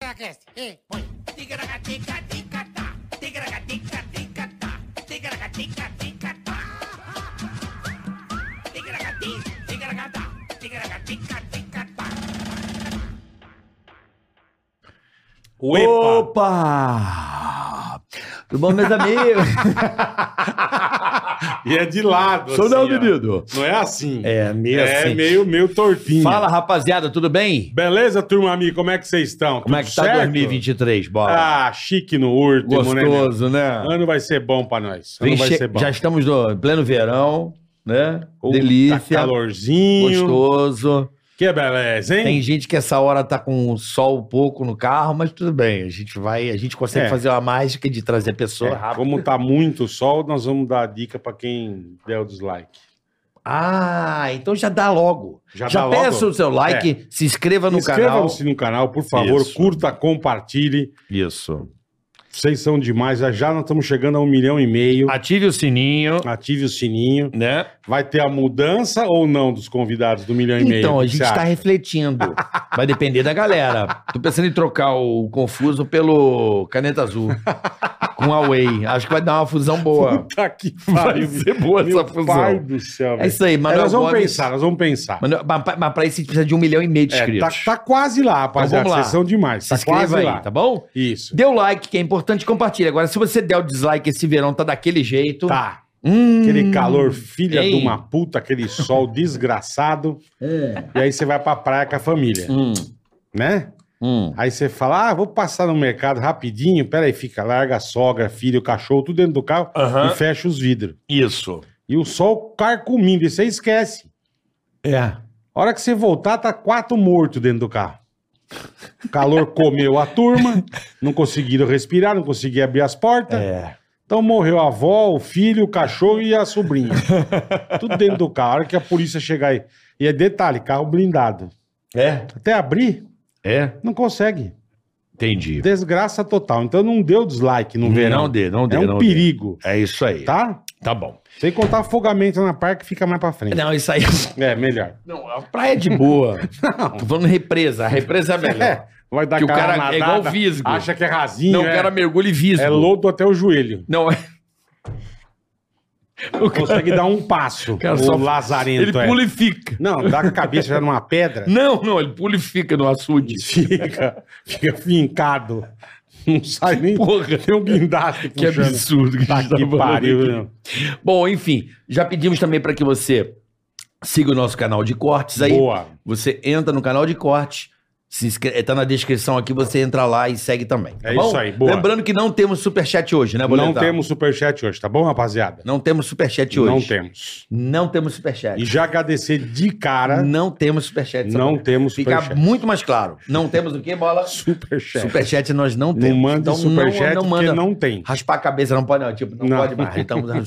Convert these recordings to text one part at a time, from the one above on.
Ticaracast. E põe. Ticaracatica-ticatá, ticaracatica-ticatá, ticaracatica-ticatá. Ticaracati, ticaracatá, ticaracatica-ticatá. Opa! Opa! Tudo bom, meus amigos? E é de lado. Sou não, assim, ó. menino. Não é assim. É, meio É assim. meio, meio tortinho. Fala, rapaziada, tudo bem? Beleza, turma amiga? Como é que vocês estão? Como é Tudo que tá certo? 2023, bora? Ah, chique no último, né? Gostoso, né? meu? Ano vai ser bom pra nós. Ano Vem vai che- ser bom. Já estamos no em pleno verão, né? Puta, Delícia, Calorzinho. gostoso. Que beleza, hein? Tem gente que essa hora tá com sol pouco no carro, mas tudo bem, a gente vai, a gente consegue É. fazer uma mágica de trazer a É, pessoa rápido. como tá muito sol, nós vamos dar a dica pra quem der o dislike. Ah, então já dá logo. Já, dá logo? É. peça o seu like, se inscreva no canal. Inscreva-se no canal, por favor. Isso. Curta, compartilhe. Isso. Vocês são demais. Já já nós estamos chegando a um milhão e meio. Ative o sininho, Ative o sininho. né? Vai ter a mudança ou não dos convidados do milhão e meio? Então, O a que gente você está acha? refletindo. Vai depender da galera. Tô pensando em trocar o Confuso pelo Caneta Azul. Com a Way. Acho que vai dar uma fusão boa. Puta que pariu. ser boa Meu pai do céu, É velho. isso aí, Mas Manuel nós vamos Gomes- pensar, nós vamos pensar. Manuel- mas, pra- mas pra isso a gente precisa de um milhão e meio de É, tá, inscritos. Então tá quase lá, rapaziada. vamos lá. Vocês são demais. Se Tá quase inscreva aí, lá. tá bom? Isso. Dê o like, que é importante, compartilha. Agora, se você der o dislike, esse verão tá daquele jeito. Tá. Hum, Aquele calor, filha Ei. de uma puta, aquele sol desgraçado. E aí você vai pra praia com a família, hum, né? hum. Aí você fala, ah, vou passar no mercado rapidinho. Pera aí, fica, larga a sogra, filho, o cachorro, tudo dentro do carro Aham. e fecha os vidros. Isso. E o sol carcomindo, e você esquece. É. A hora que você voltar, tá quatro mortos dentro do carro. O calor comeu a turma, não conseguiram respirar, não conseguiram abrir as portas. É. Então morreu a avó, o filho, o cachorro e a sobrinha. Tudo dentro do carro. A hora que a polícia chegar aí. E é detalhe, carro blindado. É. Até abrir, É. não consegue. Entendi. Desgraça total. Então não deu dislike no verão. Não dê, não dê. é um não dê. perigo, É isso aí. tá? Tá bom. Sem contar afogamento na praia que fica mais pra frente. Não, isso aí. É, melhor. Não, a praia é de boa. Tô falando represa. A represa é melhor. É, vai dar Que o aquela cara é nadada, igual o Visgo. Acha que é rasinho, Não, o é, cara mergulha e visgo. é lodo até o joelho. Não, é. O cara, Consegue dar um passo. o cara o só- lazarento Ele é. pula e fica. Não, dá com a cabeça já numa pedra. Não, não, ele pula e fica no açude. Fica, fica fincado. Não sai nem. Porra. Tem um guindaste Que puxando. absurdo que a Tá gente tá que falando pariu, aqui. né? Bom, enfim, já pedimos também para que você siga o nosso canal de cortes aí. né? Boa. Você entra no canal de cortes, se inscreve, tá na descrição aqui, você entra lá e segue também. tá É bom? isso aí, boa. Lembrando que não temos superchat hoje, né, Não Boletar? temos superchat hoje, tá bom, rapaziada? Não temos superchat hoje. Não temos. Não temos superchat. E já agradecer de cara, Não temos superchat. não Sabrina. temos é, né? Fica superchat. muito mais claro. Não temos o quê, bola? Superchat. Superchat nós não Não temos. manda superchat não, não porque manda. não tem. Raspar a cabeça não pode, não. Tipo, não, Não. pode mais. Então,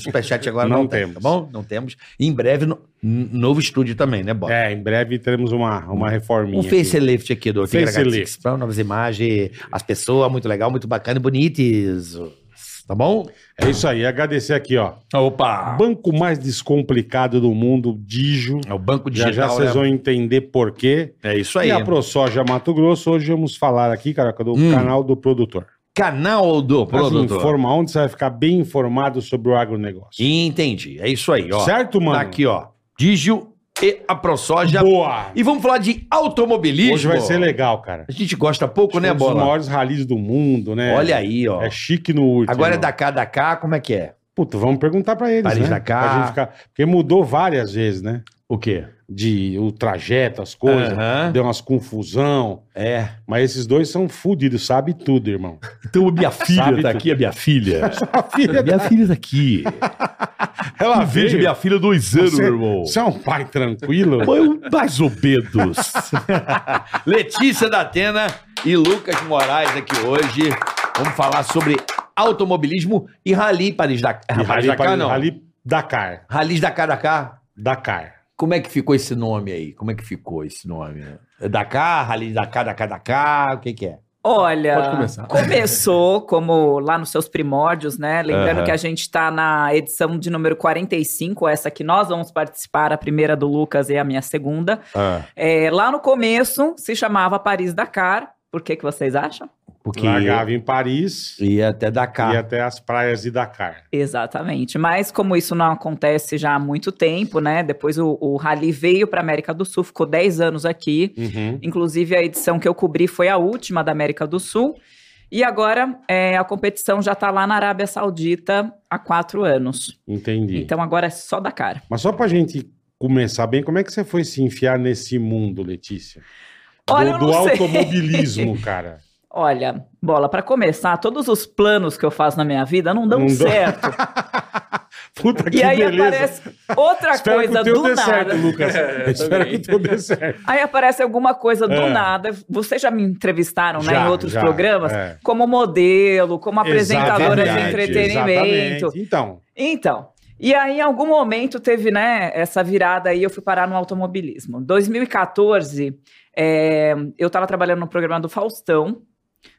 superchat agora Não não, tem, temos. tá bom? Não temos. E em breve, no- novo estúdio também, né, Bola? É, em breve teremos uma, uma reforminha. Um aqui. facelift aqui do Facelift. Tigre para novas imagens, as pessoas, muito legal, muito bacana e bonitas. Tá bom? É isso aí, agradecer aqui, ó. Opa! Banco mais descomplicado do mundo, Dijo. É o banco Já digital. já vocês né? vão entender por quê. É isso aí. E a ProSoja Mato Grosso, hoje vamos falar aqui, caraca, do Hum. canal do produtor. Canal do Produtor. produtor. Informa onde você vai ficar bem informado sobre o agronegócio. Entendi. É isso aí, ó. certo, mano? Tá aqui, ó. Digio e a ProSoja. Boa! E vamos falar de automobilismo. Hoje vai ser legal, cara. A gente gosta pouco, né, um dos Bola? maiores ralis do mundo, né? Olha aí, ó. É chique no último. Agora é da cá, da cá, como é que é? Puta, vamos perguntar pra eles, Paris né? Dakar. Pra gente ficar... Porque mudou várias vezes, né? O quê? De o trajeto, as coisas. Aham. Deu umas confusão. É. Mas esses dois são fodidos, sabe tudo, irmão. Então, a minha Sabe tudo. a minha filha. A filha minha filha tá aqui. Ela Vejo veio. minha filha dois anos, Você- meu irmão. Você é um pai tranquilo? Foi um mais ou menos. Letícia da Atena e Lucas Moraes aqui hoje. Vamos falar sobre automobilismo e rally Paris da E É, Paris da Cá, não. Rally Dakar. Rallis da Cá da Cá. Dakar. Como é que ficou esse nome aí? Como é que ficou esse nome? É Dakar, Rally Dakar, Dakar, Dakar, o que que é? Olha, Pode começar. começou como lá nos seus primórdios, né? Lembrando Aham. que a gente está na edição de número 45, essa que nós vamos participar, a primeira Ah. do Lucas e a minha segunda. É, lá no começo se chamava Paris Dakar. Por que, que vocês acham? Porque Largava em Paris ia até Dakar. e até as praias de Dakar. Exatamente. Mas como isso não acontece já há muito tempo, né? Depois o, o Rally veio para América do Sul, ficou 10 anos aqui. Uhum. Inclusive, a edição que eu cobri foi a última da América do Sul. E agora é, a competição já está lá na Arábia Saudita há quatro anos. Entendi. Então agora é só da cara. Mas só pra gente começar bem, como é que você foi se enfiar nesse mundo, Letícia? Do- Olha, eu do não sei. automobilismo, cara. Olha, bola, para começar, todos os planos que eu faço na minha vida não dão Não dão. certo. Puta que e aí beleza. aparece outra Espero que coisa o teu do dê nada. certo, Lucas. É, Espero que também. o teu dê certo. Aí aparece alguma coisa do É. nada. Vocês já me entrevistaram né, Já, em outros já, programas? é. Como modelo, como apresentadora Exatamente, de entretenimento. exatamente. Então, Então, e aí em algum momento teve, né, essa virada aí, eu fui parar no automobilismo. 2014, é, eu estava trabalhando no programa do Faustão,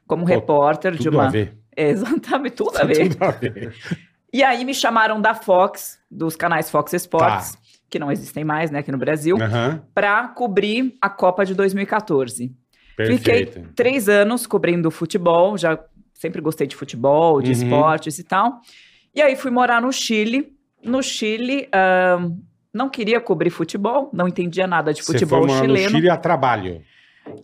como repórter de tudo a uma... ver. É, exatamente, tudo a ver. Tudo a ver. E aí me chamaram da Fox, dos canais Fox Tá. Sports, que não existem mais, né, aqui no Brasil, Aham, para cobrir a Copa de 2014. perfeito. Fiquei três anos cobrindo futebol, já sempre gostei de futebol, Uhum. de esportes e tal. E aí fui morar no Chile. No Chile, ahn, não queria cobrir futebol, não entendia nada de futebol morar chileno. no Chile a trabalho.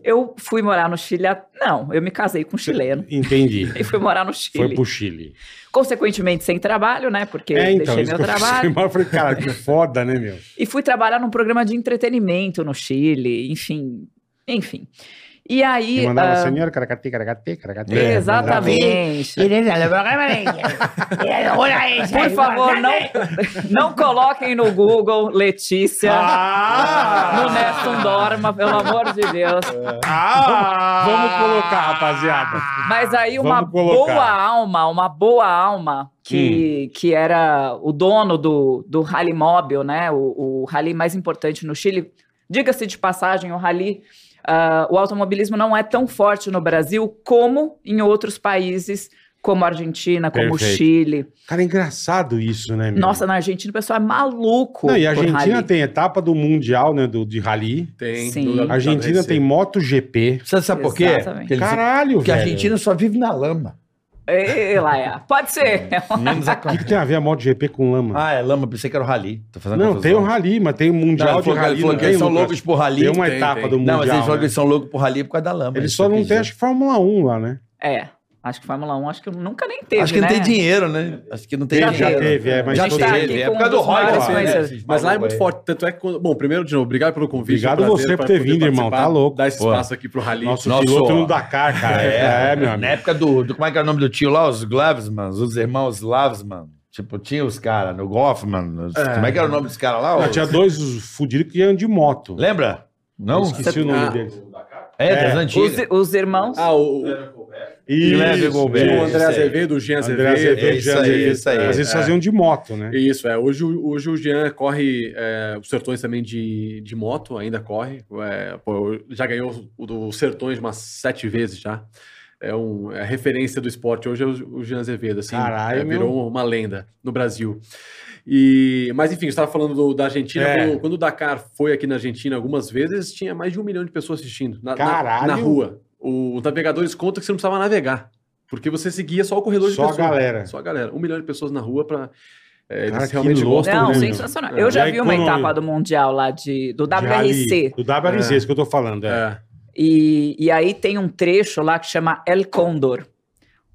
Eu fui morar no Chile. a- Não, eu me casei com um chileno. Entendi. E fui morar no Foi Chile. pro Chile. Consequentemente, sem trabalho, né? Porque é, então, deixei isso meu que eu fiquei trabalho. mal, eu falei, cara, que foda, né, meu? E fui trabalhar num programa de entretenimento no Chile, enfim. Enfim. E aí. E mandava ah, senhor, caracati, caracati, caracati. É, Exatamente. Por Por favor, não, não coloquem no Google Letícia. Ah! No Nessun Dorma, pelo amor de Deus. Ah! Vamos colocar, rapaziada. Mas aí uma Vamos colocar. boa alma, uma boa alma, que, que era o dono do, do rally móvel, né? O, o rally mais importante no Chile. Diga-se de passagem, o rally, ah, o automobilismo não é tão forte no Brasil como em outros países, como a Argentina, como o Perfeito. Chile. Cara, é engraçado isso, né, meu? Nossa, na Argentina o pessoal é maluco. Não, e a por Argentina rally. tem etapa do Mundial, né, do, de rally. Tem. um Sim. tudo A Argentina tem MotoGP. Você sabe por quê? Exatamente. Porque, eles- Caralho, porque a velho. Argentina só vive na lama. Ei, Laia, pode ser. Menos a O que, que tem a ver a MotoGP com lama? Ah, é lama, pensei que era o Rally. Tô fazendo não, confusão. tem o rally, mas tem o Mundial Ah, Não, ele de falou, rally. ele falou Não que tem, eles são Lucas? loucos por Rally. Tem uma Tem, etapa tem. do Mundial. Não, mas eles falam né? que eles são loucos por Rally por causa da lama. Ele isso só que eu não quis tem, dizer. acho que Fórmula 1 lá, né? É, acho que Fórmula 1, acho que nunca nem teve, Acho que não né? tem dinheiro, né? Acho que não tem Já já dinheiro. teve, é, mas Já Já todo tá mundo- aqui teve. É com por causa um do dos Roy, maiores né? conhecedores. Esses Mas lá é malucos muito aí. forte. Tanto é que. quando- Bom, primeiro, de novo, obrigado pelo convite. Obrigado um prazer você por pra ter poder vindo, irmão, participar, tá louco. Dar esse Pô. espaço aqui pro Rally. Nosso Nosso- piloto no Dakar, cara. É, meu Na amigo. época do, do- Como é que era o nome do tio lá? Os Glavsman, os irmãos Glavsman. Tipo, tinha os caras no Goffman. os- É. Como é que era o nome dos caras lá? Ah, os- tinha dois fudidos que iam de moto. Lembra? Não? Esqueci o nome Ah. deles. É, das É. antigas. Os, os irmãos. né, Ah, o, o Leve Isso, Gilberto. o Gilberto. André Azevedo, o Jean André Azevedo. Azevedo, É isso Jean aí, Azevedo. isso aí. É. Às vezes faziam de moto, né? Isso, é. Hoje, o- hoje o Jean corre é, os sertões também de, de moto, ainda corre. É, pô, já ganhou o do sertões umas sete vezes já. É, um, é a referência do esporte. Hoje é o, o Jean Azevedo, assim. Caralho, é, virou meu. uma lenda no Brasil. E, mas enfim, eu estava falando do- da Argentina. É. Quando, quando o Dakar foi aqui na Argentina algumas vezes, tinha mais de um milhão de pessoas assistindo na, na- Caralho. na rua. O, os navegadores contam que você não precisava navegar. Porque você seguia só o corredor de Só a pessoas. galera. Só a galera. Um milhão de pessoas na rua para. É, Cara, eles que realmente louco, gostam não, né, meu? um sensacional. É. Eu já Já vi uma economia. etapa do Mundial lá de, do De rally. WRC. Do WRC, É. isso que eu tô falando. É. É. E, e aí tem um trecho lá que chama El Condor.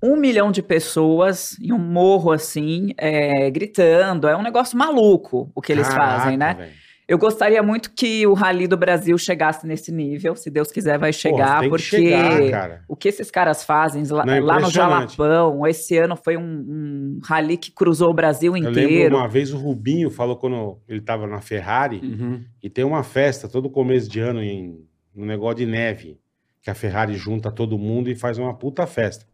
Um milhão de pessoas em um morro assim, é, gritando. É um negócio maluco o que eles Caraca, fazem, né? velho. Eu gostaria muito que o Rally do Brasil chegasse nesse nível. Se Deus quiser, Porra, vai chegar, tem que porque. chegar, cara. O que esses caras fazem lá, Não, é lá no impressionante. Jalapão, esse ano foi um, um rally que cruzou o Brasil Eu lembro inteiro. Hum. uma vez o Rubinho falou quando ele tava na Ferrari Uhum. e tem uma festa todo começo de ano em no negócio de neve, que a Ferrari junta todo mundo e faz uma puta festa.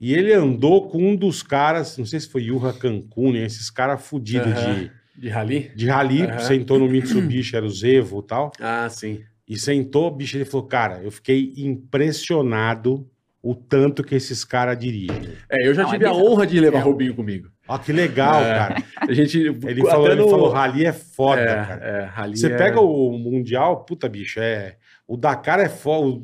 E ele andou com um dos caras, não sei se foi Yurra Cancun, né, esses caras fudidos Aham. de De rally? de rally, Aham. sentou no Mitsubishi, era o Zevo e tal. Ah, sim. E sentou, bicho, ele falou, cara, eu fiquei impressionado o tanto que esses caras dirigem. É, eu já Não, é tive a bizarro. honra de levar É. Robinho comigo. Ó, que legal, É. cara. A gente. Ele falou, até ele no- falou, rally é foda, é, cara. é, rally Você é- pega o Mundial, puta, bicho, é O Dakar é foda,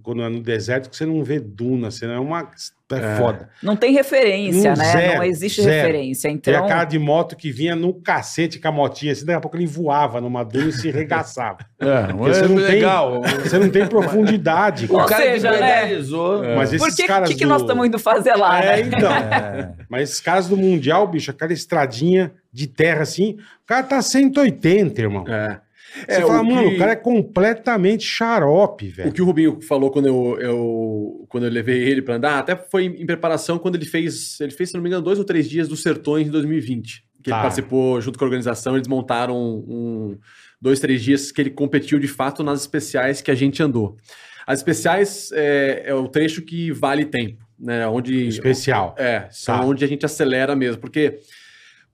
quando é no deserto, que você não vê duna, você não é uma. É, É. foda. Não tem referência, Hum, né? zero, não existe zero. referência. Tem Então, a cara de moto que vinha no cacete com a motinha, assim, daqui a pouco ele voava numa duna e se regaçava. É, Porque você não tem- legal. Você não tem profundidade. O Ou cara. cara seja, que né? legalizou. Mas É. esses por que, caras que, que do- nós estamos indo fazer lá? É, né? então. É. Mas esses caras do Mundial, bicho, aquela estradinha de terra assim, o cara tá 180, irmão. É. Você É, fala, o mano, que- o cara é completamente xarope, velho. O que o Rubinho falou quando eu, eu- quando eu levei ele para andar, até foi em preparação quando ele fez, ele fez, se não me engano, dois ou três dias dos Sertões de 2020, que Tá. ele participou junto com a organização, eles montaram um, dois, três dias que ele competiu de fato nas especiais que a gente andou. As especiais é, é o trecho que vale tempo, né? Onde Especial. é, são Tá. onde a gente acelera mesmo, porque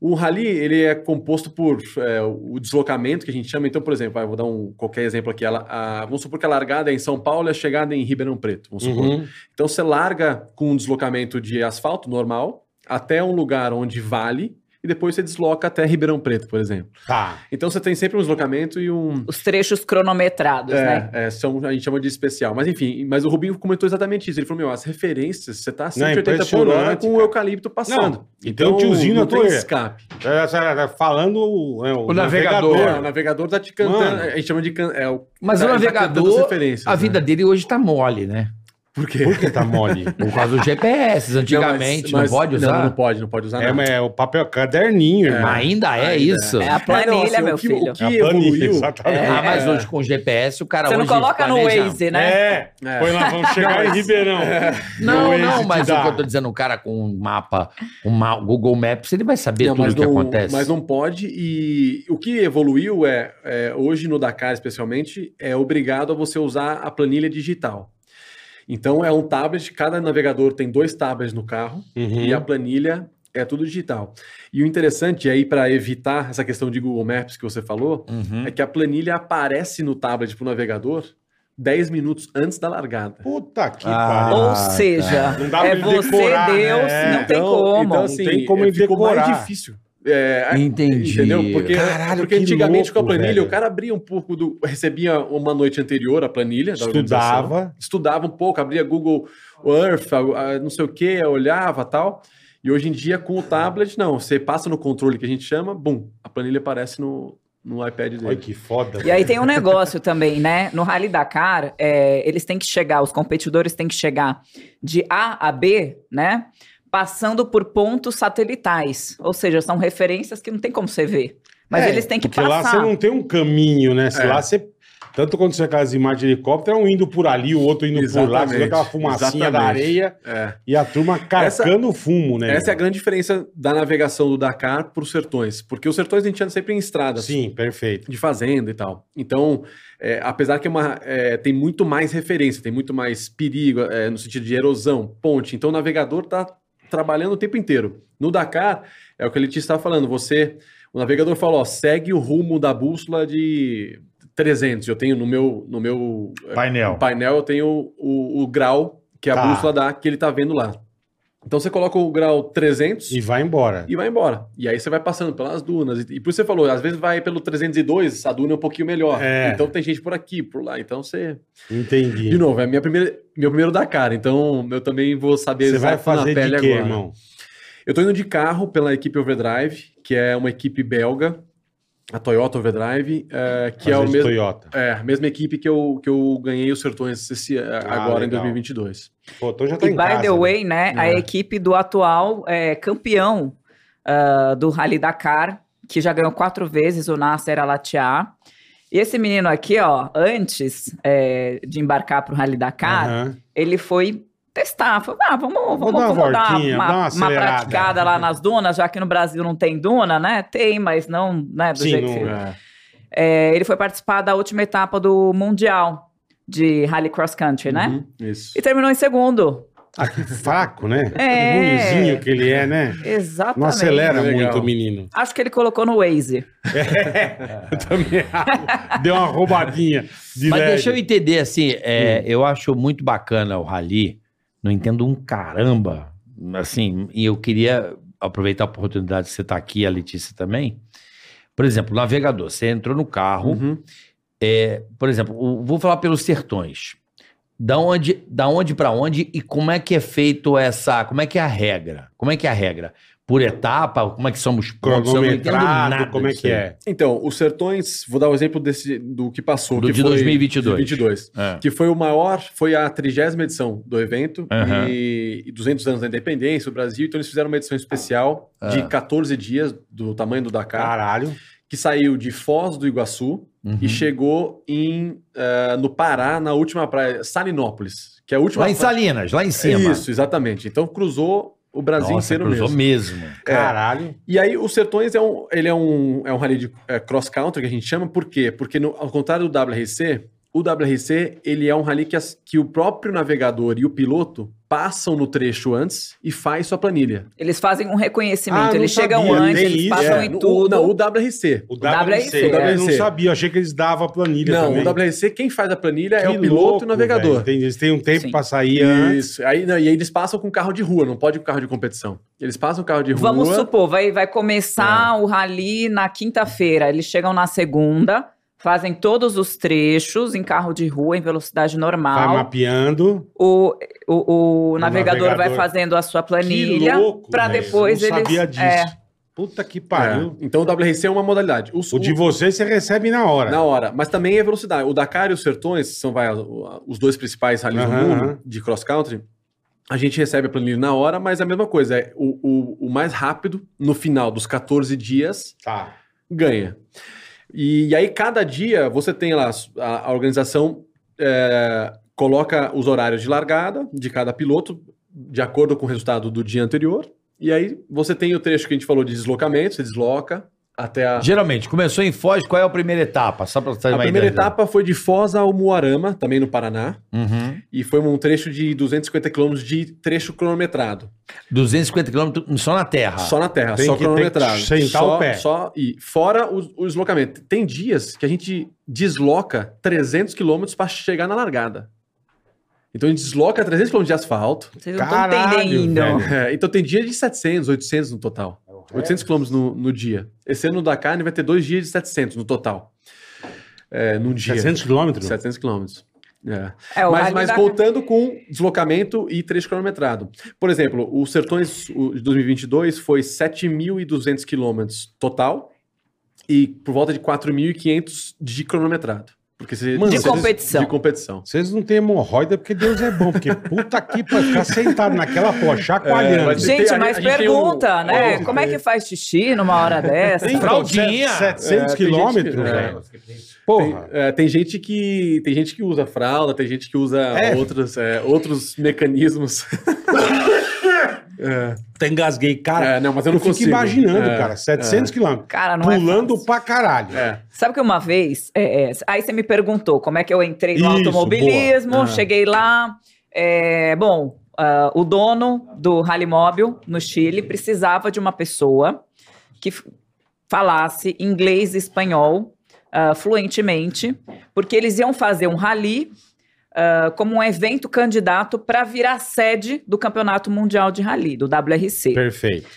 o rally ele é composto por é, o deslocamento que a gente chama. Então, por exemplo, ah, eu vou dar um qualquer exemplo aqui. ela- a- vamos supor que a largada é em São Paulo e a chegada é em Ribeirão Preto. Vamos supor. Uhum. Então você larga com um deslocamento de asfalto normal até um lugar onde vale e depois você desloca até Ribeirão Preto, por exemplo. Tá. Então você tem sempre um deslocamento e um Os trechos cronometrados, é, né? é, são, a gente chama de especial. Mas enfim, mas o Rubinho comentou exatamente isso. Ele falou: meu, as referências, você tá a Não, é 180 por hora com impressionante, o eucalipto passando. Então, Não, e tem um tiozinho na não tua tem orelha. escape. É, Falando o, é, O navegador. É, o navegador tá te cantando. Mano. A gente chama de. can- É, o, Mas o tá- ele tá cantando as navegador, referências, a vida Né? dele hoje tá mole, né? Por quê? Por que tá mole? Por causa do GPS, antigamente, não, Mas- mas- pode usar. Não, não pode, não pode usar é, nada. mas é o papel caderninho, irmão. Ainda é Ainda isso. É a É, planilha, não, assim, meu o que, filho. O que É a planilha, evoluiu. exatamente. É, Ah, mas hoje com GPS o cara Você não hoje coloca no planeja- Waze, né? É, É. foi lá, vamos chegar em Ribeirão. No Não, Waze não, te mas o dá. que eu tô dizendo, o cara com um mapa, um ma- Google Maps, ele vai saber Não, tudo o que não- acontece. Mas não pode. E o que evoluiu é, é, hoje no Dakar, especialmente, é obrigado a você usar a planilha digital. Então é um tablet, cada navegador tem dois tablets no carro e a Uhum. planilha é tudo digital. E o interessante aí para evitar essa questão de Google Maps que você falou, Uhum. é que a planilha aparece no tablet para o navegador 10 minutos antes da largada. Puta que Ah. pariu. Ou seja, tá. Não dá pra é ele você, decorar, Deus, né? não tem Então- como. Então assim, Não tem como é, ele ficou mais decorar. difícil. É, a- Entendi. Entendeu? Porque, Caralho, porque que antigamente com a louco, planilha, velho. o cara abria um pouco do. recebia uma noite anterior a planilha. da organização, Estudava. Estudava um pouco, abria Google Earth, a- a- não sei o que, olhava tal. E hoje em dia, com o tablet, não. Você passa no controle que a gente chama, bum, a planilha aparece no, no iPad dele. Olha que foda. E aí tem um negócio também, né? No Rally Dakar, é, eles têm que chegar, os competidores têm que chegar de A a B, né? Passando por pontos satelitais. Ou seja, são referências que não tem como você ver. Mas É, eles têm que Porque lá você passar. não tem um caminho, né? Se É. Lá você. Tanto quando você aquelas imagens de helicóptero, é um indo por ali, o outro indo por lá, você vê Exatamente, aquela fumacinha da exatamente. areia É. e a turma carcando o fumo, né? Essa é a meu? grande diferença da navegação do Dakar para os sertões. Porque os sertões a gente anda sempre em estradas. Sim, perfeito. de fazenda e tal. Então, é, apesar que é uma, é, tem muito mais referência, tem muito mais perigo é, no sentido de erosão, ponte. Então, o navegador está trabalhando o tempo inteiro. No Dakar, é o que ele te está falando. Você, o navegador fala, ó, segue o rumo da bússola de 300. Eu tenho no meu, no meu é, Painel. painel, eu tenho o, o grau que é a Tá. bússola dá, que ele está vendo lá. Então, você coloca o grau 300 E vai embora. e vai embora. E aí você vai passando pelas dunas. E, e por isso você falou, às vezes vai pelo 302, a duna é um pouquinho melhor. É. Então tem gente por aqui, por lá. Então você. Entendi. De novo, é minha primeira, meu primeiro Dakar. Então eu também vou saber Você vai exato na fazer de quê, irmão? Eu tô indo de carro pela equipe Overdrive, que é uma equipe belga, a Toyota Overdrive, eh, que é Fazer o de mesmo. Toyota. É, a mesma equipe que eu, que eu ganhei os Sertões esse- eh, agora em Ah, legal. 2022. Pô, então já tá E em by casa. the way, né? A É. equipe do atual é, campeão ah, do Rally Dakar, que já ganhou quatro vezes o Nasser Al-Attiyah. E esse menino aqui, ó, antes é, de embarcar para o Rally Dakar, Aham. ele foi testar. Falou, ah, vamos, vamos, Vou dar uma vamos dar voltinha, uma, dar uma uma acelerada. praticada lá nas dunas, já que no Brasil não tem duna, né? Tem, mas não né, do Sim, jeito não- que... É. É, ele foi participar da última etapa do Mundial de Rally Cross Country, né? Uhum, isso. E terminou em segundo. Ah, que fraco, né? É. Que ruinzinho que ele é, né? Exatamente. Não acelera Legal. muito o menino. Acho que ele colocou no Waze. É. Eu também acho. Deu uma roubadinha de Mas leve. deixa eu entender, assim, é, Hum. eu acho muito bacana o Rally, não entendo um caramba, assim, e eu queria aproveitar a oportunidade que você tá aqui, a Letícia também. Por exemplo, navegador, você entrou no carro, Uhum. É, por exemplo, o- vou falar pelos sertões. Da onde, da onde para onde e como é que é feito essa. Como é que é a regra? Como é que é a regra? Por etapa? Como é que somos pontos? Eu não entendo nada cronometrado, como é disso que aí. é? Então, os Sertões, vou dar o exemplo desse, do que passou. Do que de 2022. 2022. É. Que foi o maior, foi a trigésima edição do evento Aham. e e 200 anos da independência do Brasil. Então eles fizeram uma edição especial Ah. de 14 dias do tamanho do Dakar, Caralho. que saiu de Foz do Iguaçu Uhum. e chegou em eh, no Pará na última praia, Salinópolis, que é a última Lá em praia- Salinas, lá em cima. Isso, exatamente. Então cruzou o Brasil Nossa, inteiro cruzou mesmo. mesmo. É. Caralho. E aí, o Sertões é um, ele é um, é um rally de é, cross-country que a gente chama, por quê? Porque, no- ao contrário do WRC, o WRC ele é um rally que, as- que o próprio navegador e o piloto passam no trecho antes e faz sua planilha. Eles fazem um Ah, reconhecimento, não eles chegam sabia, antes, tem eles isso, passam é. em No- tudo. não, o WRC. O WRC, WRC. Eu é. não sabia, eu achei que eles davam a planilha Não, também. o WRC, quem faz a planilha é Que o piloto louco, e o navegador. velho. Entendi, Eles têm um tempo Sim. pra sair antes. Isso. Aí, não, e aí eles passam com carro de rua, não pode com carro de competição. Eles passam com carro de rua. Vamos supor, vai, vai É. começar o rally na quinta-feira. Eles chegam na segunda, fazem todos os trechos em carro de rua, em velocidade Vai normal. mapeando. O, o, o navegador, vai navegador. fazendo a sua Que planilha louco, para velho. depois Eu não eles. sabia disso. é, Puta que É, pariu. Então o WRC é uma modalidade. Os- O de vocês você recebe na hora. Na hora. Mas também é velocidade. O Dakar e os Sertões, que são vai, o- os dois principais rallies Aham, do mundo aham. de cross-country, a gente recebe a planilha na hora, mas é a mesma coisa. É o, o- o mais rápido, no final dos 14 dias, Tá. ganha. E, aí, cada dia, você tem lá a, a organização. é, coloca os horários de largada de cada piloto de acordo com o resultado do dia anterior. E aí você tem o trecho que a gente falou de deslocamento, você desloca até a, Geralmente, começou em Foz, qual é a primeira etapa? Só pra ter a uma primeira né? ideia. etapa foi de Foz ao Muarama, também no Paraná, Uhum. e foi um trecho de 250 quilômetros de trecho cronometrado. 250 quilômetros só na terra. Só na terra, Ah, Tem só que- tem cronometrado. que sentar só, o pé. Só, e fora o, o deslocamento. Tem dias que a gente desloca 300 quilômetros para chegar na largada. Então a gente desloca 300 quilômetros de asfalto. vocês não estão Caralho, entendendo. velho. É, então tem dia de 700, 800 no total. 800 quilômetros no, no dia. Esse ano da carne vai ter dois dias de 700 no total. É, num dia. 700 quilômetros? 700 quilômetros. É. É, o mas rally mas da- voltando com deslocamento e trecho cronometrado. Por exemplo, o Sertões o- de 2022 foi 7.200 quilômetros total e por volta de 4.500 de cronometrado. Porque você, Mano, de você- competição. de competição. Vocês não têm hemorroida porque Deus é bom. Porque puta que pariu. Ficar sentado naquela É, porra, chacoalhando. mas- Gente, tem- a mas gente tem pergunta, um- né? um- Como é que faz xixi numa hora dessa? Então, fraldinha. 700 É, tem quilômetros, gente que- velho. Tem, Porra. é, tem gente que tem gente que usa fralda, tem gente que usa É. outros, é, outros mecanismos. é, Até engasguei, cara. é, não, mas eu eu não fico consigo. imaginando, É, cara. 700 quilômetros. Cara, não Pulando é. fácil. pra caralho. É. Sabe que uma vez, é, é, aí você me perguntou como é que eu entrei no Isso, automobilismo, boa. Ah. cheguei lá. é, bom, ah, o dono do Rally Móbil no Chile precisava de uma pessoa que f- falasse inglês e espanhol ah, fluentemente, porque eles iam fazer um rally ah, como um evento candidato para virar sede do Campeonato Mundial de Rally, do WRC. Perfeito.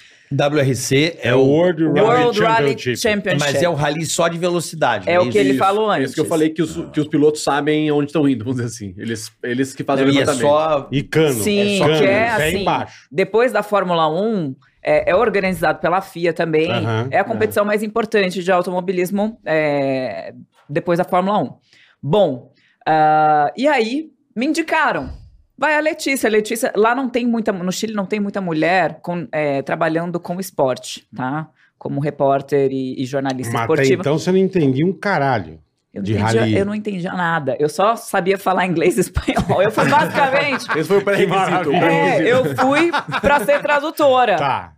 WRC é, É o o. World Rally World Rally Championship. Championship. Mas é o rally só de velocidade. né? É o que ele Isso, falou é antes. Isso que eu falei que os, Ah. que os pilotos sabem onde estão indo, vamos dizer assim. Eles, eles que fazem o E é levantamento. só. E cano. Sim, cano, que é pé assim. embaixo. Depois da Fórmula 1, é, é organizado pela FIA também. Aham, é a competição mais importante de automobilismo é, depois da Fórmula 1. Bom, ah, e aí me indicaram. Vai a Letícia. Letícia, lá não tem muita. No Chile não tem muita mulher com, é, trabalhando com esporte, tá? Como repórter e, e jornalista Mas até esportiva. então você não entendia um caralho. eu, de não entendia, rally. eu não entendia nada. Eu só sabia falar inglês e espanhol. Eu fui basicamente. Esse foi o pré-requisito. o maravilha. é, pré-requisito. eu fui pra ser tradutora. Tá.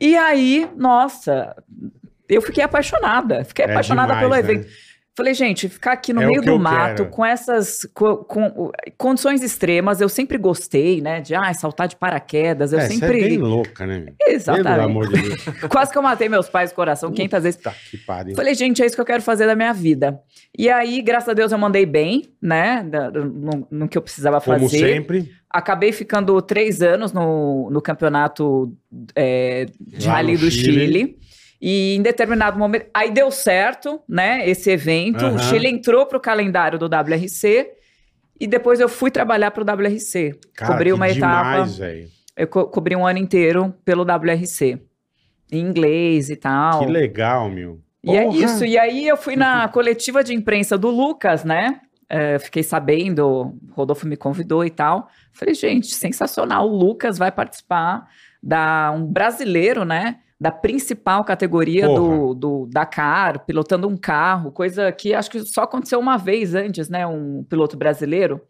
E aí, nossa, eu fiquei apaixonada. Fiquei É apaixonada demais, pelo né? evento. Falei, gente, ficar aqui no É o meio que do eu mato, quero. com essas co- com- condições extremas, eu sempre gostei, né? De ah, saltar de paraquedas, eu É, Você é bem sempre. louca, né? meu? Pelo Exatamente. amor de Deus. Quase que eu matei meus pais do coração 500 vezes. Tá que pariu. Falei, gente, é isso que eu quero fazer da minha vida. E aí, graças a Deus, eu mandei bem, né? da- No, no que eu precisava Como fazer. sempre. Acabei ficando três anos no, no campeonato é, de Lá rally no do Chile. Chile. E em determinado momento, aí deu certo, né, esse evento. Aham. O Chile entrou para o calendário do WRC e depois eu fui trabalhar para o WRC. Cara, cobri que uma etapa, demais, velho. eu co- cobri um ano inteiro pelo WRC. Em inglês e tal. Que legal, meu. E é Porra! isso. E aí eu fui na coletiva de imprensa do Lucas, né? É, fiquei sabendo, o Rodolfo me convidou e tal. Falei, gente, sensacional. O Lucas vai participar da um brasileiro, né? Da principal categoria do, Porra. do Dakar, pilotando um carro, coisa que acho que só aconteceu uma vez antes, né? Um piloto brasileiro.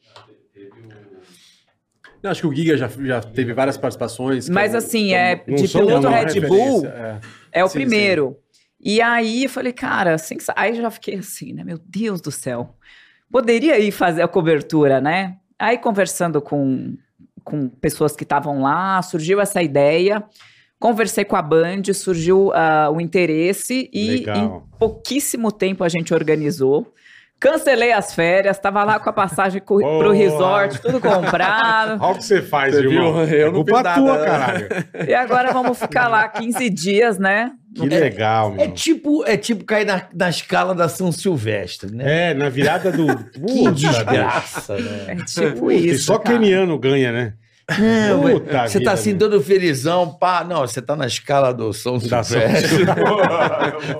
Eu acho que o Giga já, já teve várias participações. que Mas eu- assim, que um eu- é não de sou piloto uma Red referência, Bull. é. É o Sim, primeiro. E aí eu falei, cara, assim, que sa- aí já fiquei assim, né? Meu Deus do céu. Poderia ir fazer a cobertura, né? Aí conversando com, com pessoas que estavam lá, surgiu essa ideia. Conversei com a Band, surgiu ah, o interesse e Legal. em pouquíssimo tempo a gente organizou. Cancelei as férias, estava lá com a passagem co- pro Boa. resort, tudo comprado. Olha o que você faz, Você irmão. viu? Eu é não culpa fiz nada, tua, né? caralho. e agora vamos ficar lá 15 dias, né? Que legal, meu. É tipo, é tipo cair na, na escala da São Silvestre, né? É, na virada do. Que Puta, desgraça, É né? tipo Deus. E isso. só cara. keniano ganha, né? Não, Puta mas você vida, tá assim, meu. todo felizão, pá. Não, você tá na escala do São Da São Silvestre.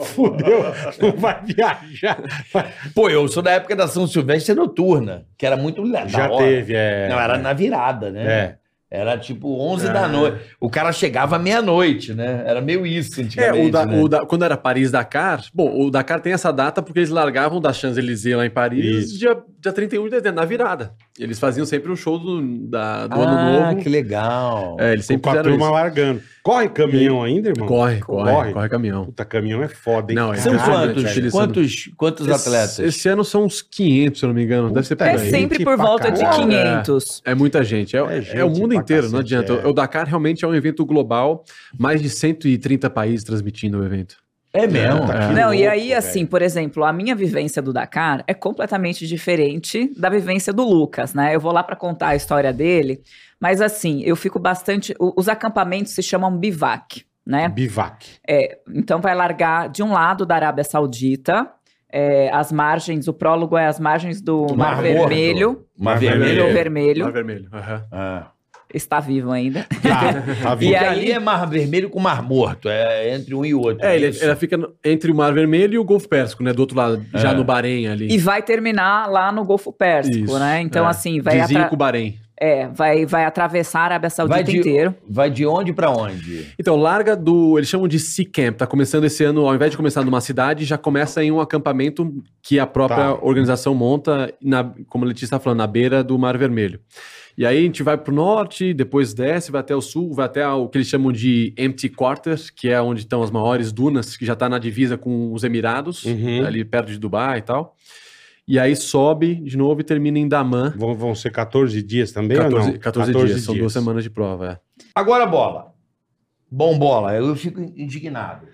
Fudeu, não vai viajar. Tá Pô, eu sou da época da São Silvestre noturna, que era muito le- da Já hora. teve, é. Não, era na virada, né? É. Era tipo 11 É. da noite. O cara chegava à meia-noite, né? Era meio isso É, antigamente, o da, né? o da- quando era Paris-Dakar, bom, o Dakar tem essa data porque eles largavam da Champs-Élysées lá em Paris Isso. dia, dia 31 de dezembro, na virada. Eles faziam sempre um show do, da- do ah, Ano Novo. que legal. É, eles Com sempre a fizeram turma isso. largando. Corre caminhão ainda, irmão? Corre, corre, Corre. corre, caminhão. Puta, caminhão é foda, hein? Não, é São Caralho, quantos? velho, Quantos, quantos Esse- atletas? Esse ano são uns 500, se eu não me engano. Deve ser por É Gente aí. sempre por pra volta de caralho. 500. É muita gente. É, É é gente o mundo pra inteiro, não cacete, adianta. é. O Dakar realmente é um evento global, mais de 130 países transmitindo o evento. É mesmo? tá Puta, que Não, e louco, aí, velho. assim, por exemplo, a minha vivência do Dakar é completamente diferente da vivência do Lucas, né? Eu vou lá para contar a história dele, mas assim, eu fico bastante. o- Os acampamentos se chamam bivac, né? Bivac. Então vai largar de um lado da Arábia Saudita, é, as margens, o prólogo é as margens do, Do Mar, Mar Morto. Vermelho. Uma Vermelho vermelha. ou Vermelho. Mar vermelho, vermelho. aham. Ah. está vivo ainda. Tá, tá vindo. Porque aí- ali é mar vermelho com mar morto. É entre um e outro. É, ele- isso? ela fica no- entre o Mar Vermelho e o Golfo Pérsico, né? Do outro lado, já É. no Bahrein ali. E vai terminar lá no Golfo Pérsico, Isso, né? Então, é. assim, vai, Vizinho atra- com o Bahrein. é, vai, vai atravessar a Arábia Saudita Vai de- inteiro. Vai de onde pra onde? Então, larga do. Eles chamam de Sea Camp. Tá começando esse ano, ao invés de começar numa cidade, já começa em um acampamento que a própria Tá. organização monta, na, como a Letícia está falando, na beira do Mar Vermelho. E aí a gente vai pro norte, depois desce, vai até o sul, vai até o que eles chamam de Empty Quarter, que é onde estão as maiores dunas, que já tá na divisa com os Emirados, Uhum. ali perto de Dubai e tal. E aí sobe de novo e termina em Daman. Vão, vão ser 14 dias também ou 14, não? 14 dias, são duas semanas de prova. é. Agora, bola. Bom, bola. Eu fico indignado.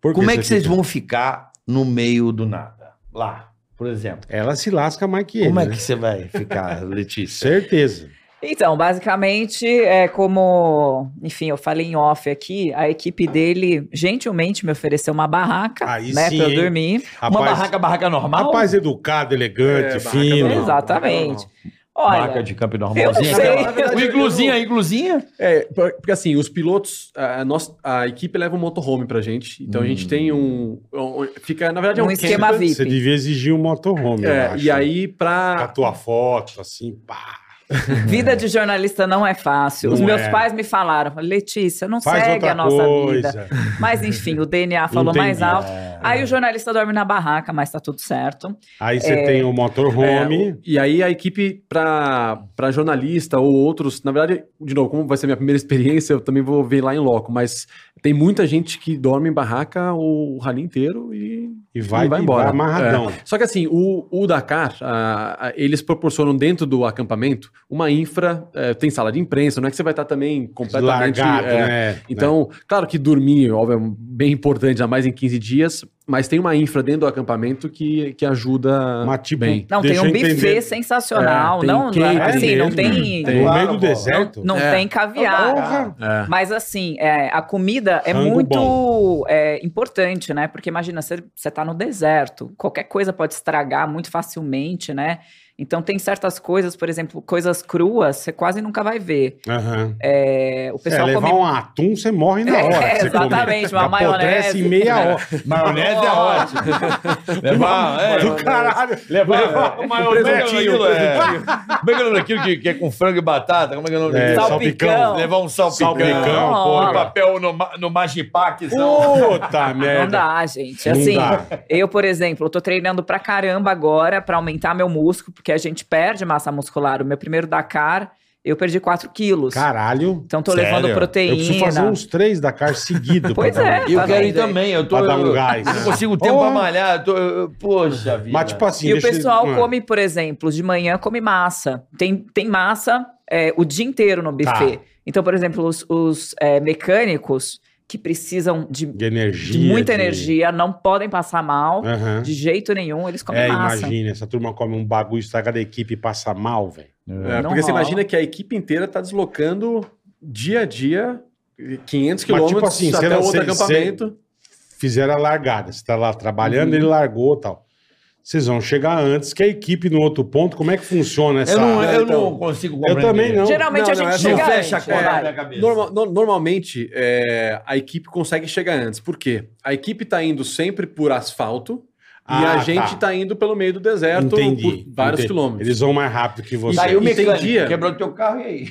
Por Como é que você vocês fica- vão ficar no meio do nada? Lá, por exemplo. Ela se lasca mais que ele, Como é né? que você vai ficar, Letícia? Certeza. Então, basicamente, é como, enfim, eu falei em off aqui, a equipe dele gentilmente me ofereceu uma barraca, Aí né, sim, pra eu hein? dormir. Uma barraca, barraca normal? rapaz educado, elegante, É, barraca fino. normal. Exatamente. Olha, barraca de campo eu normalzinha. não sei. aquela- O igluzinha, a igluzinha? É, por- porque assim, os pilotos, a, a nossa, a equipe leva um motorhome pra gente. Então a gente Hum. tem um, um- Fica, na verdade, é Um um, esquema camper. VIP. Você devia exigir um motorhome, eu É, acho. e aí, Com Ah. a pra. tua foto, assim, pá. vida de jornalista não é fácil. Os Não meus é. pais me falaram, Letícia, não Faz segue outra a nossa coisa. vida. Mas enfim, o DNA falou mais Entendi. É. alto. Aí o jornalista dorme na barraca, mas tá tudo certo. Aí você É. tem o motorhome. é, o- e aí a equipe pra, pra jornalista ou outros. Na verdade, de novo, como vai ser minha primeira experiência, eu também vou ver lá em loco. Mas tem muita gente que dorme em barraca o, o rally inteiro e E vai, E vai e embora. vai amarradão. Só que assim, o, o Dakar, ah, ah, eles proporcionam dentro do acampamento uma infra, eh, tem sala de imprensa, não é que você vai estar também completamente... Largado, eh, né? é Então, claro que dormir, óbvio, é bem importante, ainda mais em 15 dias, Mas tem uma infra dentro do acampamento que, que ajuda Mas, tipo, bem. Não, Deixa tem um eu buffet entender. sensacional. É, tem não, cake não, assim, não mesmo, tem. tem. No Claro, meio do pô. deserto? Não É. tem caviar. Porra! É. Mas assim, é, a comida é Rango muito é, importante, né? Porque imagina, você está no deserto, qualquer coisa pode estragar muito facilmente, né? Então tem certas coisas, por exemplo, coisas cruas, você quase nunca vai ver. Aham. É, o É, pessoal levar come. um atum, você morre na hora. É, que você comer. exatamente, uma Apodrece maionese. em meia hora. Maionese é ótimo. Levar, é, Do caralho. levar, Levar maionese, presuntinho, um é. Como é que é o nome daquilo que, que é com frango e batata? Como é que é o nome É, daquilo? salpicão. salpicão. Levar um salpicão. Salpicão, Um porra. papel no, ma- no magipaczão. Puta Não merda. dá, gente. Não Assim, dá. eu, por exemplo, eu tô treinando pra caramba agora pra aumentar meu músculo, porque a gente perde massa muscular. O meu primeiro Dakar, eu perdi 4 quilos. Caralho. então tô sério? levando Eu proteína. Eu preciso fazer uns três da carne seguido. pra Pois dar é. um- E eu Tá quero ir vendo aí? também. Eu tô. Pra dar um eu- gás. eu não consigo tempo Porra. pra malhar. eu tô- eu- eu- poxa vida. Mas tipo assim... e o deixa eu- pessoal Ah, come, por exemplo, de manhã come massa. Tem, tem massa é, o dia inteiro no buffet. Tá. Então, por exemplo, os, os, é, mecânicos que precisam de, De energia. de muita de- energia não podem passar mal Aham. de jeito nenhum, eles comem É, massa. imagina. Essa turma come um bagulho, estraga da equipe e passa mal, velho. É, Não porque você rola. imagina que a equipe inteira está deslocando dia a dia Mas, 500 quilômetros tipo assim, você até não- outro você- acampamento. Fizeram a largada. Você tá lá trabalhando, ele largou e tal. Vocês vão chegar antes que a equipe no outro ponto. Como é que funciona essa... Eu não, É, eu Então, não consigo eu compreender. também não. Geralmente Não, a gente não, é chega Não fecha a né? antes, conta vai. na minha cabeça. Norma- no- normalmente, é, a equipe consegue chegar antes. Por quê? A equipe está indo sempre por asfalto e Ah, a tá. gente está indo pelo meio do deserto Entendi. por vários entendi. quilômetros. Eles vão mais rápido que você. Daí o E tem mecânico dia- quebrou teu carro e aí?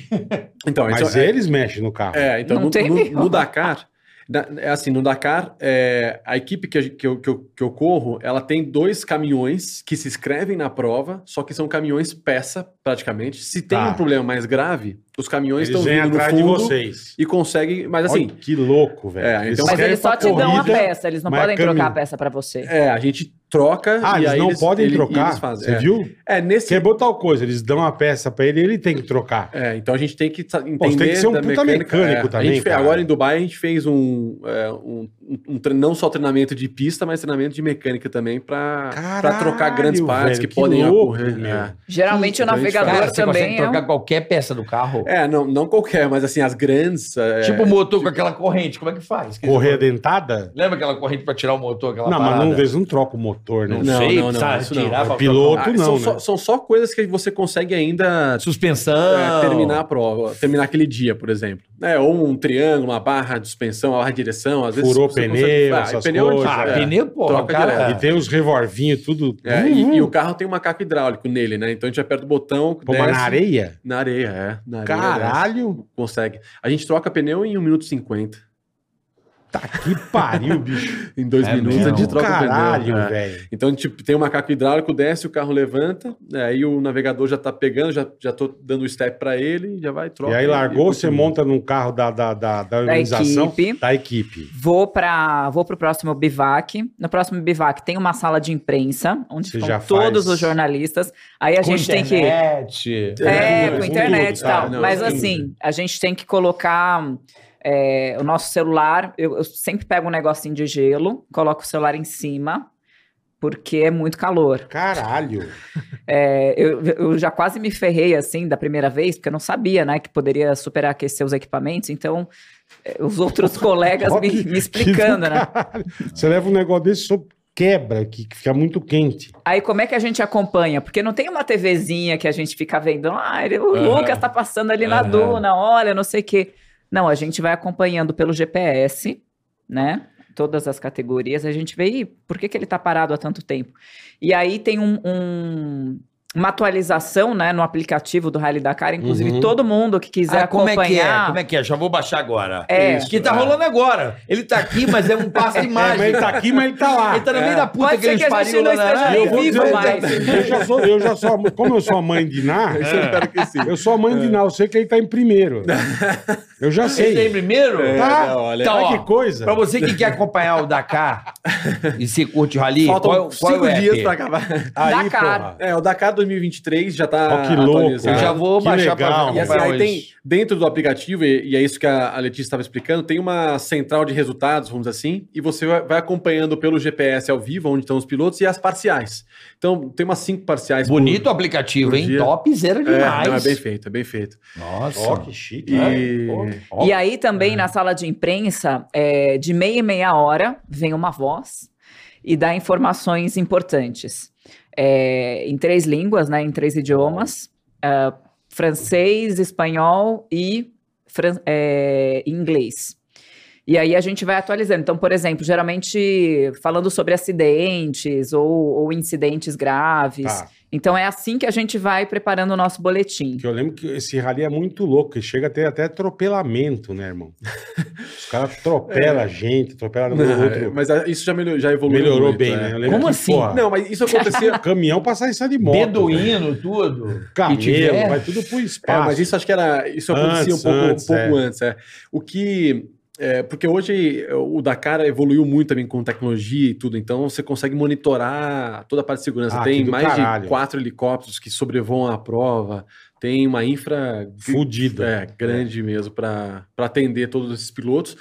Então, Mas isso é- eles mexem no carro. É, então Não no, tem no- nenhum. no Dakar, na- é assim, no Dakar, é, a equipe que, a gente- que eu, que, eu, que eu corro, ela tem dois caminhões que se inscrevem na prova, só que são caminhões peça, praticamente. Se tem Tá. um problema mais grave, os caminhões Eles estão vêm vindo no atrás de fundo vocês. e conseguem, mas assim, Olha que louco, velho. É, então- Mas Escreve eles só pra te dão a corrida. peça, eles não mas é podem caminho. trocar a peça pra você. é, a gente troca Ah, e eles aí não podem ele- e trocar. eles fazem, Você é. viu? É, nesse Quebrou tal coisa, eles dão a peça pra ele, ele tem que trocar. É, então a gente tem que sa- entender. tem que ser um da puta mecânica. mecânico é. também, A gente fe- cara. agora em Dubai a gente fez um, é, um, um- um tre- não só treinamento de pista, mas treinamento de mecânica também para Caralho, trocar grandes partes velho, que, que podem louco, ocorrer. meu. É. Geralmente o Então, a gente navegador fala, Cara, você consegue também é um- trocar qualquer peça do carro. É, não, não qualquer, mas assim, as grandes. é, Tipo o motor com aquela corrente, como é que faz? Correr dentada? Lembra aquela corrente pra tirar o motor, aquela Não, mas parada? não, eles não trocam o motor, né? Não, Não, sei, não, não, sabe, isso não. tirar pra- Piloto ah, não, são, né? só, são só coisas que você consegue ainda Suspensão. é, terminar a prova, terminar aquele dia, por exemplo. É, ou um triângulo, uma barra de suspensão, uma barra de direção, às vezes. Furou você pneu, ah, essas pneu é coisas, difícil, Ah, é. pneu, pô. Troca cara. direto. E tem os revolvinhos, tudo. É, Hum, e, hum. e o carro tem um macaco hidráulico nele, né? Então a gente aperta o botão. Pô, mas desce- na areia? Na areia, é. Na areia desce. Caralho! Consegue. A gente troca pneu em 1 minuto e 50. Tá que pariu, bicho. Em 2 É minutos mesmo? a gente Do troca o caralho, pneu. é. velho. Então, tipo, tem um macaco hidráulico, desce, o carro levanta, né? aí o navegador já tá pegando, já, já tô dando o step pra ele, já vai, troca. E aí largou, você continua. monta num carro da, da, da, da organização. equipe. Da equipe. Vou para vou pro próximo bivac. No próximo bivac tem uma sala de imprensa onde Você já ficam todos faz- os jornalistas. Aí a gente tem que Internet. É, É, com com internet e tudo, tal. tá? Não, Mas sim. assim, a gente tem que colocar é, o nosso celular. Eu, eu sempre pego um negocinho de gelo, coloco o celular em cima, porque é muito calor. Caralho. É, eu, eu já quase me ferrei assim da primeira vez, porque eu não sabia, né, que poderia superaquecer os equipamentos. Então, é, os outros colegas Ó, me, que- me explicando, que do né? caralho. Você leva um negócio desse, só quebra, que que fica muito quente. Aí como é que a gente acompanha? Porque não tem uma TVzinha que a gente fica vendo, ah, ele- o Aham. Lucas tá passando ali na Aham. duna, olha, não sei o quê. Não, a gente vai acompanhando pelo GPS, né? Todas as categorias, a gente vê, "Ih, por que, que ele tá parado há tanto tempo? E aí tem um- um- uma atualização, né, no aplicativo do Rally Dakar, inclusive Uhum. todo mundo que quiser Ah, como é que é? acompanha. Como é que é? Já vou baixar agora. É. Isso, que tá rolando agora. Ele tá aqui, mas é um passo de É, mas mágica. ele tá aqui, mas ele tá lá. Ele tá no meio da puta Pode ser eles que a gente pariu não lá na esteja Arábia. nem vivo Eu vou dizer- é né? mais. Eu já sou, eu já sou, como eu sou a mãe de Ná, Isso assim, eu espero que sim. eu sou a mãe de Ná, eu sei que ele tá em primeiro. Eu já Você tem sei. primeiro? Tá? não, olha- Então, ó, Olha que coisa. Pra você que quer acompanhar o Dakar e se curte o rally, Faltam qual, qual cinco é o app? dias pra acabar. Dakar. porra. É, o Dakar 2023 já tá Ó, que louco, atualizado. Eu já vou Que baixar legal, E pra assim, comprar aí hoje. tem, dentro do aplicativo, e, e é isso que a, a Letícia estava explicando, tem uma central de resultados, vamos dizer assim, e você vai, vai acompanhando pelo GPS ao vivo, onde estão os pilotos, e as parciais. Então, tem umas cinco parciais. por- Bonito o aplicativo, por hein? dia. Topzera É, não, é demais. bem feito, é bem feito. Nossa. Ó, que chique. E- né? Pô, ó. E aí também na sala de imprensa, é, de meia e meia hora, vem uma voz e dá informações importantes. É, em três línguas, né, em três idiomas, é, francês, espanhol e fran- é, inglês. E aí a gente vai atualizando. Então, por exemplo, geralmente falando sobre acidentes ou, ou incidentes graves. Tá. Então é assim que a gente vai preparando o nosso boletim. Que eu lembro que esse rally é muito louco, que chega a ter até atropelamento, né, irmão? Os caras É. atropelam a gente, atropelam um Não, outro. mas a- isso já melhorou, já evoluiu. Melhorou muito, bem, é. né? Eu lembro Como que, assim? porra, Não, mas isso acontecia. Caminhão passar isso de moto. velho. é. Beduíno, tudo. Camelo, Que tiver. vai tudo pro É, espaço. mas isso acho que era. Isso acontecia Antes, um pouco, antes, um pouco antes. É. O que. é, porque hoje é, o Dakar evoluiu muito também com tecnologia e tudo, então você consegue monitorar toda a parte de segurança. Ah, tem que do mais caralho. de quatro helicópteros que sobrevoam a prova, tem uma infra Fudido. é, grande mesmo para atender todos esses pilotos.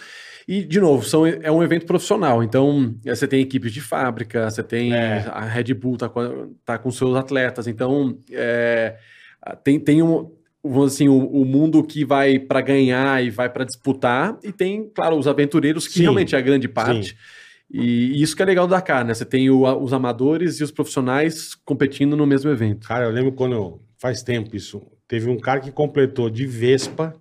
E, de novo, são, é um evento profissional. Então, é, você tem equipes de fábrica, você tem. É. A Red Bull tá com, a- tá com seus atletas. Então, é, a- tem, tem um. Vamos assim, o, o mundo que vai para ganhar e vai para disputar, e tem, claro, os aventureiros, que Sim. realmente é a grande parte. E, e isso que é legal do Dakar, né? Você tem o- a- os amadores e os profissionais competindo no mesmo evento. É. Cara, eu lembro quando. eu- Faz tempo isso. Teve um cara que completou de Vespa.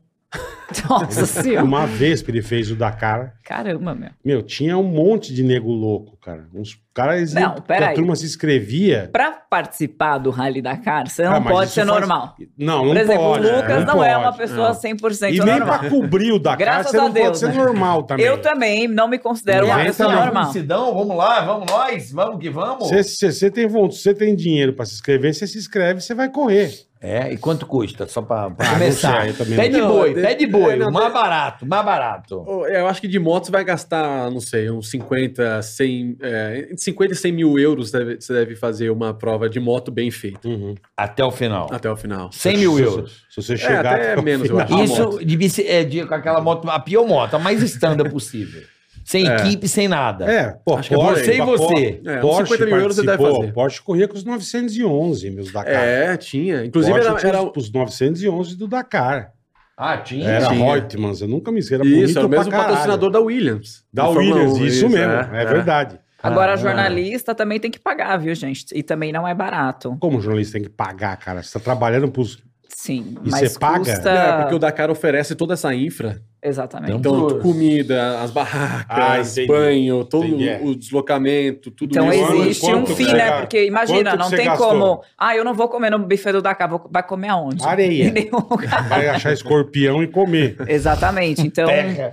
Nossa senhora, Uma Vespa ele fez o Dakar. caramba, meu. Meu, tinha um monte de nego louco, cara. Uns caras. Não, que A peraí. turma se inscrevia. Pra participar do Rally Dakar, você Ah, não mas pode isso ser faz- normal. Não, não Por exemplo, pode. o Lucas não, é uma pode, pessoa não. 100% E nem normal. pra cobrir o Dakar, Graças você a não pode Deus, ser né? normal também. Eu também não me considero uma Inventa pessoa não. normal. Sidão, vamos lá, vamos nós, vamos que vamos. Se você tem, von- se você tem dinheiro pra se inscrever, você se inscreve e você vai correr. É, e quanto custa? Só pra, pra Ah, não começar. sei, eu também pé não de sei. boi, Não, pé de boi, é, não, o mais tem- barato, mais barato. Oh, Eu acho que de moto você vai gastar, não sei, uns 50, 100, é, entre 50 e 100 mil euros deve- você deve fazer uma prova de moto bem feita Até o final. até o final. 100 mil Se- euros. Se você É, chegar. até menos, eu acho. a moto. Isso de, bici- é, de- com aquela moto, a pior moto, a mais standard possível. Sem equipe, sem nada. É, pô, Acho que Porsche- você e você. É, uns Porsche 50 mil euros você deve participou, fazer. Porsche corria com os 911, meus Dakar. É, tinha. Inclusive era, Porsche era- tinha os, os 911 do Dakar. Ah, tinha. Era Tinha. Reutemanns, eu nunca me esqueci. Era isso, era o bonito pra mesmo caralho. patrocinador da Williams. Da Do Fórmula Williams, 1, isso, mesmo, é, Tá. verdade. Agora, Ah, jornalista também tem que pagar, viu, gente? E também não é barato. Como o jornalista tem que pagar, cara? Você tá trabalhando pros... Sim, E mas você paga? custa... É, porque o Dakar oferece toda essa infra. Exatamente. Então, Putz. comida, as Ah, barracas, entendi. banho, todo Entendi, é. o deslocamento, tudo Então isso. Quanto- existe um quanto fim, que é? você né? ga- Porque imagina, quanto que não você tem gastou? como. Ah, eu não vou comer no buffet do Dakar, vou, vai comer aonde? Areia. Em nenhum lugar. Vai achar escorpião e comer. Exatamente. Então,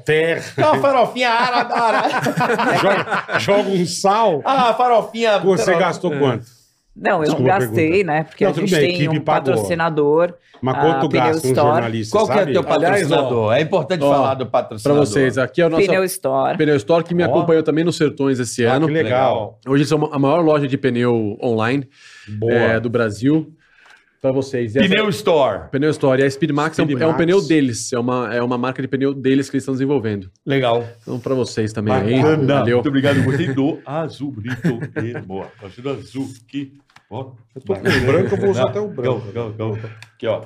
Terra. Não, farofinha árabe. árabe. joga, joga um sal. Ah, farofinha. Você gastou quanto? não, eu Desculpa a não gastei, pergunta. né? Porque Não, a tudo gente bem, a tem equipe um pagou. patrocinador. Mas Ah, quanto gasta um Pneu Store. jornalista, Qual que é sabe? o teu patrocinador? é importante ó, falar do Para patrocinador. vocês, aqui é o nosso Pneu Store. Pneu Store, que me Ó. acompanhou também nos Sertões esse Ah, é ano. que legal. Hoje são a maior loja de pneu online Boa. é, do Brasil. Para vocês. E essa- Pneu Store. Pneu Store. E a Speedmax é, um, Speed é um Max. pneu deles. É uma, é uma marca de pneu deles que eles estão desenvolvendo. Legal. Então, para vocês também aí. Bacana. Valeu. Muito obrigado, gostei do azul, bonito, amor. Gostei do azul, que... Ó, Eu tô com o branco, eu vou usar até o branco. gal, gal, gal. Aqui, ó.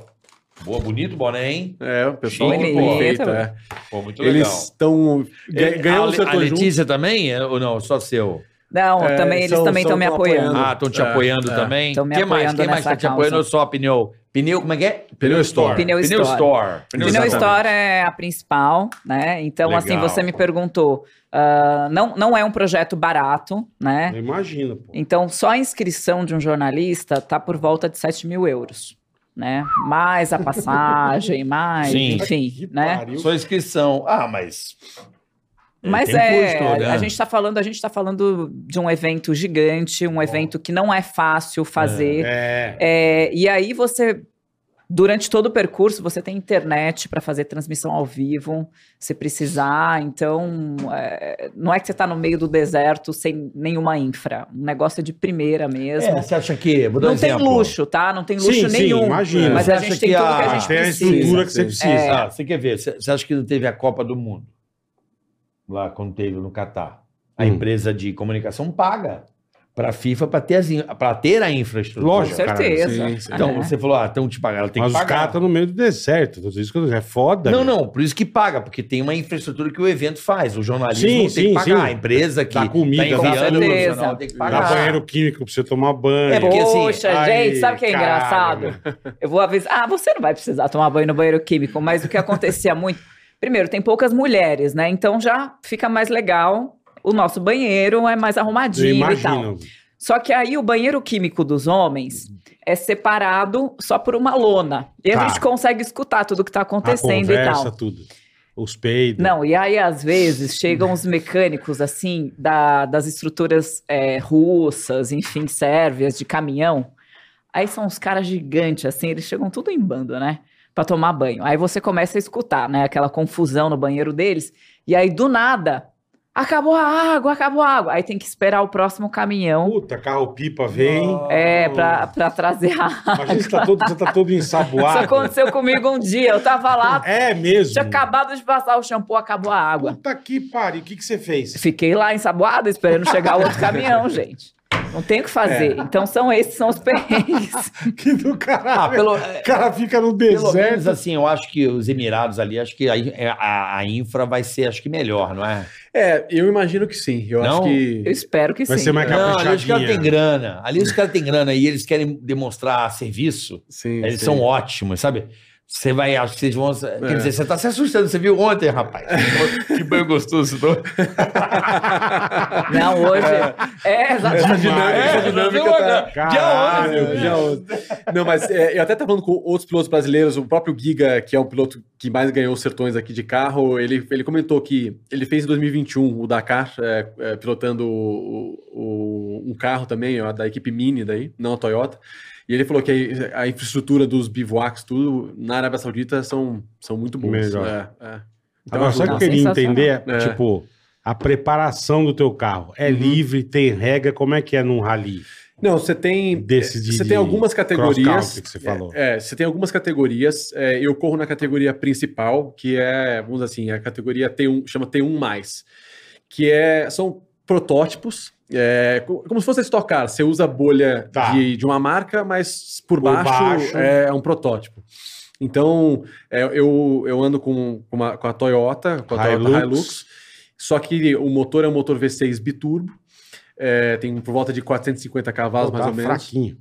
Boa, bonito boné, hein? É, o pessoal Chique, bem pô. feito, é. Pô, muito Eles legal. estão Ele- ganhando É, a, o Le- a setor junto. Letícia também? é, Ou não? Só seu? Não, É, também, eles são- também são- estão me tão apoiando. apoiando. Ah, estão te É, apoiando é. também? Tão me Quem mais? apoiando Quem mais nessa tá te causa. apoiando? Só pneu. Pneu, como é que é? Pneu Store. Pneu Pneu Store. Store. Pneu Exatamente. Store é a principal, né? Então, Legal. assim, você me perguntou, ah, não, não é um projeto barato, né? Eu imagino, pô. Então, só a inscrição de um jornalista tá por volta de 7 mil euros, né? Mais a passagem, mais, Sim. enfim, né? pariu. Sua inscrição. Ah, mas. Mas tem é, custo, né? a gente tá falando, a gente tá falando de um evento É. gigante, um evento que não é fácil fazer. É. É, e aí você Durante todo o percurso, você tem internet para fazer transmissão ao vivo, se precisar. Então, é, não é que você está no meio do deserto sem nenhuma infra. O negócio é de primeira mesmo. É, você acha que. Vou dar Não um tem exemplo. luxo, tá? Não tem luxo Sim, sim, nenhum. imagino. Mas Você a acha gente tem que tudo a- é que a Ah, gente tem a precisa. estrutura que você precisa. É. Ah, você quer ver? Você você acha que não teve a Copa do Mundo? Lá quando teve no Catar. A Hum. empresa de comunicação paga para a FIFA para ter, as in- pra ter a infraestrutura. Com Lógico. Cara, certeza. sim, sim. Então É. você falou, ah, então te pagar, ela tem Mas que os pagar. caras estão no meio do deserto. Tudo isso que eu tô dizendo, é foda. Não, meu. não, por isso que paga, porque tem uma infraestrutura que o evento faz. O jornalismo Sim, tem sim, que pagar, sim. a empresa que Dá comida, tá dá enviando, tudo. o jornal tem que Dá pagar. banheiro químico pra você tomar banho. É, porque assim, Poxa, ai, gente, sabe o que é caralho, engraçado? Eu vou avisar. Ah, você não vai precisar tomar banho no banheiro químico, mas o que acontecia muito. Primeiro, tem poucas mulheres, né? Então já fica mais legal. O nosso banheiro é mais Eu arrumadinho e tal. imagino. Só que aí o banheiro químico dos homens é separado só por uma lona. E Tá. a gente consegue escutar tudo que está A acontecendo e conversa, tal. tudo. Os peidos. Não, e aí às vezes chegam os mecânicos assim da- das estruturas é, russas, enfim, sérvias, de caminhão. Aí são uns caras gigantes, assim, eles chegam tudo em bando, né? Pra tomar banho. Aí você começa a escutar, né? Aquela confusão no banheiro deles. E aí, do nada, acabou a água, acabou a água. Aí tem que esperar o próximo caminhão Puta, carro-pipa vem. é, pra, pra trazer a água. Imagina, você tá todo, você tá todo Isso ensaboado. aconteceu comigo um dia. Eu tava lá, É mesmo. tinha acabado de passar o shampoo, acabou a água. Puta que pariu. O que, que você fez? Fiquei lá ensaboada esperando chegar o outro caminhão, gente. Não tem o que fazer. Então são esses são os perrengues. Que do caralho. Ah, pelo, É. O cara fica no pelo menos deserto. assim, eu acho que os Emirados ali, acho que a, a- a infra vai ser, acho que melhor, não é? É, eu imagino que sim. Eu Não? acho que. Eu espero que Vai sim. ser mais Não, ali os caras têm caprichadinha. grana. Ali os caras têm grana e eles querem demonstrar serviço. Sim, Eles sim. são ótimos, sabe? Você vai, acho que vocês vão. É. Quer dizer, você tá se assustando, você viu ontem, rapaz. que banho gostoso. Tô... Não, hoje. É, exatamente. dinâmica- É, essa dinâmica tá- Caralho, né? Eu já ouço. Não, mas é, eu até tava falando com outros pilotos brasileiros, o próprio Giga, que é um piloto que mais ganhou os sertões aqui de carro, ele, ele comentou que ele fez em 2021 o Dakar, é, é, pilotando o- o- um carro também, ó, da equipe Mini daí, não a Toyota. E ele falou que a, a infraestrutura dos bivouacs, tudo, na Arábia Saudita são, são muito bons. Melhor. É, é. Então, Agora, só que eu Não, queria sensacional. entender, é, É. tipo, a preparação do teu carro. É Uhum. livre, tem regra, como é que é num rally? Não, você tem. é, Desse de- você tem algumas de categorias. cross-country que você falou. É, é, você tem algumas categorias. é, eu corro na categoria principal, que é, vamos dizer assim, a categoria T1, chama T1, que é, são protótipos. É, co- como se fosse estocar. Você usa a bolha Tá. de, de uma marca, mas por, Por baixo, baixo. é um protótipo. Então, é, eu, eu ando com, com, uma- com a Toyota, com a Toyota Hilux. Hilux, só que o motor é um motor V6 biturbo. É, tem por volta de 450 cavalos, Pô, mais tá ou menos. fraquinho.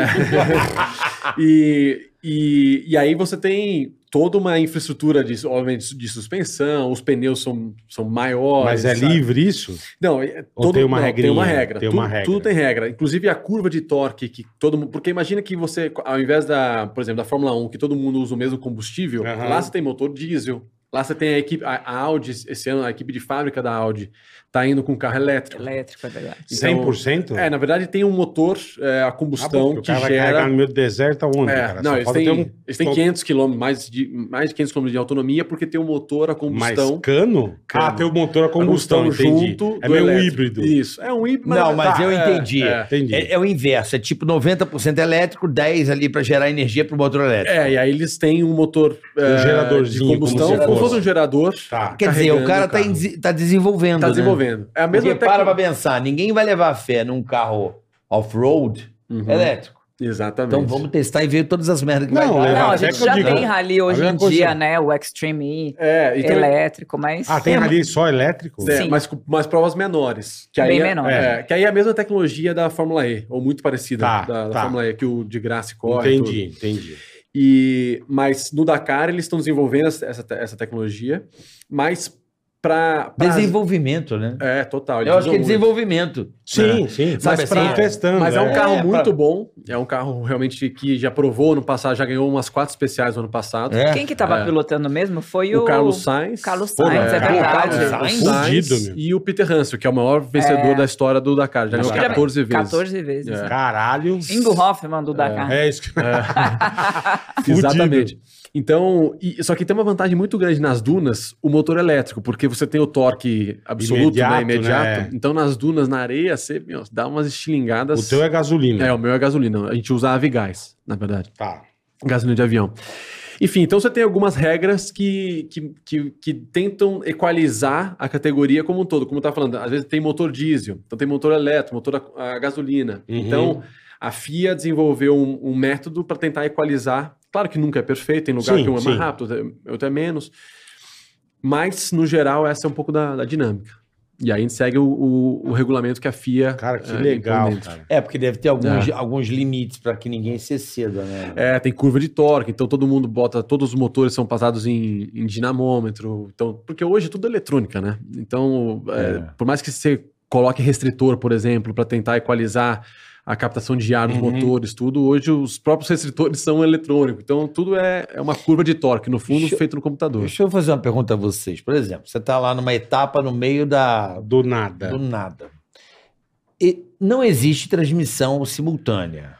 É. e, e, e aí você tem toda uma infraestrutura de, obviamente, de suspensão, os pneus são, são maiores. Mas é sabe? livre isso? Não, é- Ou tem uma não, regrinha? Tem uma regra. Tem tudo, uma regra. tudo tem regra. Inclusive a curva de torque que todo mundo. Porque imagina que você, ao invés da, por exemplo, da Fórmula 1, que todo mundo usa o mesmo combustível, Aham. lá você tem motor diesel. Lá você tem a equipe, a, a Audi, esse ano a equipe de fábrica da Audi tá indo com carro elétrico. Elétrico, é verdade. Então, 100%? É, na verdade tem um motor, é, a Tá bom, combustão porque o que cara vai gera. carregar no meio do deserto aonde, É, cara? não, Só eles falta têm, ter um eles têm 500 km, mais de, mais de 500 km de autonomia, porque tem um é motor a Mas combustão. cano? Cano. Ah, tem o motor a a combustão, entendi. é do meio elétrico. híbrido. Isso, é um híbrido. Não, mas eu entendi. É, Entendi. É, é o inverso, é tipo 90% elétrico, 10% ali para gerar energia para o motor elétrico. É, e aí eles têm um motor é, geradorzinho, de combustão, como se como, se fosse. fosse um gerador. Tá. Quer dizer, o carregando cara tá, carro. em desi- tá desenvolvendo. Tá né? desenvolvendo. É a Porque mesma para pra técnica. pensar, ninguém vai levar fé num carro off-road Uhum, elétrico. Exatamente. é Então vamos testar e ver todas as merdas que Não, leva vai dar. Não, é, a até gente que eu já digo, tem rally hoje mesma em coisa- dia, né? O Extreme E, É, então, elétrico, mas. Ah, tem rally só elétrico? é, Sim. mas com mais provas menores. Que aí Bem é, menores. é, que aí é a mesma tecnologia da Fórmula E, ou muito parecida Tá, da, da tá. Fórmula E, que o de graça corre. tudo. Entendi, entendi. E, mas no Dakar eles estão desenvolvendo essa, essa te- essa tecnologia, mas para Desenvolvimento, né? é total. Eu acho que é desenvolvem muito. desenvolvimento. Sim, sim. Sabe pra- assim, testando. Mas é um é. carro É, muito pra- bom. É um carro realmente que já provou ano passado, já ganhou umas quatro especiais no ano passado. É. Quem que estava É. pilotando mesmo foi o, O Carlos Sainz. Carlos Pô, Sainz, é, é cara, verdade. o Sainz? Fudido, meu. e o Peter Hansen, que é o maior vencedor da história do Dakar. Já Acho ganhou que já- 14 vezes. 14 vezes. É. Caralho. Ingo Hoffman do Dakar. É isso que... Fudido. Exatamente. Então, e- só que tem uma vantagem muito grande nas dunas, o motor elétrico, porque você tem o torque absoluto, Imediato, né, imediato. né? Então, nas dunas, na areia, você meu, dá umas estilingadas. O teu é gasolina. É, o meu é gasolina. A gente usa avigás, na verdade. Tá. Gasolina de avião. Enfim, então você tem algumas regras que, que, que, que tentam equalizar a categoria como um todo. Como eu estava falando, às vezes tem motor diesel, então tem motor elétrico, motor a, a gasolina. Uhum. Então, a FIA desenvolveu um, um método para tentar equalizar. Claro que nunca é perfeito, tem lugar Sim, que um é sim. mais rápido, outro é- outro é menos. Mas, no geral, essa é um pouco da, da dinâmica. E aí a gente segue o, o- o regulamento que a FIA. Cara, que eh, legal, implementa. cara. É, porque deve ter alguns, alguns limites pra que ninguém se ceda, né? É, tem curva de torque, então todo mundo bota, todos os motores são passados em, em dinamômetro. Então, porque hoje é tudo eletrônica, né? Então, é, por mais que você coloque restritor, por exemplo, para tentar equalizar a captação de ar dos Uhum. motores, tudo, hoje os próprios restritores são eletrônicos. Então, tudo é, é uma curva de torque, no fundo, Deixa eu- feito no computador. Deixa eu fazer uma pergunta a vocês. Por exemplo, você tá lá numa etapa no meio da Do nada. do nada. E não existe transmissão simultânea.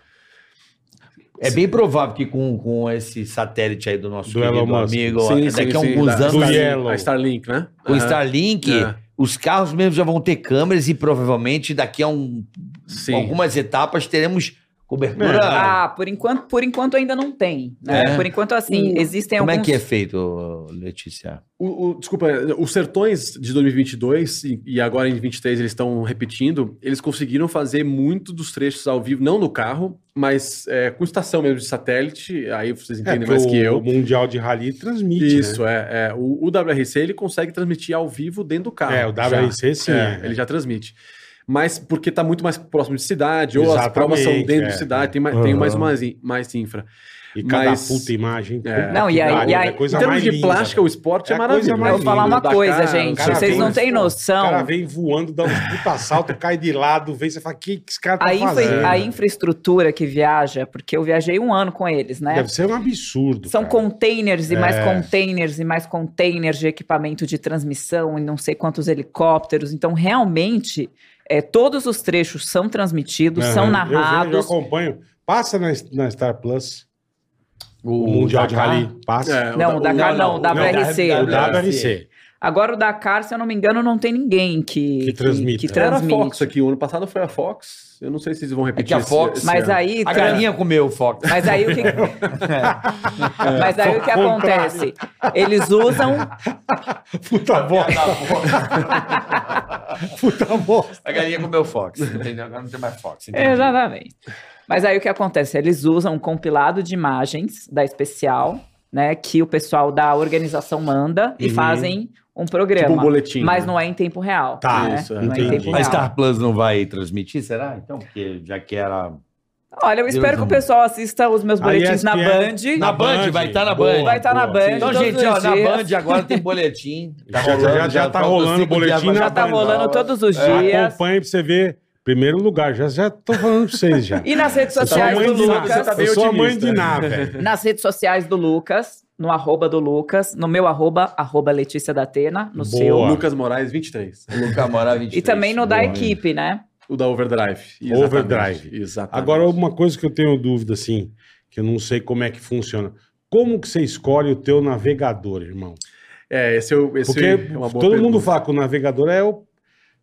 É bem provável que com, com esse satélite aí do nosso Do Elon Musk. amigo, ó, daqui a alguns da- anos, do da- Yellow. a Starlink, né? com o Aham. Starlink, É. os carros mesmo já vão ter câmeras e provavelmente daqui a um- Sim. algumas etapas teremos cobertura. É. Ah, por enquanto, por enquanto ainda não tem. né? É. Por enquanto, assim, existem Como alguns. é que é feito, Letícia? O, o- desculpa, os Sertões de 2022 e, e agora em 23 eles estão repetindo, eles conseguiram fazer muito dos trechos ao vivo, não no carro, mas é, com estação mesmo de satélite, aí vocês É, né? entendem porque mais que o eu. Mundial de Rally transmite, Isso, é. é. O, o WRC ele consegue transmitir ao vivo dentro do carro. né? É, o WRC sim. já. é. É, Ele já transmite. Mas porque está muito mais próximo de cidade, ou as Exatamente, provas são dentro é. de cidade, tem, mais- tem Aham. mais, uma, mais infra. E cada Mas- puta imagem. É. puta Não, que e aí- pariu, e aí- é coisa em termos mais de linda, plástica, o É esporte é, a coisa maravilhoso. mais Eu vou falar linda. uma Da coisa, cara, gente. cara Vocês vem- não têm O cara noção. vem voando, dá uns puta salto, cai de lado, vem, você fala, que, que esse cara tá A, infra- fazendo? a infraestrutura que viaja, porque eu viajei um ano com eles, né? Deve ser um absurdo, São cara. containers e mais É. containers e mais containers de equipamento de transmissão e não sei quantos helicópteros. Então, realmente, é, todos os trechos são transmitidos, Aham. são Eu vejo, Eu, narrados. acompanho. Passa na, na Star Plus, o, Mundial Dakar. de Rally. Passa. É, Não, o Dakar não, o WRC. O o WRC. Agora, o Dakar, se eu não me engano, não tem ninguém que, Que transmite. que- que Era a transmite. É Fox aqui, o ano passado foi a Fox. Eu não sei se eles vão repetir. que a esse- Fox- esse Mas ano. aí. A galinha comeu o É, foco. Mas aí o que, É, tá mas aí o que acontece? Eles usam Puta bosta, puta bosta. A galinha comeu o Fox. entendeu? Agora não tem mais Fox. É, entendeu? Exatamente. Mas aí o que acontece? Eles usam um compilado de imagens da especial, né? Que o pessoal da organização manda e Uhum. fazem um Tipo programa. um boletim. mas né? não é em tempo real. Tá, né? isso, é. não é em Entendi. tempo A real. Star Plus não vai transmitir, será? Então, porque já que era. Olha, eu espero que o pessoal assista os meus A boletins na ESPN. Band. Na Band, vai estar na Band. Vai estar na é boa. Band. Então, todos gente, assim. os ó, na dias. Band agora tem boletim. Já- já- já tá faltam rolando cinco boletim dias, na Já tá Band. rolando todos os dias. Acompanhe É, pra você ver. Primeiro lugar, já, já tô falando pra vocês já. E nas redes Eu sou a sociais mãe do de Lucas, nada, Lucas. tá bem eu sou a mãe otimista. de nada, velho. nas redes sociais do Lucas, no arroba do Lucas, no meu arroba, arroba Letícia da Atena, no Boa. seu. Lucas Moraes, 23. Luca Mora 23. E também no da Boa. equipe, né? O da Overdrive. Overdrive. Exatamente. Agora, uma coisa que eu tenho dúvida, assim, que eu não sei como é que funciona. Como que você escolhe o teu navegador, irmão? É, esse, eu, esse Porque é uma boa todo mundo pergunta. fala que o navegador é o,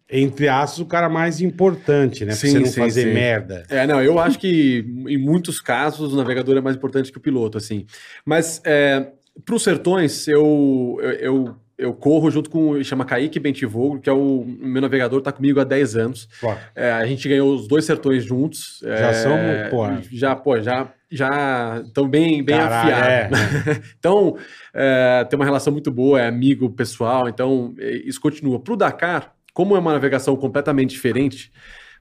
entre aspas, o cara mais importante, né? pra Sim, você não sim, fazer sim. merda. É, não, eu acho que em muitos casos o navegador é mais importante que o piloto, assim. Mas é, para os sertões, eu, eu, eu, eu corro junto com, chama Kaique Bentivogro, que é o meu navegador, tá comigo há 10 anos. Ó, É, a gente ganhou os dois sertões juntos. Já É, são, pô. Já, pô, já. Já estão bem, bem caralho, afiados. é, né? Então, é, tem uma relação muito boa, é amigo pessoal, então é, isso continua. Para o Dakar, como é uma navegação completamente diferente,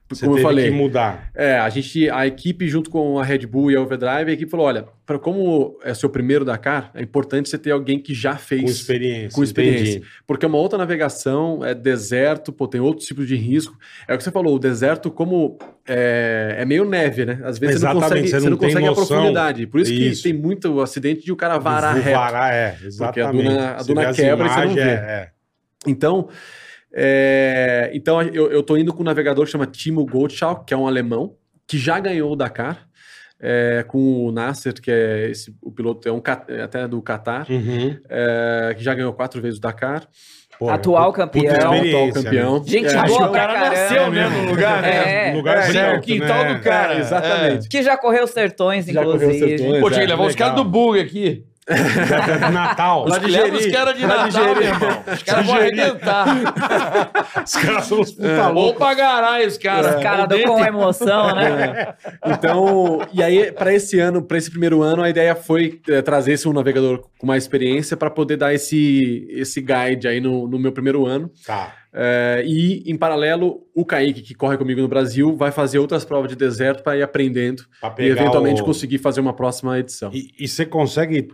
Você como eu teve falei, que mudar. É, a gente, a equipe junto com a Red Bull e a Overdrive, a equipe falou, olha, para como é seu primeiro Dakar, é importante você ter alguém que já fez. Com experiência. Com experiência. entendi. Porque é uma outra navegação, é deserto, pô, tem outros tipos de risco. É o que você falou, o deserto como é, é meio neve, né? Às vezes você não Exatamente, consegue, você você não não tem consegue a noção. profundidade. Por isso, Isso. que tem muito acidente de o cara varar Vou reto. Varar, é. Porque a Exatamente. duna, a Você duna vê as quebra e você não imagens, vê. é, é. Então, é, então eu, eu tô indo com um navegador que chama Timo Goldschau, que é um alemão, que já ganhou o Dakar, é, com o Nasser, que é esse, o piloto, é um ca- é até do Qatar, Uhum. é, que já ganhou quatro vezes o Dakar, Pô, Atual campeão. é o experiência, né? atual campeão. Gente É, boa acho que- pra caramba. Tá mesmo no lugar, É. é, lugar É, certo, o quintal né? do cara. É, exatamente. Que já correu sertões, Já correu inclusive. sertões. Pô, Pois tinha é, que levar os legal. caras do bug aqui. É. Natal. Os que levam os caras de Natal, meu irmão. Os caras vão arrebentar. Os caras são os É. puta Ou loucos. pra caralho, Tá os caras. Os caras dão com emoção, É. né? Então, e aí, para esse ano, para esse primeiro ano, a ideia foi é, trazer esse um navegador com mais experiência para poder dar esse, esse guide aí no- no meu primeiro ano. Tá. É, e, em paralelo, o Kaique, que corre comigo no Brasil, vai fazer outras provas de deserto para ir aprendendo pra e, pegar eventualmente, o- conseguir fazer uma próxima edição. E e você consegue,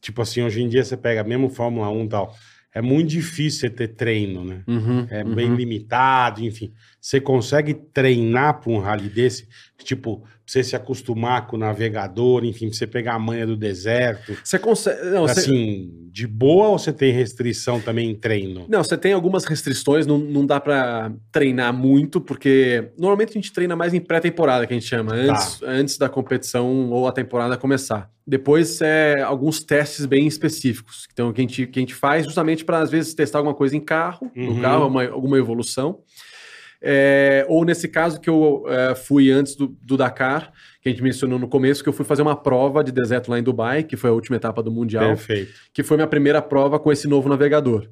tipo assim, hoje em dia você pega mesmo Fórmula 1 e tal. É muito difícil você ter treino, né? Uhum, É uhum. bem limitado, enfim. Você consegue treinar para um rally desse? Tipo, pra você se acostumar com o navegador, enfim, pra você pegar a manha do deserto. Você consegue. Não, você- assim, de boa ou você tem restrição também em treino? Não, você tem algumas restrições, não, não dá pra treinar muito, porque normalmente a gente treina mais em pré-temporada, que a gente chama, antes, antes da competição ou a temporada começar. Depois é alguns testes bem específicos, então que a gente, que a gente faz justamente para às vezes testar alguma coisa em carro, Uhum. no carro, uma- alguma evolução. É, ou nesse caso que eu é, fui antes do, do Dakar, que a gente mencionou no começo, que eu fui fazer uma prova de deserto lá em Dubai, que foi a última etapa do Mundial Perfeito. que foi minha primeira prova com esse novo navegador.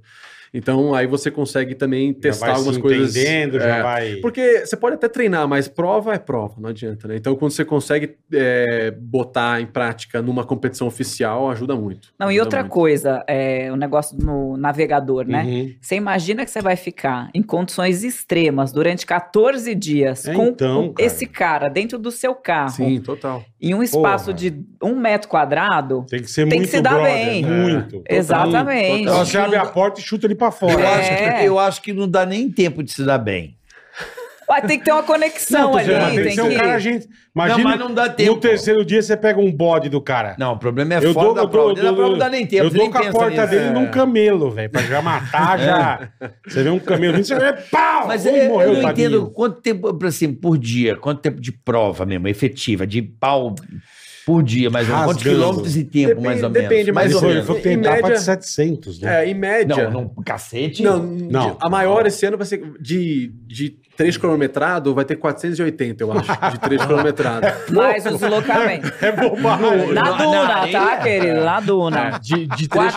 Então aí você consegue também testar já vai algumas se coisas. entendendo, já é, vai. Porque você pode até treinar, mas prova é prova, não adianta, né? Então quando você consegue é, botar em prática numa competição oficial, ajuda muito. Não, e Ajuda outra muito. coisa, é, o negócio no navegador, né? Uhum. Você imagina que você vai ficar em condições extremas durante 14 dias É, com então, o- cara. esse cara dentro do seu carro, Sim, total. em um espaço Porra. de um metro quadrado. Tem que ser Tem que muito se dar brother, né? bem. Muito. É. Exatamente. Então você abre a porta e chuta ele pra fora. É. Eu, acho que, eu acho que não dá nem tempo de se dar bem. Ué, tem que ter uma conexão Mas ali, tem, que tem ser um cara, gente. Imagina, não, mas não dá tempo. no terceiro dia você pega um bode do cara. Não, o problema é eu fora dou, da eu prova. dou, Dentro da prova não dá nem tempo. eu você dou nem com a pensa porta nisso. É. dele num camelo, velho, pra já matar, já. Você vê um camelo, vindo, você vê, pau! Ah, Mas Ui, é, eu, morreu, não tadinho. entendo quanto tempo, assim, por dia, quanto tempo de prova mesmo, efetiva, de pau por dia, mais ou menos. Quantos Rasgando. quilômetros e tempo, mais ou menos? Depende, depende, Mas mais ele ou foi, menos. foi Em tentar pra de média- 700, né? É, em média. Não, não, cacete. Não, Não. a maior esse ano vai ser de, de 3 cronometrado, vai ter 480, eu acho, de 3 cronometrado. Mas o deslocamento. É bobagem. Na Não, duna, não, tá, aí- querido? Na duna. De, de 3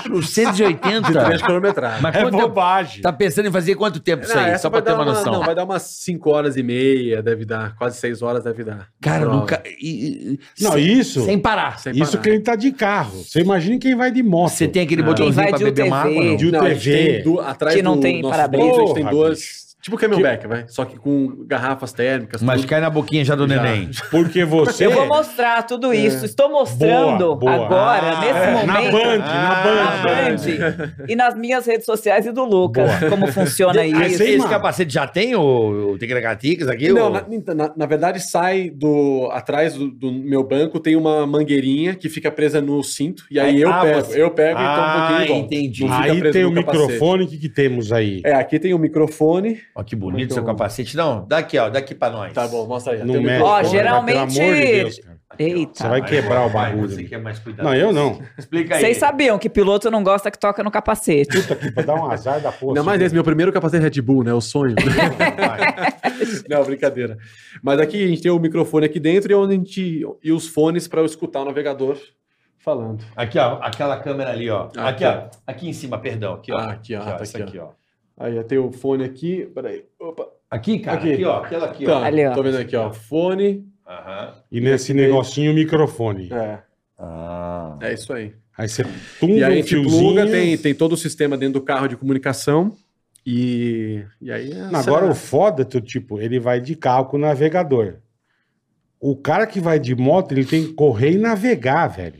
480? cronometrados. Mas É quanto tempo- bobagem. Tá pensando em fazer quanto tempo isso Não, aí? Ah, essa Só pra vai ter dar uma noção. Não, vai dar umas 5 horas e meia, deve dar. Quase 6 horas deve dar. Cara, Prova. nunca. e- e- Não, sem, isso. sem parar. Sem Isso parar. que ele tá de carro. Você imagina quem vai de moto. Você tem aquele Não. botãozinho Quem vai pra de beber uma UTV? água? Não. De Não, a gente tem UTV. du- atrás Que não do tem nosso parabéns. bolso, a gente tem Porra, duas. Tipo camelback, vai. Só que com garrafas térmicas. Mas tudo. cai na boquinha já do neném. Porque você. Eu vou mostrar tudo isso. Estou mostrando Boa, É. boa. agora, Ah, nesse é. Na momento. Ah, Band, na na Band. Band e nas minhas redes sociais e do Lucas, como funciona Aí isso. você- Esse mano. capacete já tem o, o Tigracaticas aqui? Não, o- na, então, na- na verdade sai do. Atrás do, do meu banco tem uma mangueirinha que fica presa no cinto. E aí Aí- eu ah, pego. você- Eu pego e tomo um Ah, pouquinho e volto. entendi. Não fica Aí preso tem no o capacete. microfone, o que, que temos aí? É, aqui tem o microfone. Ó, que bonito Então- seu capacete. Não, dá aqui, ó. Dá aqui pra nós. Tá bom, mostra aí. Tem Não o mexe. microfone. Ó, cara, geralmente- Pelo amor de Deus, cara. Eita. Você vai quebrar o Vai, bagulho. Você que é mais cuidado. Não, eu não. Explica aí. Vocês sabiam que piloto não gosta que toca no capacete. Puta que pra dar um azar da porra. Ainda mais esse, meu primeiro capacete Red Bull, né? O sonho. Não, brincadeira. Mas aqui a gente tem o microfone aqui dentro e, é onde a gente, e os fones para eu escutar o navegador falando. Aqui, ó. Aquela câmera ali, ó. Ah, Aqui, ó. Aqui em cima, perdão. Aqui, ó. Ah, aqui, ó, tá essa aqui, aqui, ó. Aí tem o fone aqui. Peraí. Opa. Aqui, cara. Aqui, Aqui. ó. Aquela aqui, Tá, ó. Ali, ó. Tô vendo aqui, ó. Fone. Aham. E nesse negocinho, o microfone. É, Ah. é isso aí. Aí você tumba e aí a um gente fiozinho. pluga, tem, tem todo o sistema dentro do carro de comunicação. E, e aí. é- Agora o foda, tu, tipo, ele vai de carro com o navegador. O cara que vai de moto, ele tem que correr e navegar, velho.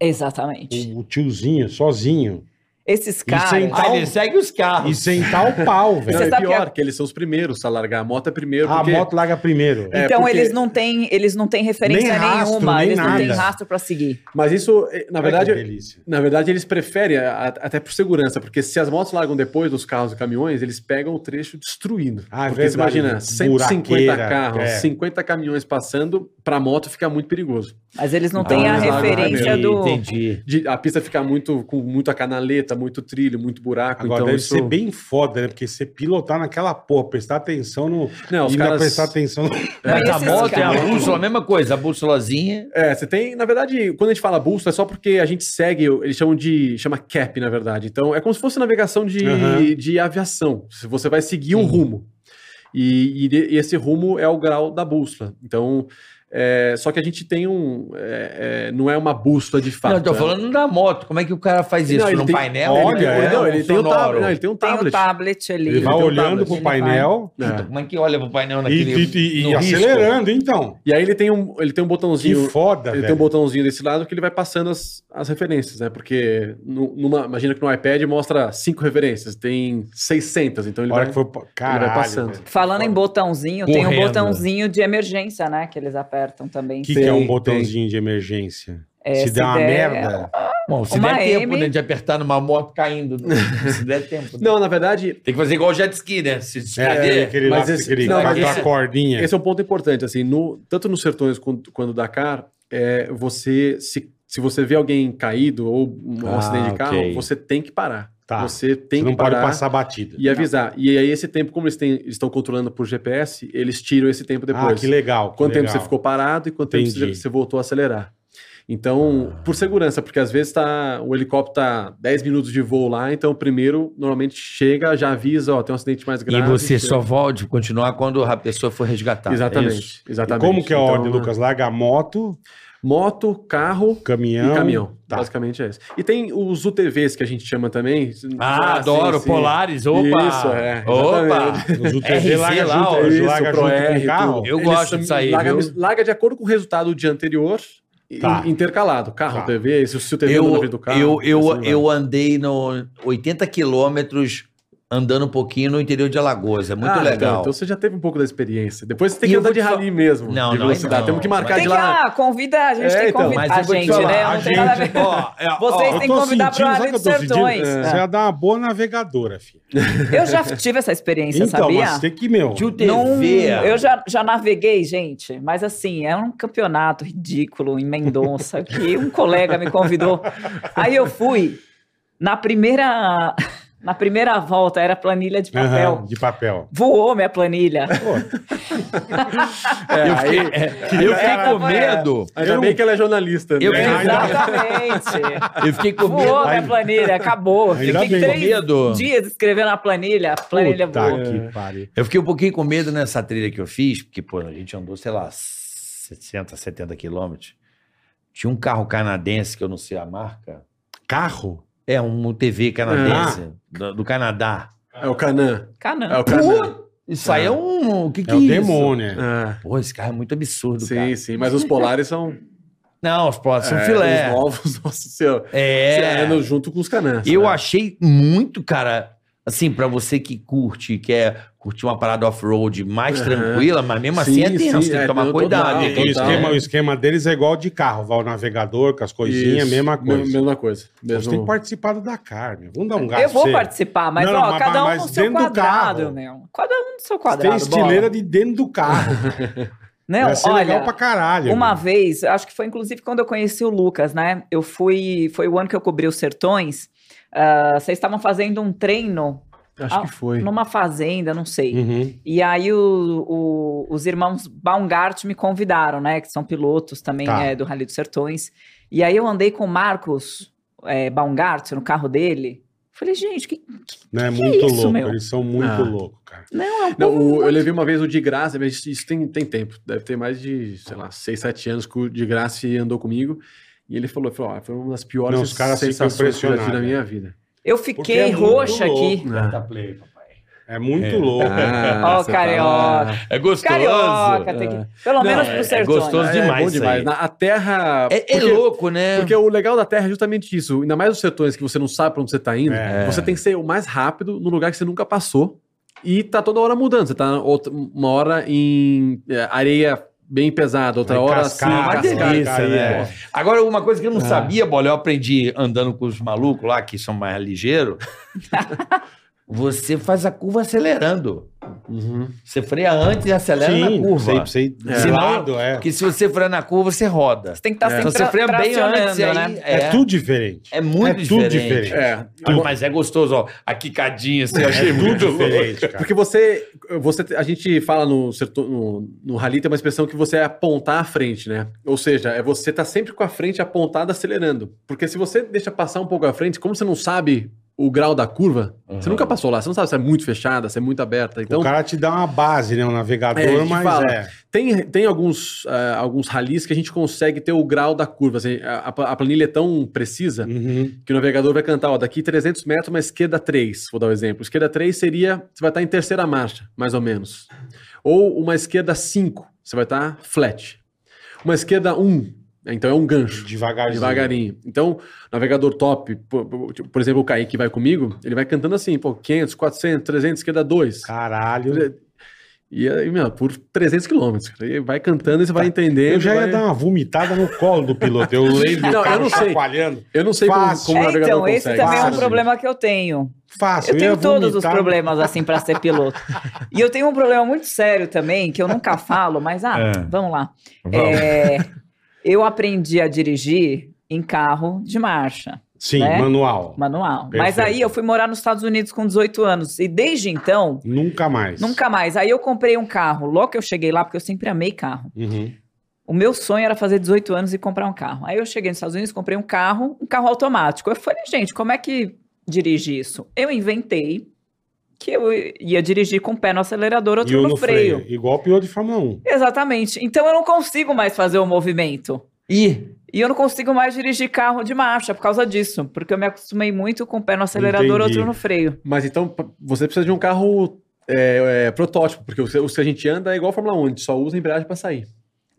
É. Exatamente. O, o tiozinho, sozinho. é Esses caras. sentar Ah, ele segue os E carros. sentar o pau, Não, Você velho. é sabe que pior, a- que eles são os primeiros a largar. A moto é primeiro. A porque moto larga primeiro. É, então porque- eles não têm, eles não têm referência Nem rastro, nenhuma, nem eles não têm nada. rastro pra seguir. Mas isso, eh, na verdade, Ai, que delícia. Na verdade, eles preferem, a- a- até por segurança, porque se as motos largam depois dos carros e caminhões, eles pegam o trecho destruindo. Ah, é porque você verdade. imagina, 150 Buraqueira, carros, é. 50 caminhões passando, pra moto fica muito perigoso. Mas eles não têm a Ah, eles largam referência primeiro. do. Entendi. De- a pista fica muito com muita canaleta, muito trilho, muito buraco. Agora então deve isso... ser bem foda, né? Porque você pilotar naquela porra, prestar atenção no. Não, os e ainda caras- prestar atenção no. Mas a esses moto é a caras- bússola, a mesma coisa, a bússolazinha. É, você tem, na verdade, quando a gente fala bússola, é só porque a gente segue, eles chamam de, chama cap, na verdade. Então, é como se fosse navegação de, Aham. de aviação. Se Você vai seguir um rumo. E, e de- e esse rumo é o grau da bússola. Então, é, só que a gente tem um, é, é, não é uma bússola de fato. Não, eu tô né? falando da moto. Como é que o cara faz isso? Não, ele Num tem- painel? um Ele tem- Olha, ele, é, não, ele tem o tab- sonoro. não, ele tem um Tem o tablet. tablet ali. Ele vai tem um olhando tablet, pro ele painel Puta, É. Como é que olha pro painel e, naquele... e- e- no e risco? acelerando, então. E aí ele tem um, ele tem um Que botãozinho. foda, Ele Tá velho. tem um botãozinho desse lado que ele vai passando as, as referências, né? Porque nu- numa, imagina que no iPad mostra cinco referências, tem 600, então ele A hora que vai... for. Caralho. passando. velho. Falando em botãozinho, tem um Correndo. botãozinho de emergência, né? Que eles apertam também. O que, que é um Tem, botãozinho de emergência? É, se, der é. uma der- merda. né? Bom, se Uma der tempo M. né, de apertar numa moto caindo. né? Se der tempo. né? Não, na verdade, Tem que fazer igual o jet ski, né? Se É, desprender. aquele Mas laço esse- que ele não, faz mas com a esse- cordinha. esse é um ponto importante, assim, no, tanto nos sertões quanto, quanto Dakar, é, você, se, se você vê alguém caído ou um Ah, acidente de carro, ok. você tem que parar. Tá. Você tem Você não que parar. pode passar batida. E avisar. E aí, esse tempo, como eles, têm, eles estão controlando por GPS, eles tiram esse tempo depois. Ah, que legal. que quanto tempo legal. você ficou parado e quanto tempo Entendi. você, você voltou a acelerar. Então, por segurança, porque às vezes tá, o helicóptero tá 10 minutos de voo lá, então primeiro, normalmente chega, já avisa, ó, tem um acidente mais E grave. você que- só volte continuar quando a pessoa for resgatada. É isso? Exatamente, E exatamente. como que é a Então, ordem, Lucas? Larga a moto, Moto, carro caminhão. e caminhão. tá. Basicamente é isso. E tem os UTVs que a gente chama também. Ah, sim, adoro. sim. Polares. Opa. Isso, é, Opa. Os UTV RC larga lá, ó, junto, isso, larga Pro junto com R, o carro. tudo. Eu Eles gosto disso aí, larga, viu? larga de acordo com o resultado do dia anterior, e- Tá. intercalado. Carro, Tá. TV, se o se é o TV andou na Eu, frente do carro. eu, assim eu, vai. eu andei no 80 quilômetros andando um pouquinho no interior de Alagoas. É muito Ah, Então, legal. então você já teve um pouco da experiência. Depois você tem E que eu andar vou de te rally mesmo. Não, então, de não, velocidade. não. Temos que marcar Tem de que, lá. ah, convida, a gente É, tem que então, convidar mas eu a vou te gente, falar, né? a Não tem nada a gente- ver. ó, é, ó, Vocês Eu têm que tô convidar pro sentindo, sabe Rally o que dos eu tô sentindo? É. Sertões. Você ia dar uma boa navegadora, filho. Eu já tive essa experiência, Então, sabia? mas tem que, meu. De UTV. Não, eu já, já naveguei, gente, mas assim, é um campeonato ridículo em Mendonça que um colega me convidou. Aí eu fui na primeira na primeira volta, era planilha de papel. Aham, de papel. Voou minha planilha. É, eu fiquei, aí- é, eu fiquei com medo. Ainda eu- bem que ela é jornalista. Eu né? fiz Ainda- nada. Exatamente. Eu fiquei com medo. Voou minha planilha, acabou. Ainda Fiquei bem. três Medo. dias escrevendo a planilha, a planilha Puta voou. que pariu. Eu fiquei um pouquinho com medo nessa trilha que eu fiz, porque, pô, a gente andou, sei lá, 60, 70 quilômetros. Tinha um carro canadense, que eu não sei a marca. Carro? É, um TV canadense, Ah. do, do Canadá. É o Canã. É Canã. o Canã. Isso aí é um... O que que É o isso? demônio. né? Ah, Pô, esse carro é muito absurdo, sim, cara. sim. Mas os polares são. Não, os próximos são é, filé. Os novos, nossa senhora. Você É. anda junto com os Canãs. Eu né? achei muito, cara. Assim, pra você que curte, quer curtir uma parada off-road mais Aham. tranquila, mas mesmo assim Sim, é tenso, sim, tem é, que tomar total, cuidado. Ah, E o, tem total. que- um esquema, o esquema deles é igual de carro. Vai o navegador com as é coisinhas, Isso, mesma coisa. me- Mesma coisa. Você tem que Mesmo... participar do Dakar, meu. Vamos dar um gasto. Eu vou você. participar, mas Não, ó, mas- cada um mas no seu dentro do quadrado, carro. meu. Cada um no seu Tem quadrado. bola. estileira de dentro do carro. Não, Vai ser legal olha, pra caralho. uma meu. vez, acho que foi inclusive quando eu conheci o Lucas, né? Eu fui, foi o ano que eu cobri os sertões. ah, Vocês estavam fazendo um treino Acho Ah, que foi. numa fazenda, não sei. Uhum. E aí o- o- os irmãos Baumgart me convidaram, né? Que são pilotos também Tá. é, do Rally dos Sertões. E aí eu andei com o Marcos é, Baumgart no carro dele. Falei, gente, que, Não é muito isso, louco. meu? Eles são muito Ah. loucos, cara. não, é um Não, povo o- eu muito levei uma vez o de graça, mas isso tem, tem tempo. Deve ter mais de, sei lá, 6, 7 anos que o de graça andou comigo. E ele falou, falou "Ah, foi uma das piores Não, os caras ficam sensações que eu já tive na impressionados, minha vida. Eu Porque é fiquei muito roxa louco, aqui. né? É. Dá Tá play, papai. É muito louco. Ah, Ah, Ó, tá você carioca. É gostoso. Carioca, tem que. Pelo Não, é- menos é pro né? sertões. gostoso de- É, demais bom isso aí. demais. Na- a terra. É, é porque- louco, né? Porque o legal da Terra é justamente isso. Ainda mais os setores que você não sabe pra onde você tá indo. É. Você tem que ser o mais rápido no lugar que você nunca passou. E tá toda hora mudando. Você tá outra- uma hora em é, areia bem pesada, outra Aí hora cascata, assim, cascata. aí, delícia, né? é. Agora, uma coisa que eu não sabia, Bola, eu aprendi andando com os malucos lá, que são mais ligeiros. você faz a curva acelerando. Uhum. Você freia antes e acelera Sim, na curva. sei, sei, É. de lado, é. Porque se você frear na curva, você roda. Você tem que estar Então sempre você freia tra bem antes, tracionando, aí, né? é, É, tudo diferente. é muito é tudo diferente. diferente. É. Ah, mas é gostoso, ó. A quicadinha, assim, eu achei É muito tudo louco. diferente, cara. Porque você, você. A gente fala no, setor- no, no rally, tem uma expressão que você é apontar à frente, né? Ou seja, é você tá sempre com a frente apontada acelerando. Porque se você deixa passar um pouco à frente, como você não sabe o grau da curva, você Uhum. nunca passou lá. Você não sabe se é muito fechada, se é muito aberta. Então, o cara te dá uma base, né? Um navegador, É, a gente mas fala. é. tem, tem alguns, ah, alguns ralis que a gente consegue ter o grau da curva. assim, a, a planilha é tão precisa Uhum. que o navegador vai cantar, ó, daqui 300 metros, mas esquerda 3, vou dar o exemplo. Esquerda 3 seria, você vai estar em terceira marcha, mais ou menos. Ou uma esquerda 5, você vai estar flat. Uma esquerda 1, então é um gancho. Devagarzinho. Devagarinho. Então, navegador top, por, por- tipo, por exemplo, o Kaique que vai comigo, ele vai cantando assim, pô, 500, 400, 300, esquerda 2. Caralho. E aí, meu, por 300 quilômetros. cara. E Vai cantando e você vai entender. Tá. Eu já ia vai... dar um uma vomitada no colo do piloto. Eu lembro. Não, o cara eu não sei. chacoalhando. Eu não sei Fácil. como, como o É, navegador então, consegue. esse também é um Fácil. problema que eu tenho. Fácil. Eu tenho ia todos os vomitar. problemas, assim, para ser piloto. e eu tenho um problema muito sério também, que eu nunca falo, mas, ah, É. vamos lá. Vamos. É, eu aprendi a dirigir em carro de marcha, Sim, né? manual. manual. Mas Perfeito. aí eu fui morar nos Estados Unidos com 18 anos. E desde então, Nunca mais. nunca mais. Aí eu comprei um carro. Logo que eu cheguei lá, porque eu sempre amei carro. Uhum. O meu sonho era fazer 18 anos e comprar um carro. Aí eu cheguei nos Estados Unidos, comprei um carro, um carro automático. Eu falei, gente, como é que dirige isso? Eu inventei que eu ia dirigir com o pé no acelerador, outro E um no, freio. Igual o piloto de Fórmula 1. Exatamente. Então eu não consigo mais fazer o movimento. Ih, E eu não consigo mais dirigir carro de marcha por causa disso, porque eu me acostumei muito com o pé no acelerador, Entendi. outro no freio. Mas então, p- você precisa de um carro é, é, protótipo, porque os, os que a gente anda é igual a Fórmula 1, a gente só usa a embreagem pra sair.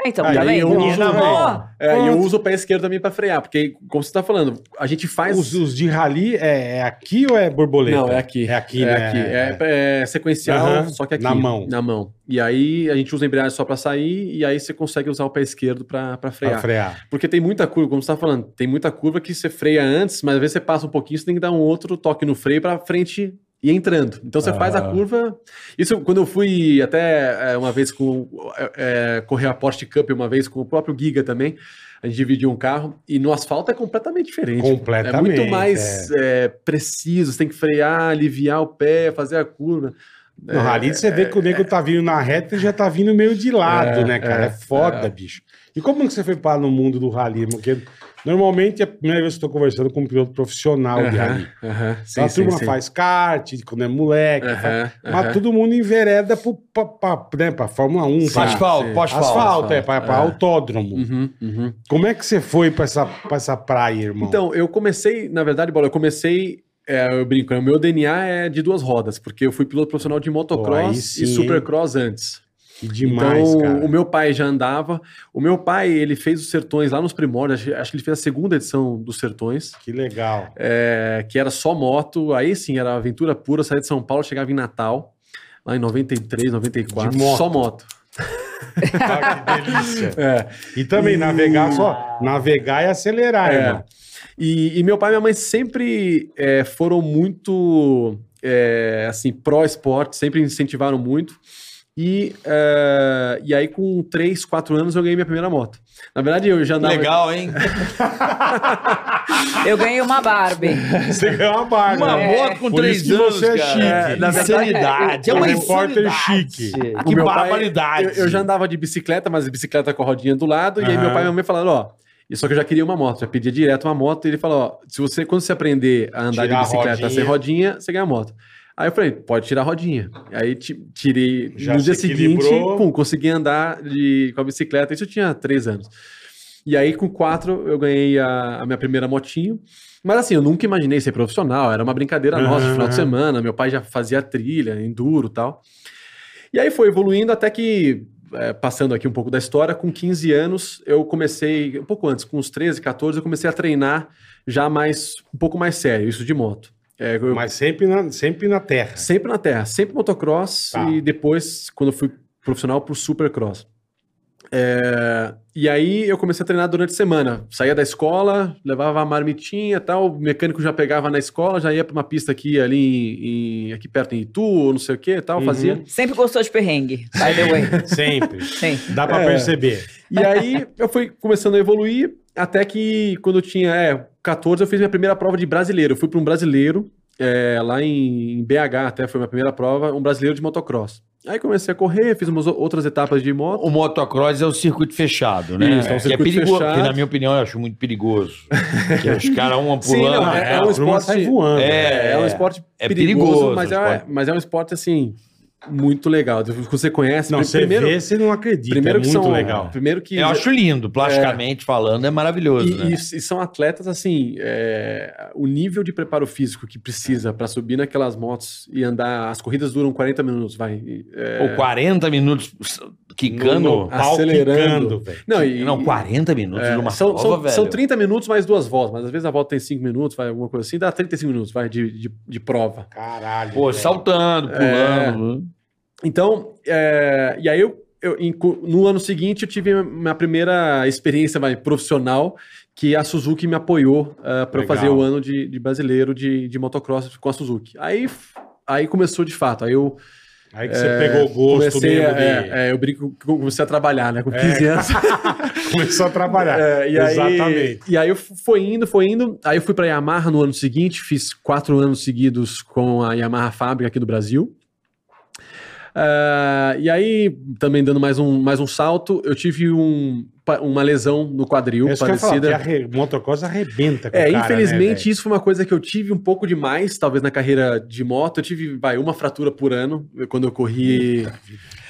Ah, então, Aí tá bem. eu uso Tá também. bom. É, e eu Pronto. uso o pé esquerdo também pra frear, porque, como você tá falando, a gente faz. Os, os de rally é, é aqui ou é borboleta? Não, é aqui. É aqui, é, né? aqui. É, é sequencial, Aham, só que aqui. na mão. Na mão. E aí a gente usa a embreagem só pra sair, e aí você consegue usar o pé esquerdo pra, pra frear. Pra frear. Porque tem muita curva, como você estava falando, tem muita curva que você freia antes, mas às vezes você passa um pouquinho, você tem que dar um outro toque no freio para frente e entrando. Então você faz a Ah. curva. Isso quando eu fui até é, uma vez com é, é, correr a Porsche Cup uma vez com o próprio Giga também. A gente dividiu um carro e no asfalto é completamente diferente. É Completamente. muito mais é, preciso, você tem que frear, aliviar o pé, fazer a curva. No É, rally você vê que o nego tá vindo na reta e já tá vindo meio de lado, É, né, cara? É, é, foda, bicho. E como que você foi parar no mundo do rally? irmão? Porque normalmente é a primeira vez que eu tô conversando com um piloto profissional de Aham, rally. aham, sim, Então, a sim, turma sim. faz kart quando é moleque, faz- Aham, mas aham. todo mundo envereda pro, pra, pra, né, pra Fórmula 1, Sim. pra Faz asfalto, asfalto, sim. pode asfalto. é, pra, pra É. autódromo. Uhum, uhum. Como é que você foi pra essa, pra essa praia, irmão? Então, eu comecei, na verdade, bola, eu comecei. é, eu brinco, né, o meu DNA é de duas rodas, porque eu fui piloto profissional de aí motocross sim, e hein? supercross antes. que demais, então, cara. o meu pai já andava. O meu pai, ele fez os Sertões lá nos primórdios, acho, acho que ele fez a segunda edição dos Sertões, Que legal. é, que era só moto. Aí sim, era aventura pura, saía de São Paulo, chegava em Natal, lá em 93, 94, De moto. só moto. Ah, que delícia. É. E também navegar só, navegar e acelerar, É. irmão. E, e meu pai e minha mãe sempre é, foram muito é, assim pró-esporte, sempre incentivaram muito. E, é, e aí, com 3, 4 anos, eu ganhei minha primeira moto. Na verdade, eu já andava. legal, hein? Eu ganhei uma Barbie. Você ganhou uma barba. Uma né? moto com Por isso três que anos, você é cara. chique. É, na verdade, Insanidade, é uma Um repórter insanidade. chique. O Que meu pai- é- barbaridade. Eu, eu já andava de bicicleta, mas de bicicleta com a rodinha do lado. E aí, Aham. meu pai e minha mãe falaram: ó. e Só que eu já queria uma moto, já pedia direto uma moto. E ele falou: ó, se você, quando você aprender a andar Tirar a de bicicleta rodinha. sem rodinha, você ganha a moto. Aí eu falei: pode tirar a rodinha. Aí ti- tirei. Já no dia se seguinte, equilibrou. pum, consegui andar de, com a bicicleta. Isso eu tinha três anos. E aí, com quatro, eu ganhei a, a minha primeira motinho. Mas assim, eu nunca imaginei ser profissional. Era uma brincadeira nossa de final de Aham. semana. Meu pai já fazia trilha, enduro e tal. E aí foi evoluindo até que, é, passando aqui um pouco da história, com 15 anos, eu comecei, um pouco antes, com uns 13, 14, eu comecei a treinar já mais, um pouco mais sério, isso de moto. É, eu- Mas sempre na, sempre na terra. Sempre na terra, sempre motocross Tá. e depois, quando eu fui profissional, pro supercross. É, e aí eu comecei a treinar durante a semana. Saía da escola, levava a marmitinha e tal, o mecânico já pegava na escola, já ia pra uma pista aqui, ali, em- em- aqui perto em Itu, ou não sei o que e tal, Uhum. fazia. Sempre gostou de perrengue, by the way. Sempre. Sim. Dá pra É. perceber. E aí eu fui começando a evoluir, até que quando eu tinha é, 14, eu fiz minha primeira prova de brasileiro. Eu fui para um brasileiro, é, lá em, em BH até foi minha primeira prova, um brasileiro de motocross. Aí comecei a correr, fiz umas o- outras etapas de moto. O motocross é o circuito fechado, né? Isso, é um Que circuito perigoso, fechado. que na minha opinião eu acho muito perigoso. que os caras um Sim, pulando. não, é- é, é um A turma sai esporte- voando. É, é um esporte é perigoso, perigoso, mas, é, esporte. mas é um esporte assim muito legal. Você conhece Não, pri- você vê, você não acredita. primeiro é que muito são legal. primeiro que Eu acho lindo, plasticamente falando, é maravilhoso, E, né? e- e são atletas assim, é, o nível de preparo físico que precisa para subir naquelas motos e andar. As corridas duram 40 minutos, vai. e, é, Ou 40 minutos quicando. No- no pau acelerando. quicando, velho. não, e- não, e- 40 minutos é, de uma são, prova, são, velho. são 30 minutos mais duas voltas, mas às vezes a volta tem 5 minutos, vai alguma coisa assim, dá 35 minutos, vai de, de, de prova. Caralho. Pô, velho. saltando, É, pulando. Então, é, e aí eu, eu- em co- no ano seguinte eu tive minha primeira experiência vai, profissional que a Suzuki me apoiou para eu Legal. fazer o ano de, de brasileiro de, de motocross com a Suzuki. Aí, f- aí começou de fato. Aí eu Aí que você pegou o gosto É, comecei, mesmo a, é, de... É, é, eu brinco que eu comecei a trabalhar, né? Com 15 anos. Começou a trabalhar. É, e Exatamente. Aí, e aí eu f- foi indo, foi indo. Aí eu fui pra Yamaha no ano seguinte, fiz quatro anos seguidos com a Yamaha Fábrica aqui do Brasil. Ah, e aí, também dando mais um, mais um salto, eu tive um, pa- uma lesão no quadril É isso que eu ia falar, que parecida. arre... motocross arrebenta com É, o cara, infelizmente né, isso foi uma coisa que eu tive um pouco demais, talvez na carreira de moto. Eu tive, vai, uma fratura por ano quando eu corri.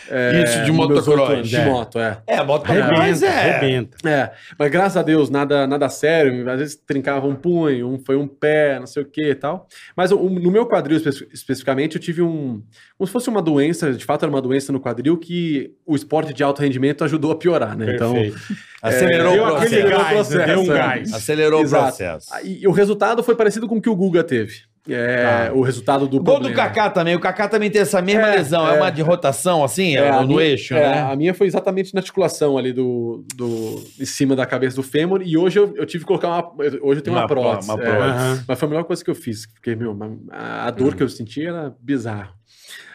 é, Isso de meus oito motocross, anos De é. moto, é. É, velho? motocross Arrebenta, é. arrebenta. É, mas graças a Deus, nada, nada sério. Às vezes trincava um punho, um, foi um pé, não sei o que e tal. Mas o- o- no meu quadril espe- especificamente, eu tive um. Como se fosse uma doença, de fato era uma doença no quadril que o esporte de alto rendimento ajudou a piorar, né? Perfeito. É, Acelerou deu o aquele processo. gás, né? deu um gás. Acelerou Exato. o processo. Então, é. e, e o resultado foi parecido com o que o Guga teve. É, Ah. O resultado do. O gol do problema. Kaká também. O Kaká também tem essa mesma É, lesão. É, é. uma de rotação, assim, é, a no minha- eixo, é, né? A minha foi exatamente na articulação ali do, do em cima da cabeça do fêmur e hoje eu, eu tive que colocar uma hoje eu tenho uma, Uma pró- prótese. uma é. prótese. Aham. Mas foi a melhor coisa que eu fiz, porque meu, a a dor que eu senti era bizarro.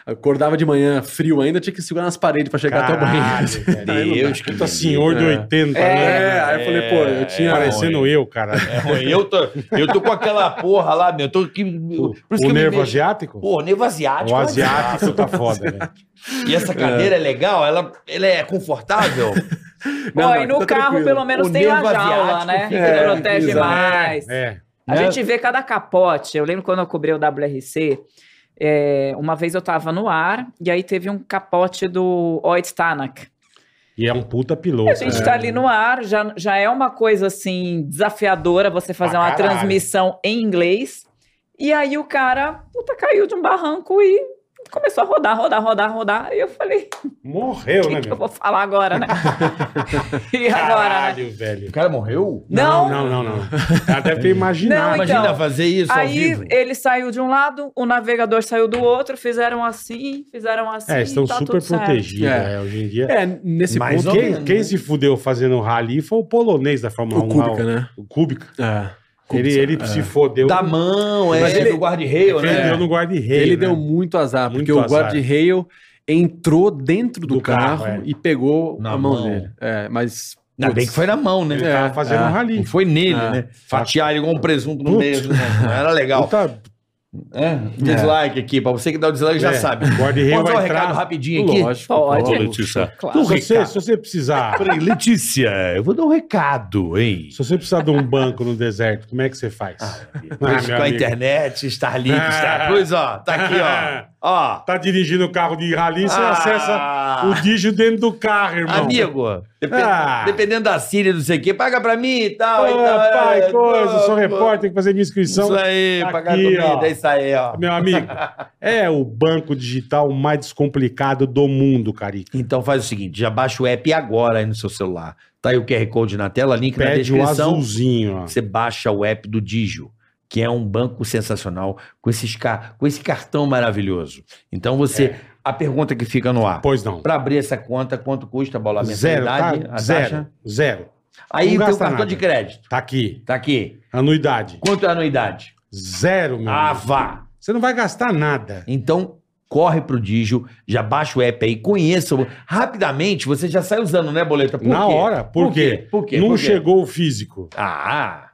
Acordava de manhã frio ainda, tinha que segurar nas paredes pra chegar até o Caralho, banheiro. velho. Aí não dá. Deus que Puta me senhor de É. 80 É, anos. aí eu falei, pô, eu é, tinha. Parecendo eu, cara. É ruim. Eu tô, eu tô com aquela porra lá, meu. Eu tô aqui. O, por isso que o eu me nervo mexo. asiático? Pô, nervo asiático. o é um asiático tá foda, né? desastre. E essa cadeira é, legal? Ela, ela é confortável? Não, Ó, não, e no tá carro, tranquilo. pelo menos, O tem a nervo jaula, asiático né? fica- que É, protege exato. mais. É. A Né? gente vê cada capote. Eu lembro quando eu cobri o WRC, é, uma vez eu tava no ar e aí teve um capote do Oit Tanak. E é um puta piloto. A gente né? tá ali no ar, já, já é uma coisa assim desafiadora você fazer Pra uma caralho. transmissão em inglês. E aí o cara, puta, caiu de um barranco e começou a rodar, rodar, rodar, rodar. E eu falei, Morreu, o né, que, que eu meu? vou falar agora, né? e agora, né? Caralho, velho. O cara morreu? Não. Não, não, não. O cara deve ter imaginado. Não, Imagina então, fazer isso ao Aí vivo. ele saiu de um lado, o navegador saiu do outro, fizeram assim, fizeram assim. É, estão tá super tudo certo. protegidos. É. né? Hoje em dia. É, nesse Mais ponto. é um ou Quem, menos, quem né? se fudeu fazendo rally foi o polonês da Fórmula O 1. Kubica, lá, né? o- O Kubica. É. Ele, Kubica, ele é. se fodeu. Da mão, é, Mas ele- do guarda-reio, né? Perdeu no guarda-reio. Ele né? deu muito azar, Muito porque o azar. guard-rail entrou dentro do, Do carro, é. carro, e pegou Na a mão, mão. dele. É, mas. Ainda bem putz, que foi na mão, né? Ele tava É, fazendo é. um rally. Não foi nele, Ah. né? Fatiar ele igual um presunto no Putz. meio. Né? Não Era legal. Puta, É, dislike aqui. Pra você que dá o dislike já É, sabe. guarda-reio Pode dar um vai recado entrar. rapidinho aqui? Lógico. Pode. lógico. Claro. Se você, se você precisar. Peraí, Letícia, eu vou dar um recado, hein? Se você precisar de um banco no deserto, como é que você faz? Com Ah, meu a amigo. internet, Starlink, Ah. Star... Pois, ó, tá aqui, ó. Ó. Tá dirigindo o carro de rally, você Ah. acessa O Digio dentro do carro, irmão. Amigo, depen- Ah. dependendo da Síria, não sei o quê, paga pra mim e tal. Pô, e tal. É, Ah, pai, pô, coisa, sou pô. repórter, tem que fazer minha inscrição. Isso é- aí, Tá pagar aqui, comida, ó. é isso aí, ó. Meu amigo, é o banco digital mais descomplicado do mundo, Carica. Então faz o seguinte, já baixa o app agora aí no seu celular. Tá aí o QR Code na tela, link na Pede o descrição. azulzinho, ó. Você baixa o app do Digio, que é um banco sensacional, com, esses ca- com esse cartão maravilhoso. Então você, É. a pergunta que fica no ar, Pois não. para abrir essa conta, quanto custa bola a Zero, mensalidade? tá? a Zero, taxa? zero. Aí Não tem o teu gasta cartão nada. de crédito, Tá aqui. tá aqui. Anuidade. Quanto é a anuidade? Zero, meu Ah, amigo. vá! Você não vai gastar nada. Então, corre pro Digio, já baixa o app aí, conheça. o- Rapidamente, você já sai usando, né, Boleta? Por Na quê? hora. Por, quê? Por quê? Não Por quê? chegou o físico. Ah,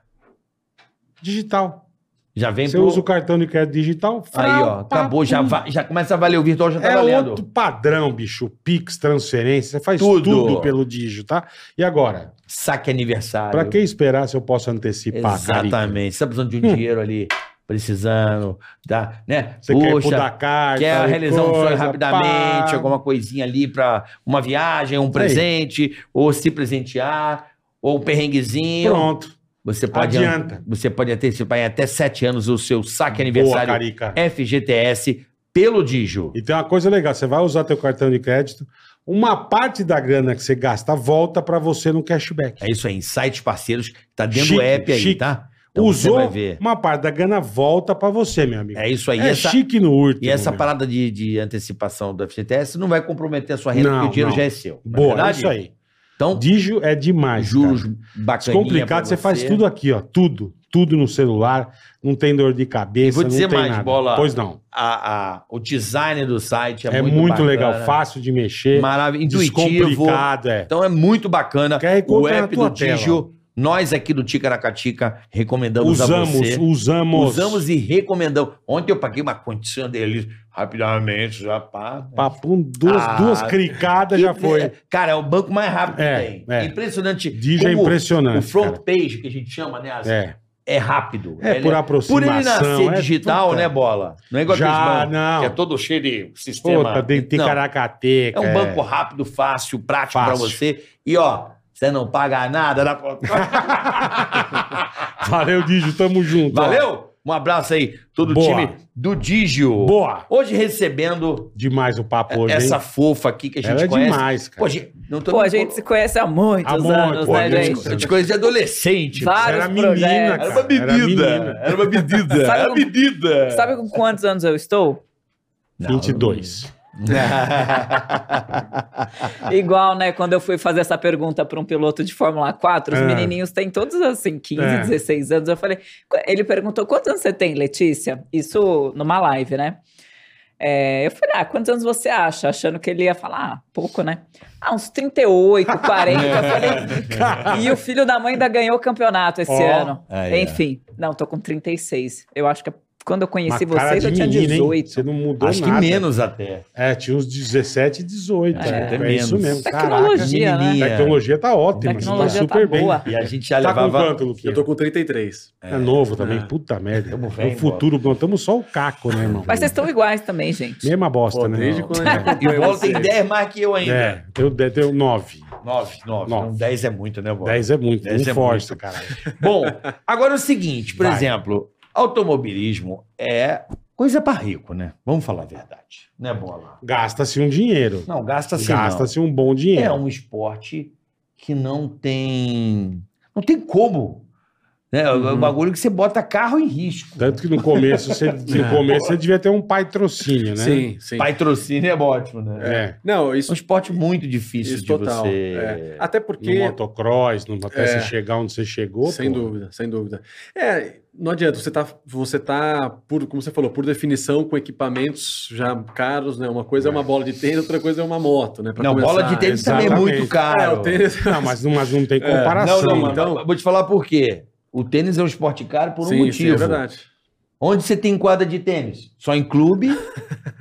Digital. já vem Você usa o cartão de crédito digital. Aí, ó, frau, pá, acabou, já, pum. va- já começa a valer, o virtual já tá É valendo. outro padrão, bicho. Pix, transferência, você faz tudo, Tudo. pelo dígito, tá? E agora, Saque aniversário. pra quem esperar se eu posso antecipar, Carica? Exatamente. Você tá precisando de um dinheiro ali, precisando, tá, né? Hum. Você quer mudar carta, quer e realizar um sonho coisa, rapidamente, pá. alguma coisinha ali pra uma viagem, um presente, ou se presentear, ou um perrenguezinho. Pronto, Você pode, Adianta. Você pode antecipar em até sete anos o seu saque boa, aniversário Carica. FGTS pelo Digio. E tem uma coisa legal, você vai usar teu cartão de crédito, uma parte da grana que você gasta volta pra você no cashback. É isso aí, sites parceiros, tá dentro Chique, do app aí, chique. tá? Usou, você vai ver. uma parte da grana volta pra você, meu amigo. É isso aí. É E essa- chique no último. E essa meu. parada de, de antecipação do FGTS não vai comprometer a sua renda, Não, porque o dinheiro não. já é seu. não é Boa, é verdade? isso aí. Então, Dígio é demais, cara. juros bacaninha Descomplicado, pra você faz tudo aqui, ó. Tudo. Tudo no celular. Não tem dor de cabeça. Vou dizer não tem mais, nada. Bola. Pois não. A- a- o design do site é, É, muito, bacana, legal. Fácil de mexer. Maravilhoso, intuitivo. Descomplicado, é. Então é muito bacana. QR Code O tá na app tua do Digio, nós aqui do Ticaracatica recomendamos a Usamos, você. usamos. Usamos e recomendamos. Ontem eu paguei uma condição deles rapidamente, já pá. Papum, um, duas, Ah, duas cricadas já foi. Cara, é o banco mais rápido É, que tem. é. Impressionante. Digio é como O impressionante. front cara. page, que a gente chama, né? as- É, é rápido. é Ele- por Por ele aproximação. nascer é digital, puta. né, bola? Não é igual aqueles Já, bancos, que é não. todo cheio de sistema. Puta, tem que ter Não, caracateca. É um banco rápido, fácil, prático pra Fácil. você. E ó, você não paga nada na Valeu, Digio, tamo junto. ó. Valeu? Um abraço aí, todo o Boa. time do Digio. Boa. Hoje recebendo Demais o papo hoje, É, essa hein? fofa aqui que a gente Ela é conhece. demais, cara. Pô, gente, não tô Pô, a nem- gente se conhece há muitos Há muito, anos, pô, né, a gente gente? se Eu te conheci de adolescente. Vai, Você Tipo, era vários menina, projetos. cara. Era uma menina. bebida. Era uma bebida. Sabe Era o- uma bebida. Sabe com quantos anos eu estou? Não, 22. Igual, né, quando eu fui fazer essa pergunta para um piloto de Fórmula 4, os É. menininhos têm todos assim, 15, É. 16 anos. Eu falei, qu- ele perguntou, quantos anos você tem, Letícia? Isso numa live, né? É, eu falei, ah, quantos anos você acha? Achando que ele ia falar, ah, pouco, né? Ah, uns 38, 40. Eu falei, e o filho da mãe ainda ganhou o campeonato esse Ó. ano. Aí, ó. Enfim, não, tô com 36. Eu acho que quando eu conheci Uma cara vocês, eu de tinha menina, hein? 18. Você não mudou Acho que nada. menos até. É, tinha uns 17, 18. É. tipo, É, Até isso menos. mesmo. Caraca. Tecnologia, né? menininha. Tecnologia tá ótima. Tecnologia você tá super tá bem. boa. E a gente já Tá com levava. quanto, Luquinha? Eu tô com 33. É novo também, É. puta merda. Tamo É bem, o futuro, nós estamos só o caco, né, irmão? Mas vocês estão iguais também, gente. Mesma bosta, Pô, né? desde quando a gente E o acompanha Bola tem vocês. 10 mais que eu É, ainda. deu, deu- deu 9. 9, 9. Nove. Então 10 é muito, né, Bola? 10 é muito, Dez não é força, cara. Bom, agora é o seguinte, por Vai. exemplo, automobilismo é coisa pra rico, né? Vamos falar a verdade. Né, Bola? Gasta-se um dinheiro. Não, gasta-se não. Gasta-se um bom é dinheiro. um esporte que não tem. Não tem como. Né? É um Uhum. bagulho que você bota carro em risco. Tanto que no começo, você, É. no começo você devia ter um patrocínio, né? Sim, sim. Patrocínio é ótimo, né? É. É. Não, um isso, esporte muito difícil isso de total. você. é. Até No porque. motocross, no, até É. você chegar onde você chegou. Sem pô. dúvida, sem dúvida. É, não adianta, você tá, você tá por, como você falou, por definição, com equipamentos já caros, né? Uma coisa é, uma bola de tênis, outra coisa é uma moto, né? Pra Não, bola de tênis também é exatamente. muito É, caro. o tênis... Não, mas, não- mas não tem comparação. É. Não, não, Sim, mano. então- Vou te falar por quê. O tênis é um esporte caro por um sim, sim, motivo. é verdade. Onde você tem quadra de tênis? Só em clube,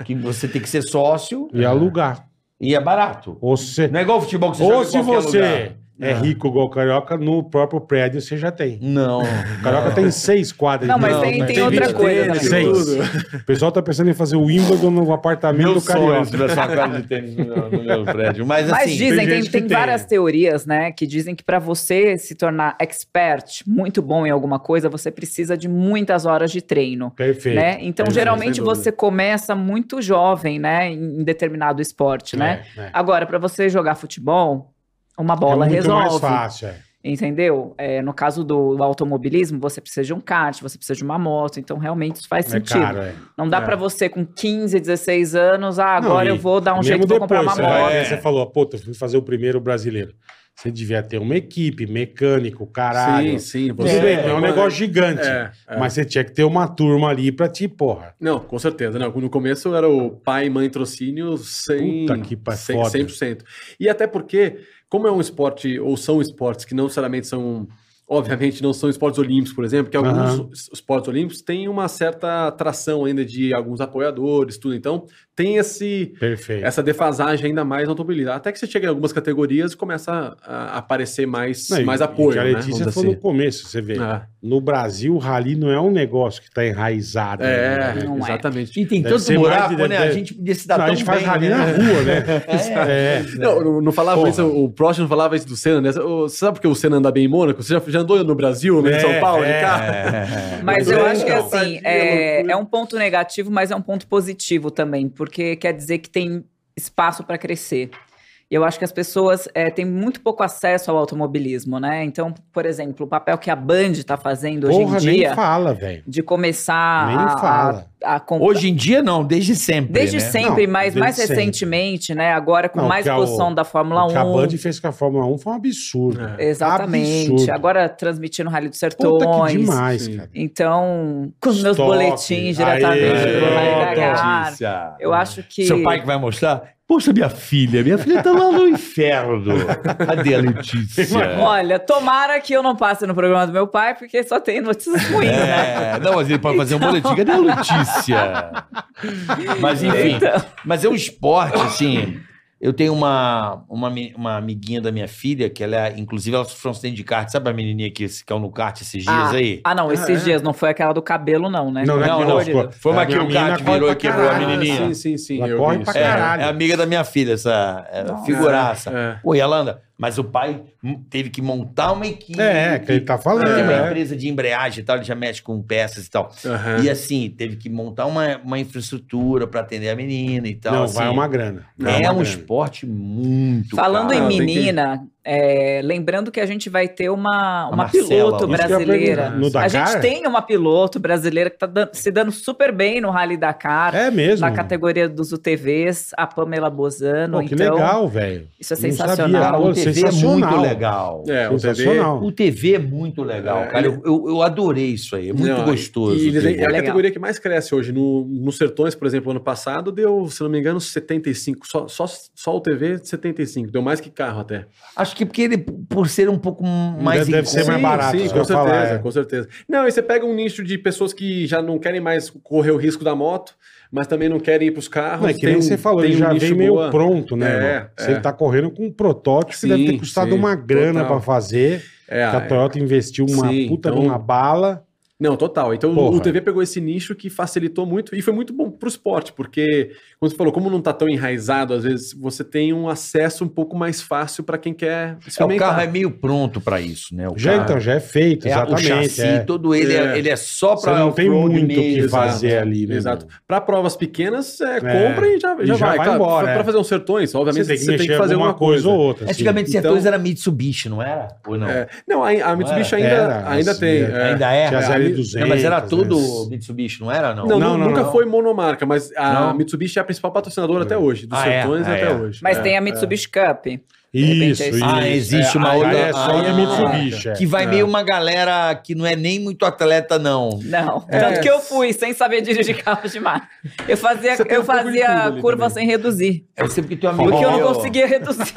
que você tem que ser sócio E alugar. e é barato. Ou se você, Não é igual futebol que você ou joga em se qualquer você lugar. é rico igual carioca, no próprio prédio você já tem. Não. O carioca É. tem seis quadras. Não, mas Não, tem, mas tem tem outra vídeo coisa. né? Tem Seis. tudo. O pessoal tá pensando em fazer o Wimbledon no apartamento Meu do sonho carioca. se tivesse uma quadra de tênis no meu, no meu prédio. Mas, Mas assim, dizem, tem, gente tem que tem. várias teorias, né? Que dizem que para você se tornar expert, muito bom em alguma coisa, você precisa de muitas horas de treino. Perfeito. Né? Então, Perfeito, geralmente sem dúvida. você começa muito jovem, né? Em em determinado esporte, né? É, é. Agora, para você jogar futebol, uma bola é muito mais resolve. fácil. é. Entendeu? É, no caso do automobilismo, você precisa de um kart, você precisa de uma moto, então realmente isso faz É sentido. caro, é. Não dá É. pra você com 15, 16 anos, ah, Não, agora e eu vou dar um Mesmo é. jeito, vou comprar uma você moto. vai ver, Você falou, pô, eu fui fazer o primeiro brasileiro. Você devia ter uma equipe, mecânico, caralho. Sim, sim. Tudo bem, é, um Mas- negócio gigante. É, é. Mas você tinha que ter uma turma ali pra ti, porra. Não, com certeza. Não. No começo era o pai, mãe, trocínio sem, Puta que pa- sem- foda. 100%. E até porque, como é um esporte, ou são esportes que não necessariamente são. Obviamente não são esportes olímpicos, por exemplo, que alguns Aham. es- esportes olímpicos têm uma certa atração ainda de alguns apoiadores, tudo. Então, tem esse, Perfeito. essa defasagem ainda mais no automobilismo. Até que você chega em algumas categorias e começa a, a aparecer mais, Não, e- mais e apoio. que a né? Letícia Vamos falou dizer no começo, você vê. assim. Ah, No Brasil, o rally não é um negócio que tá enraizado. É, né? Não é. exatamente. E tem Deve tanto ser mais buraco, de- né? deve- A gente podia se dar Não, a tão gente faz bem, rally né? na rua, né? É. Não, não, não falava Porra. isso, o Prost não falava isso do Senna, né? Ô, Você sabe por que o Senna anda bem em Mônaco? Você já, já andou no Brasil, né, em São É, Paulo, é. de carro? Mas Então, eu acho que assim, tadinha, é, loucura. é um ponto negativo, mas é um ponto positivo também, porque quer dizer que tem espaço para crescer. E Eu acho que as pessoas eh, têm muito pouco acesso ao automobilismo, né? Então, por exemplo, o papel que a Band está fazendo Porra, hoje em nem dia fala, velho. de começar Nem Ah, a, fala. a, a comprar- Hoje em dia, não, desde sempre. Desde né? sempre, Não, mas desde mais sempre. recentemente, né? Agora com Não, mais que a- posição da Fórmula O que a 1. Band fez com a Fórmula 1 foi um absurdo. É. Exatamente. Absurdo. Agora transmitindo o Rally dos Sertões. Puta que demais, sim. cara. Então, com os meus Estoque. boletins Aê, diretamente do Rally pronto. Dakar. É, Notícia. Eu acho que. Seu pai que vai mostrar? Poxa, minha filha, minha filha tá lá no inferno. Cadê a Letícia? Olha, tomara que eu não passe no programa do meu pai, porque só tem notícias ruins, né? É, não, mas ele pode fazer um boletim. Cadê a Letícia? Mas enfim, Então. mas é um esporte, assim. Eu tenho uma, uma, ami- uma amiguinha da minha filha, que ela, é- inclusive, ela sofreu um acidente de kart. Sabe a menininha que se caiu no kart esses dias aí? Ah, não, esses dias não foi aquela do cabelo, não, né? Não, não, é Não, que não, nós, pô. Foi uma A que o menina kart corre virou pra e quebrou a caralho. menininha. Ah, Sim, sim, sim. Ela eu corre vi pra isso. caralho. É, é amiga da minha filha, essa é, Nossa. figuraça. É. Pô, e ela anda. Mas o pai hum, teve que montar uma equipe. É, é, que ele tá falando. Ele tem uma É. empresa de embreagem e tal, ele já mexe com peças e tal. Aham. E assim, teve que montar uma, uma infraestrutura pra atender a menina e tal. Não, assim. vai uma grana. Vai É uma um grana. esporte muito. Falando caro. em Cara, tem que- menina, é, lembrando que a gente vai ter uma, uma Marcela, piloto isso que eu ia brasileira. perguntar. No A Dakar? gente tem uma piloto brasileira que está se dando super bem no Rally Dakar, É mesmo. um. na categoria dos UTVs, a Pamela Bozano. Pô, que então, legal, velho. isso é Não sabia. sensacional. Cara, o Pô, TV é sensacional. muito legal. É, o TV Sensacional. O TV é muito legal, É, cara. Eu, eu, eu adorei isso aí. É muito Não, gostoso. E eles- o TV. é a Legal. categoria que mais cresce hoje. No, nos Sertões, por exemplo, ano passado deu, se não me engano, 75. Só, só, só o TV, 75. Deu mais que carro até. Acho que porque ele, por ser um pouco mais Deve- deve ser mais incômodo. barato, Sim, isso que com eu ia certeza, falar, é. com certeza. Não, e você pega um nicho de pessoas que já não querem mais correr o risco da moto, mas também não querem ir para os carros. um Não, é que nem você falou, ele já vem meio boa. pronto, né? É, irmão? Você é. tá correndo com um protótipo Sim, que deve ter custado sim, uma grana total. pra fazer. É, que a Toyota investiu uma Sim, puta então- numa bala. Não, total. Então Porra. o TV pegou esse nicho que facilitou muito e foi muito bom pro esporte, porque, como você falou, como não tá tão enraizado, às vezes você tem um acesso um pouco mais fácil para quem quer É, o carro é tá. experimentar. meio pronto pra isso, né? O Já carro. então, já é feito, É, o exatamente. chassi, é. todo ele é, É. ele é só Você pra não tem off-road muito o que mesmo. fazer ali, né? Exato. irmão? Para provas pequenas, é, compra e já, e já já vai. vai Claro, embora, pra- é. pra fazer um sertões, obviamente, Você tem que mexer fazer alguma coisa, ou outra. assim. Antigamente Então- Sertões era Mitsubishi, não era? Ou não? É, não, a, a Mitsubishi ainda, Era, ainda assim, tem. era. é. Ainda é? Tinha as é, L200. Não, mas era tudo né? Mitsubishi, não era? Não. Não, Não, nu- não, nunca não. foi monomarca, mas a Não. Mitsubishi é a principal patrocinadora até hoje, dos Ah, é? sertões Ah, até é. hoje. Mas É. tem a Mitsubishi Cup. Isso, é isso. isso. Ah, existe É, uma aí outra. é só ah, de Mitsubishi. é. Que vai É. meio uma galera que não é nem muito atleta, não. Não. É. Tanto que eu fui sem saber dirigir carro de mar. Eu fazia, Você tem eu um pouco de tudo fazia ali curva também. sem reduzir. Eu sei porque teu amigo. Porque eu não meu- conseguia reduzir.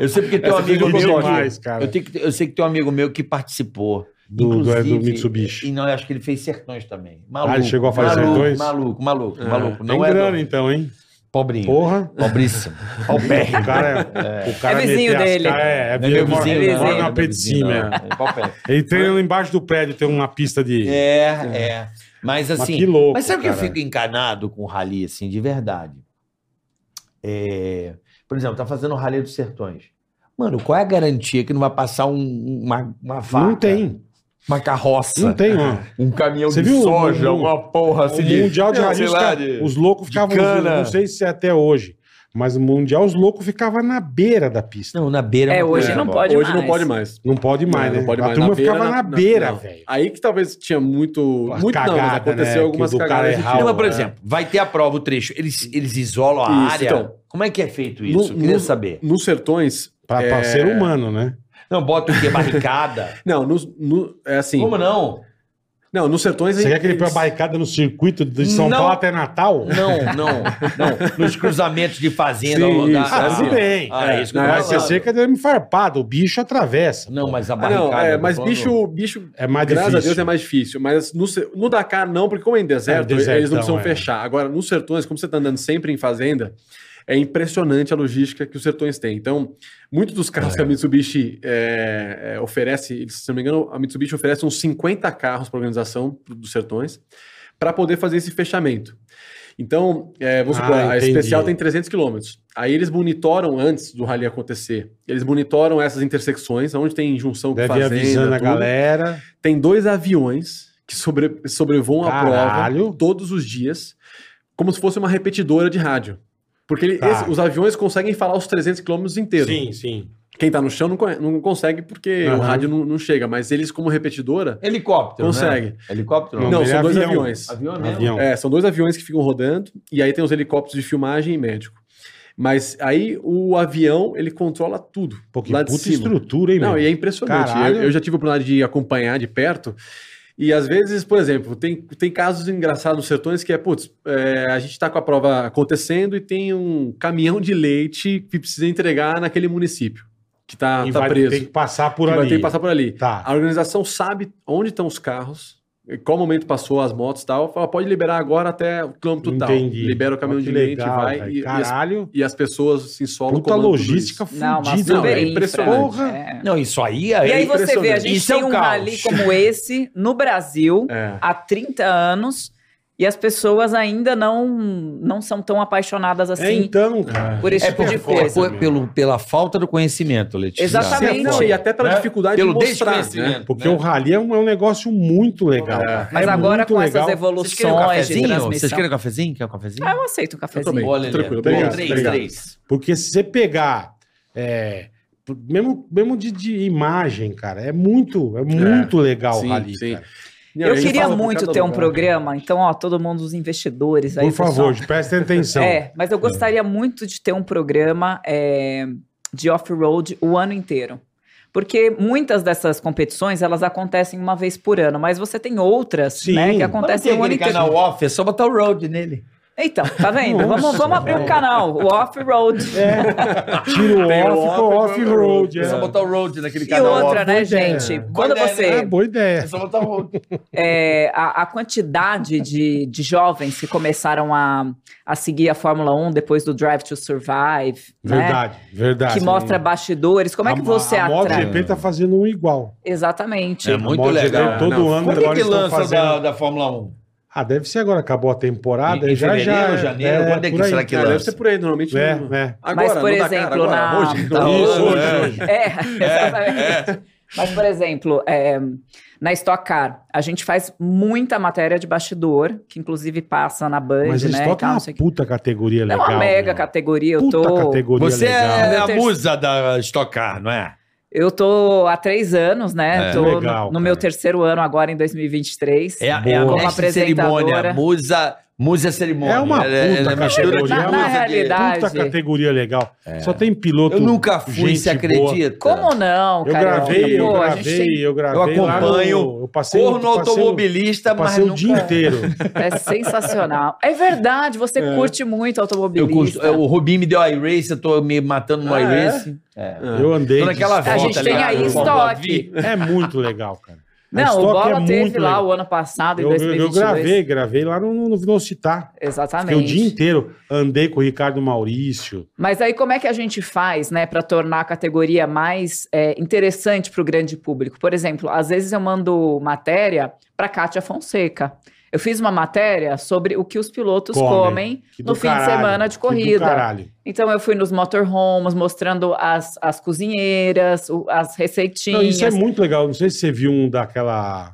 Eu sei porque teu Essa amigo foi meu. demais, cara. Eu, tenho que- eu sei que teu amigo meu que participou. Do, do, é do Inclusive, Mitsubishi. Ah, E não, eu acho que ele fez sertões também. Maluco. ele chegou a fazer maluco, Sertões? Maluco, maluco, É. maluco. Tem Não é. grana, do- então, hein? Pobrinho. Porra. Pobríssimo. O Paupérrimo. cara é. O cara É vizinho meter as dele. caras- É, é, Não é meu mora- vizinho, vizinho, não. Mora Não é na meu vizinho, Petzima. é. não. É paupérrimo. Ele treina lá embaixo do prédio, tem uma pista de. É, é. Mas assim. Mas que louco. Mas sabe o que eu cara. fico encanado com o rally, assim, de verdade? É, Por exemplo, tá fazendo o rally dos sertões. Mano, qual é a garantia que não vai passar um- uma, uma vaca? Não tem. Uma carroça. Não tem, mano. Um caminhão Você de viu o soja, mundo- uma porra assim. o Mundial de Não, Rally, sei os, lá, ca- de- os loucos ficavam. cana. Não sei se é até hoje, mas o Mundial, os loucos ficavam na beira da pista. Não, na beira. É, uma hoje coisa não boa. pode Hoje não mais. pode mais. Não pode mais, Não, né? não pode a mais. turma Na beira, ficava na na- beira, não. velho. Aí que talvez tinha muito. As muito não, mas cagadas, né, aconteceu que algumas do cara cagadas. errar de o- Não, tipo, mas, por É. exemplo, vai ter a prova, o trecho. Eles, eles isolam a Isso, área. então. Como é que é feito isso? No- eu queria no- saber. Nos sertões. Pra, pra ser humano, né? Não, bota o quê? Barricada? Não, nos- no- é assim. Como não? Não, nos sertões. Você hein, quer que ele põe a eles- barricada no circuito de São Não. Paulo até Natal? Não, não, não. Nos cruzamentos de fazenda. Sim, ao longar- isso, Ah, Ah, tudo sim. bem. Ah, é isso que eu Não, tô é Mas se falando. você quer me farpado, o bicho atravessa. Não, mas a Ah, barricada. não, é, mas eu tô falando- bicho, bicho, É mais graças difícil. a Deus é mais difícil. Mas no, cer- no Dakar não, porque como é em deserto, É, desertão, eles não precisam é. fechar. Agora, nos sertões, como você está andando sempre em fazenda, é impressionante a logística que os sertões têm. Então, muitos dos carros que a Mitsubishi é, é, oferece, se não me engano, a Mitsubishi oferece uns 50 carros para a organização dos sertões para poder fazer esse fechamento. Então, é, vamos Ah, supor, a entendi. especial tem 300 quilômetros. Aí eles monitoram antes do rally acontecer. Eles monitoram essas intersecções, onde tem junção com Deve ir fazenda. avisando a tudo. galera. Tem dois aviões que sobre, sobrevoam Caralho. a prova todos os dias, como se fosse uma repetidora de rádio. Porque ele- Tá. esse- os aviões conseguem falar os 300 quilômetros inteiros. sim. Quem tá no chão não, conhe- não consegue porque Aham. o rádio não, não chega, mas eles, como repetidora, Helicóptero. né? Consegue. Helicóptero? não, Não, ele é são dois avião. aviões. Avião mesmo? Avião. É, são dois aviões que ficam rodando e aí tem os helicópteros de filmagem e médico. Mas aí o avião, ele controla tudo. Pô, que lá de puta cima. estrutura, hein, Não, meu? e é impressionante. Caralho. Eu, eu já tive a oportunidade de acompanhar de perto. E às vezes, por exemplo, tem, tem casos engraçados nos sertões que é, putz, é, a gente tá com a prova acontecendo e tem um caminhão de leite que precisa entregar naquele município que tá, E tá vai preso. ter que passar por que ali. vai ter que passar Ah, por ali. Tá. A organização sabe onde estão os carros, em qual momento passou as motos e tal. Fala, pode liberar agora até o quilômetro Entendi. tal. Libera o caminhão Pô, que de leite, legal, vai velho. e, e as, Caralho. e as pessoas se ensolam Puta comandam tudo logística isso. Não, então, uma fudida, não, super é velho. infra. impressionante. Porra. É. Não, isso aí é. E aí você vê, a impressionante. gente Isso é tem um um caos. rally como esse no Brasil É. há 30 anos e as pessoas ainda não, não são tão apaixonadas É assim então, cara. por esse É, tipo por, de é coisa. por- pelo, pela falta do conhecimento, Letícia. Exatamente. Sim, não, e até pela Né? dificuldade Pelo de mostrar, né? desconhecimento. Porque o rally é um, é um negócio muito legal. É. cara. Mas É agora muito com legal. essas Vocês querem um evoluções de cafezinho? Vocês transmissão. querem um cafezinho? Quer um cafezinho? Ah, eu aceito o Eu cafezinho. também. Olha, Lelê. Tranquilo, Bom, obrigado, três, obrigado. três. Porque se você pegar. é, mesmo mesmo de, de imagem, cara, é muito, é muito legal Sim, o rally. sim. cara. Não, Eu a né? gente queria fala por muito cada ter um lugar. programa, então, ó, todo mundo, os investidores aí. Por favor, pessoal. prestem atenção. É, mas eu gostaria muito de ter um programa é, de off-road o ano inteiro. Porque muitas dessas competições, elas acontecem uma vez por ano, mas você tem outras, Sim. né, que Vamos ter acontecem o ano Tá aquele inteiro. canal off, é só botar o road nele. Então, tá vendo? Nossa, vamos, vamos abrir um velho. canal, o off-road. É. Tira o Tem o off, ficou off, off-road. É só É. botar o road naquele E canal outra, off. né, ideia. gente? Boa Quando ideia, você... É, boa ideia. É só botar o road. é, a, a quantidade de, de jovens que começaram a, a seguir a Fórmula 1 depois do Drive to Survive, né? Verdade, verdade. que mostra bastidores, como é que você a, a atrai? MotoGP tá fazendo um igual. Exatamente. É muito A MotoGP legal. Todo Não, ano Quando é agora que estão lança fazendo... da, da Fórmula 1? Ah, deve ser agora, acabou a temporada. Em- em já, fevereiro, já, janeiro, quando é que por aí. será que É, deve lança? ser por aí, normalmente. não- É, né? é. Agora, Mas, por no Dakar, exemplo, agora, na- Tá hoje, no- rolando, Isso, hoje, né? é. hoje. É, exatamente. é. Mas, por exemplo, é, na Stock Car, a gente faz muita matéria de bastidor, que inclusive passa na Band, Mas eles né? e tocam tal, não uma sei o quê. puta categoria É legal. uma mega meu. categoria. Eu Puta tô, categoria Você legal. é Meu a terceiro- musa da Stock Car, não é? eu tô há três anos, né? É. Tô no- Legal, no, cara. meu terceiro ano agora, em 2023. É, a- é a Boa. mestre Como cerimônia, apresentadora. musa, musa cerimônia. É uma Ela- puta ela é mistura de categoria. musa Na de- realidade, Puta categoria legal. Só tem piloto. É. Eu nunca fui, gente se boa. acredita. Como não, Tá. Eu cara? gravei, eu Pô, a gente tem- gravei, eu gravei. Eu lá no- acompanho. Eu passei Corno passei o- automobilista, mas Passei o nunca... dia inteiro. É sensacional. É verdade, você curte muito Eu automobilismo. curto- eu- o Rubinho me deu iRace, eu tô me matando no Ah, é? iRace. É. É. Eu andei. Tô naquela de A volta, né? gente tá tem ligado? aí Eu estoque. É muito legal, cara. Não, o estoque Bola é muito teve lá legal. o ano passado, em Eu, eu, 2022. eu gravei, gravei lá no, no, no Citar. Exatamente. Fiquei o dia inteiro. Andei com o Ricardo Maurício. Mas aí como é que a gente faz, né, para tornar a categoria mais é, interessante para o grande público? Por exemplo, às vezes eu mando matéria para Cátia Fonseca. Eu fiz uma matéria sobre o que os pilotos Comem, comem, que do no fim caralho, de semana de que do corrida. caralho. Então eu fui nos motorhomes mostrando as, as cozinheiras, o- as receitinhas. Não, isso é muito legal. Não sei se você viu um daquela.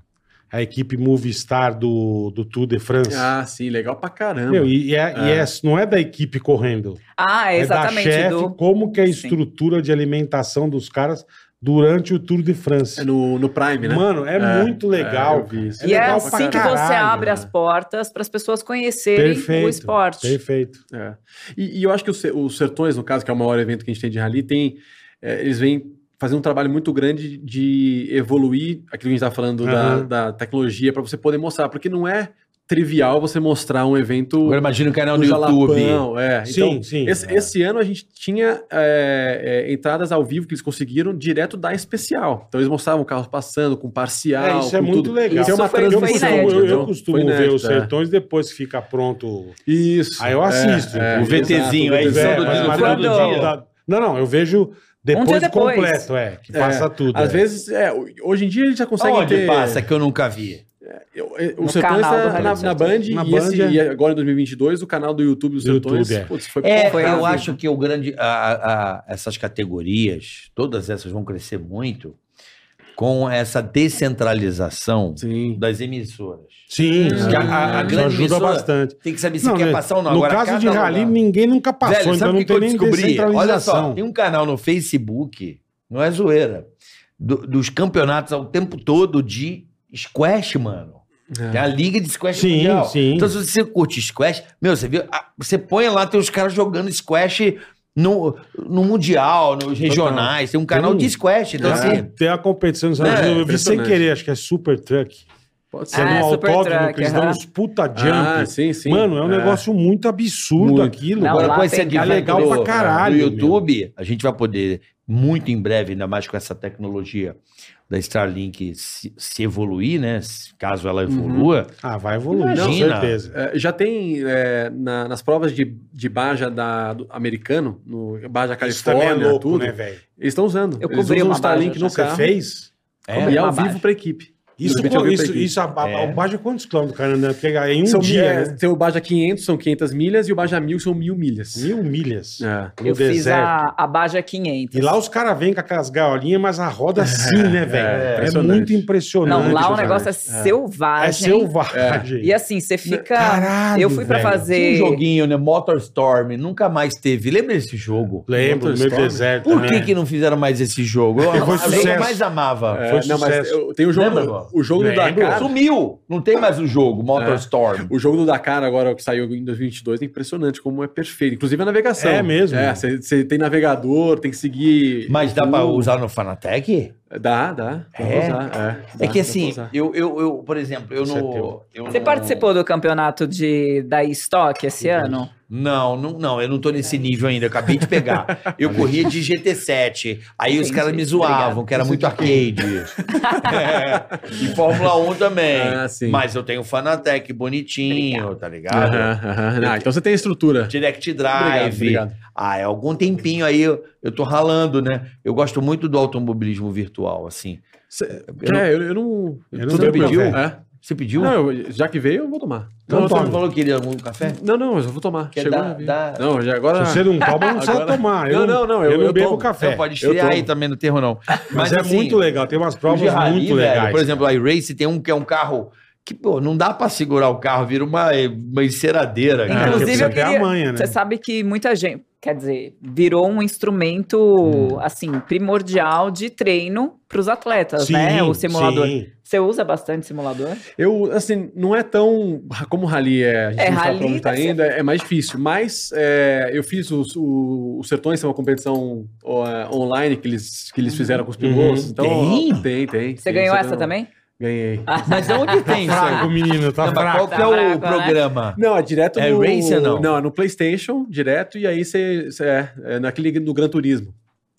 A equipe Movistar do, do Tour de France. Ah, sim, legal pra caramba. Meu, e, é, e é- Ah. não é da equipe correndo. Ah, É, exatamente. da chefe, Du. como que é a Sim. estrutura de alimentação dos caras durante o Tour de France. É no, no Prime, né? Mano, é, É, muito legal. eu vi isso. É e é legal pra assim que você caralho, abre né? as portas para as pessoas conhecerem Perfeito. o esporte. Perfeito. É. E, e eu acho que o Ce- os Sertões, no caso, que é o maior evento que a gente tem de rally, tem, é, eles vêm fazendo um trabalho muito grande de evoluir aquilo que a gente estava falando da, Aham. da tecnologia para você poder mostrar, porque não é trivial você mostrar um evento Agora imagina o canal do no YouTube. Jalapão, é. Então, sim, sim. Esse, esse ano a gente tinha é, é, entradas ao vivo que eles conseguiram direto da especial. Então eles mostravam o carro passando com parcial. É, isso é com muito tudo. legal. Isso Tem uma foi- foi transmissão. eu, inédito, eu entendeu? costumo Foi ver inédito, os é. sertões depois que fica pronto. Isso. Aí eu assisto. É, o VTzinho, exato, é o né? edição do dia. VT, mas- no mas final quando- do dia. da- tá- Não, não, eu vejo depois, dia de depois. completo, é, que É, passa tudo. Às é. vezes, é, hoje em dia ele já consegue Onde ter... passa que eu nunca vi? Eu- eu- O No Sertões canal do tá Rádio na, na Sertões. Band, Na e, Band, esse- é. e agora em 2022 o canal do YouTube dos Sertões YouTube, é. putz, foi É, porrada, eu né? acho que o grande. a- a- essas categorias, todas essas vão crescer muito com essa descentralização Sim. das emissoras. Sim, Hum. sim. Que a- a- a Isso grande ajuda emissora- bastante. Tem que saber se Não, quer né, passar ou não. no Agora, caso de cada rally, lugar- ninguém nunca passou, Velho, então sabe não o que, tem que eu nem descobri? Olha só, descentralização. tem um canal no Facebook, não é zoeira, do- dos campeonatos ao tempo todo de squash, mano. Tem É. a Liga de Squash Sim, Mundial. sim. Então, se você curte squash, meu, você viu? ah, Você põe lá, tem os caras jogando squash no, no Mundial, nos regionais. Tem um canal de squash. Então, Tem a- assim, tem a competição nos Estados É, Unidos, eu vi sem impressionante. querer, acho que é Super Truck. Pode Você ser. Ah, é no Super autódromo, Truck, que eles dão aham. uns puta jump. Ah, sim, sim. Mano, é um negócio muito absurdo Muito. aquilo. Não, agora lá com esse tem advento cara legal do- pra caralho, do YouTube, a gente vai poder, muito em breve, ainda mais com essa tecnologia da Starlink se, se evoluir, né? Se- Caso Uhum. ela evolua. Ah, vai evoluir, com Imagina. certeza. É, já tem é, na- nas provas de, de Baja da, do americano, no Baja Isso também é Califórnia, louco, tudo, né, velho? eles estão usando. Eu eles cobri usam uma o Starlink Baja É no Você carro fez? e é Uma ao Baja. vivo para equipe. Isso, No isso, videogame pra isso, equipe. a, a, É. o Baja quantos quilômetros, cara, andando? Porque é em um São dia, milhas- né? Tem o Baja 500, são 500 milhas, e o Baja 1000 são 1000 milhas. Mil milhas É. no Eu fiz deserto. a, a Baja 500. E lá os caras vêm com aquelas gaiolinhas, mas a roda sim, né, velho? É, impressionante. muito impressionante. Não, lá o cara. negócio é selvagem. é selvagem. E assim, você fica. Caralho, eu fui pra velho. fazer. Tinha um joguinho, né? Motor Storm, nunca mais teve. Lembra desse jogo? Lembro do meu Motorstorm. deserto. Por né? que, que não fizeram mais esse jogo? Eu, E foi a- a- sucesso. eu mais amava. É, Foi não, mas sucesso. eu- tem o jogo, Lembra, Bola? o jogo do Lembro. Dakar. Sumiu! Não tem mais o jogo, Motor É. Storm. O jogo do Dakar, agora que saiu em 2022, é impressionante como é perfeito. Inclusive a navegação. É mesmo? É, você tem navegador, tem que É. seguir. Mas dá pra Uhum. Uh, usar no Fanatec? Dá, dá. dá pra É? usar, dá, É que dá pra assim, usar. eu, eu, eu, por exemplo, eu Isso é não. teu. eu Você não- participou do campeonato de, da estoque esse ano? Não, não, não, eu não tô nesse nível ainda, eu acabei de pegar. Eu corria de GT7, aí os Entendi, caras me zoavam, obrigado. que era tá muito arcade. É, E Fórmula 1 também. Ah, sim. Mas eu tenho Fanatec bonitinho, tá ligado? Aham, aham. Não, então você tem estrutura. Direct Obrigado, Drive. obrigado. Ah, é algum tempinho aí eu, eu tô ralando, né? Eu gosto muito do automobilismo virtual, assim. Cê- Eu não- é, eu, eu não. Eu não tudo tomo bem, café. não. É? Você pediu? Não, eu- já que veio, eu vou tomar. Não, Não, eu você tomo. não falou que queria algum café? não, não, eu vou tomar. Quer Chegou. dar- já vi. dar- Não, já agora. Se você não toma, não precisa Agora- tomar. Não, não, não, Eu, eu- não eu bebo tomo. café. Não, pode eu esfriar tomo. aí também, não tem erro não. Mas, é assim, muito legal. Tem umas o provas de rally, muito velho, legais. Por exemplo, a iRace tem um que é um carro que, pô, não dá pra segurar o carro, vira uma, eh, uma enceradeira. cara. porque Inclusive, É, precisa eu ter a queria. manha, né? Você sabe que muita gente. Quer dizer, virou um instrumento, assim, primordial de treino pros atletas, né? O simulador. sim. Você usa bastante simulador? Eu, assim, não é tão. Como o rally é. A gente É, não sabe pra rally onde tá deve ser- ainda, é mais difícil. Mas é, eu fiz os- o, o Sertões, é uma competição ó, é, online que eles, que eles fizeram com os pilotos. Uhum. Então, Tem? Tem, tem. Você tem, ganhou essa ganhou. também? Ganhei. Mas é onde tem isso? Fraco, aí? menino, tá Não, mas fraco. qual que é o Fraco, né? programa? Não, é direto É no... Racer, não? Não, é no Playstation, direto, e aí você... você- É, é naquele, no Gran Turismo.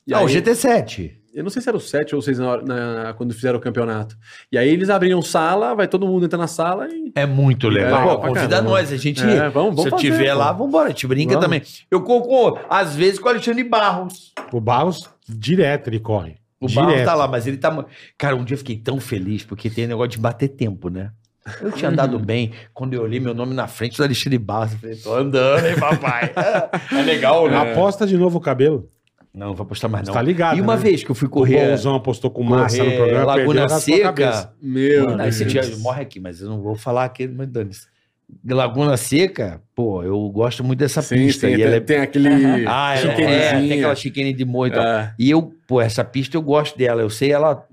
E Ah, o aí- GT7. Eu não sei se era o 7 ou o 6 na hora- na- quando fizeram o campeonato. E aí eles abriam sala, vai todo mundo entrar na sala e. É muito legal. legal Pô, pra convida caramba. nós, a gente. É, vamos- vamos se eu fazer, tiver pô. lá, vambora, a gente brinca Vamos. também. Eu concorro, às vezes, com o Alexandre Barros. O Barros, direto ele corre. O direto. Barros tá lá, mas ele tá. mu- Cara, um dia eu fiquei tão feliz porque tem negócio de bater tempo, né? Eu tinha andado Uhum. bem quando eu olhei meu nome na frente do Alexandre Barros. Eu falei, tô andando, hein, papai? É legal, né? Aposta de novo o cabelo. Não, não vou apostar mais, Você não. tá ligado, E uma né? vez que eu fui O correr. Bonzão apostou com massa correr no programa. Laguna perdeu, rasgou a cabeça. Seca. Meu Mano, aí Deus. você tinha- morre aqui, mas eu não vou falar aqui, mas dane-se. Laguna Seca, pô, eu gosto muito dessa Sim, pista. sim, e tem, ela é... tem aquele. Ah, ela é, é, tem aquela chicane de moita. É. E eu, pô, essa pista eu gosto dela. Eu sei ela.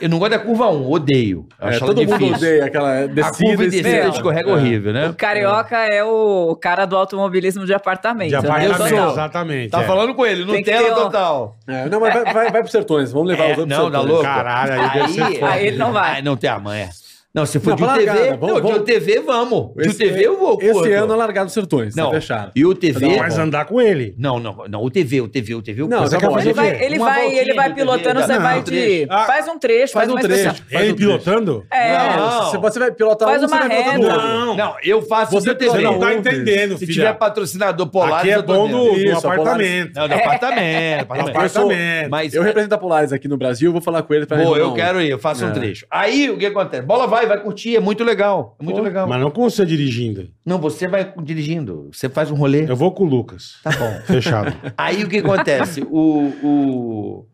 Eu não gosto da curva 1, odeio. Eu É, acho ela todo mundo difícil. odeia A aquela curva descida. e e descida sobe. escorrega É. horrível, né? O carioca é o cara do automobilismo de apartamento. De né? apartamento, Eu sou- exatamente. Então, Tá é. falando com ele, Tem que Nutella ter um- total. É, não, mas vai, vai, vai pro Sertões, vamos levar É, os outros não, dá louco. Caralho, aí, deve ser foda. aí ele não vai. Aí não tem amanhã. Não, se for Não, de pra UTV, largada, vamos- não, de vamos. UTV vamos. De Esse- UTV eu vou. Esse curto. ano é largado os Sertões, Não. tá fechado. E o TV. Não, mas andar com ele. Não, não, não. O TV, o TV, o é TV. eu Não, curto. tá bom, Ele Fazer o vai, quê? ele Uma vai, voltinha ele vai do pilotando, TV, você dá- vai não, trecho. de. Ah, Faz um trecho, faz, Faz um uma trecho. estação. Faz ele um pilotando? É, Não. Você, você vai pilotar Faz um, uma você vai pilotar reta. outro. É, Não, eu faço Você o TV. não tá ouve. entendendo, Se filho. tiver patrocinador Polaris, Aqui é eu tô bom dentro. do, do Isso, a apartamento. Não, do apartamento. apartamento. Eu sou- Apartamento. Mas é- Eu represento a Polaris aqui no Brasil, vou falar com ele pra Pô, ele eu não. quero ir, eu faço um É. trecho. Aí o que acontece? Bola vai, vai curtir, é muito legal. É muito legal. Mas não com você dirigindo. Não, você vai dirigindo, você faz um rolê. Eu vou com o Lucas. Tá bom. Fechado. Aí o que acontece? o, o,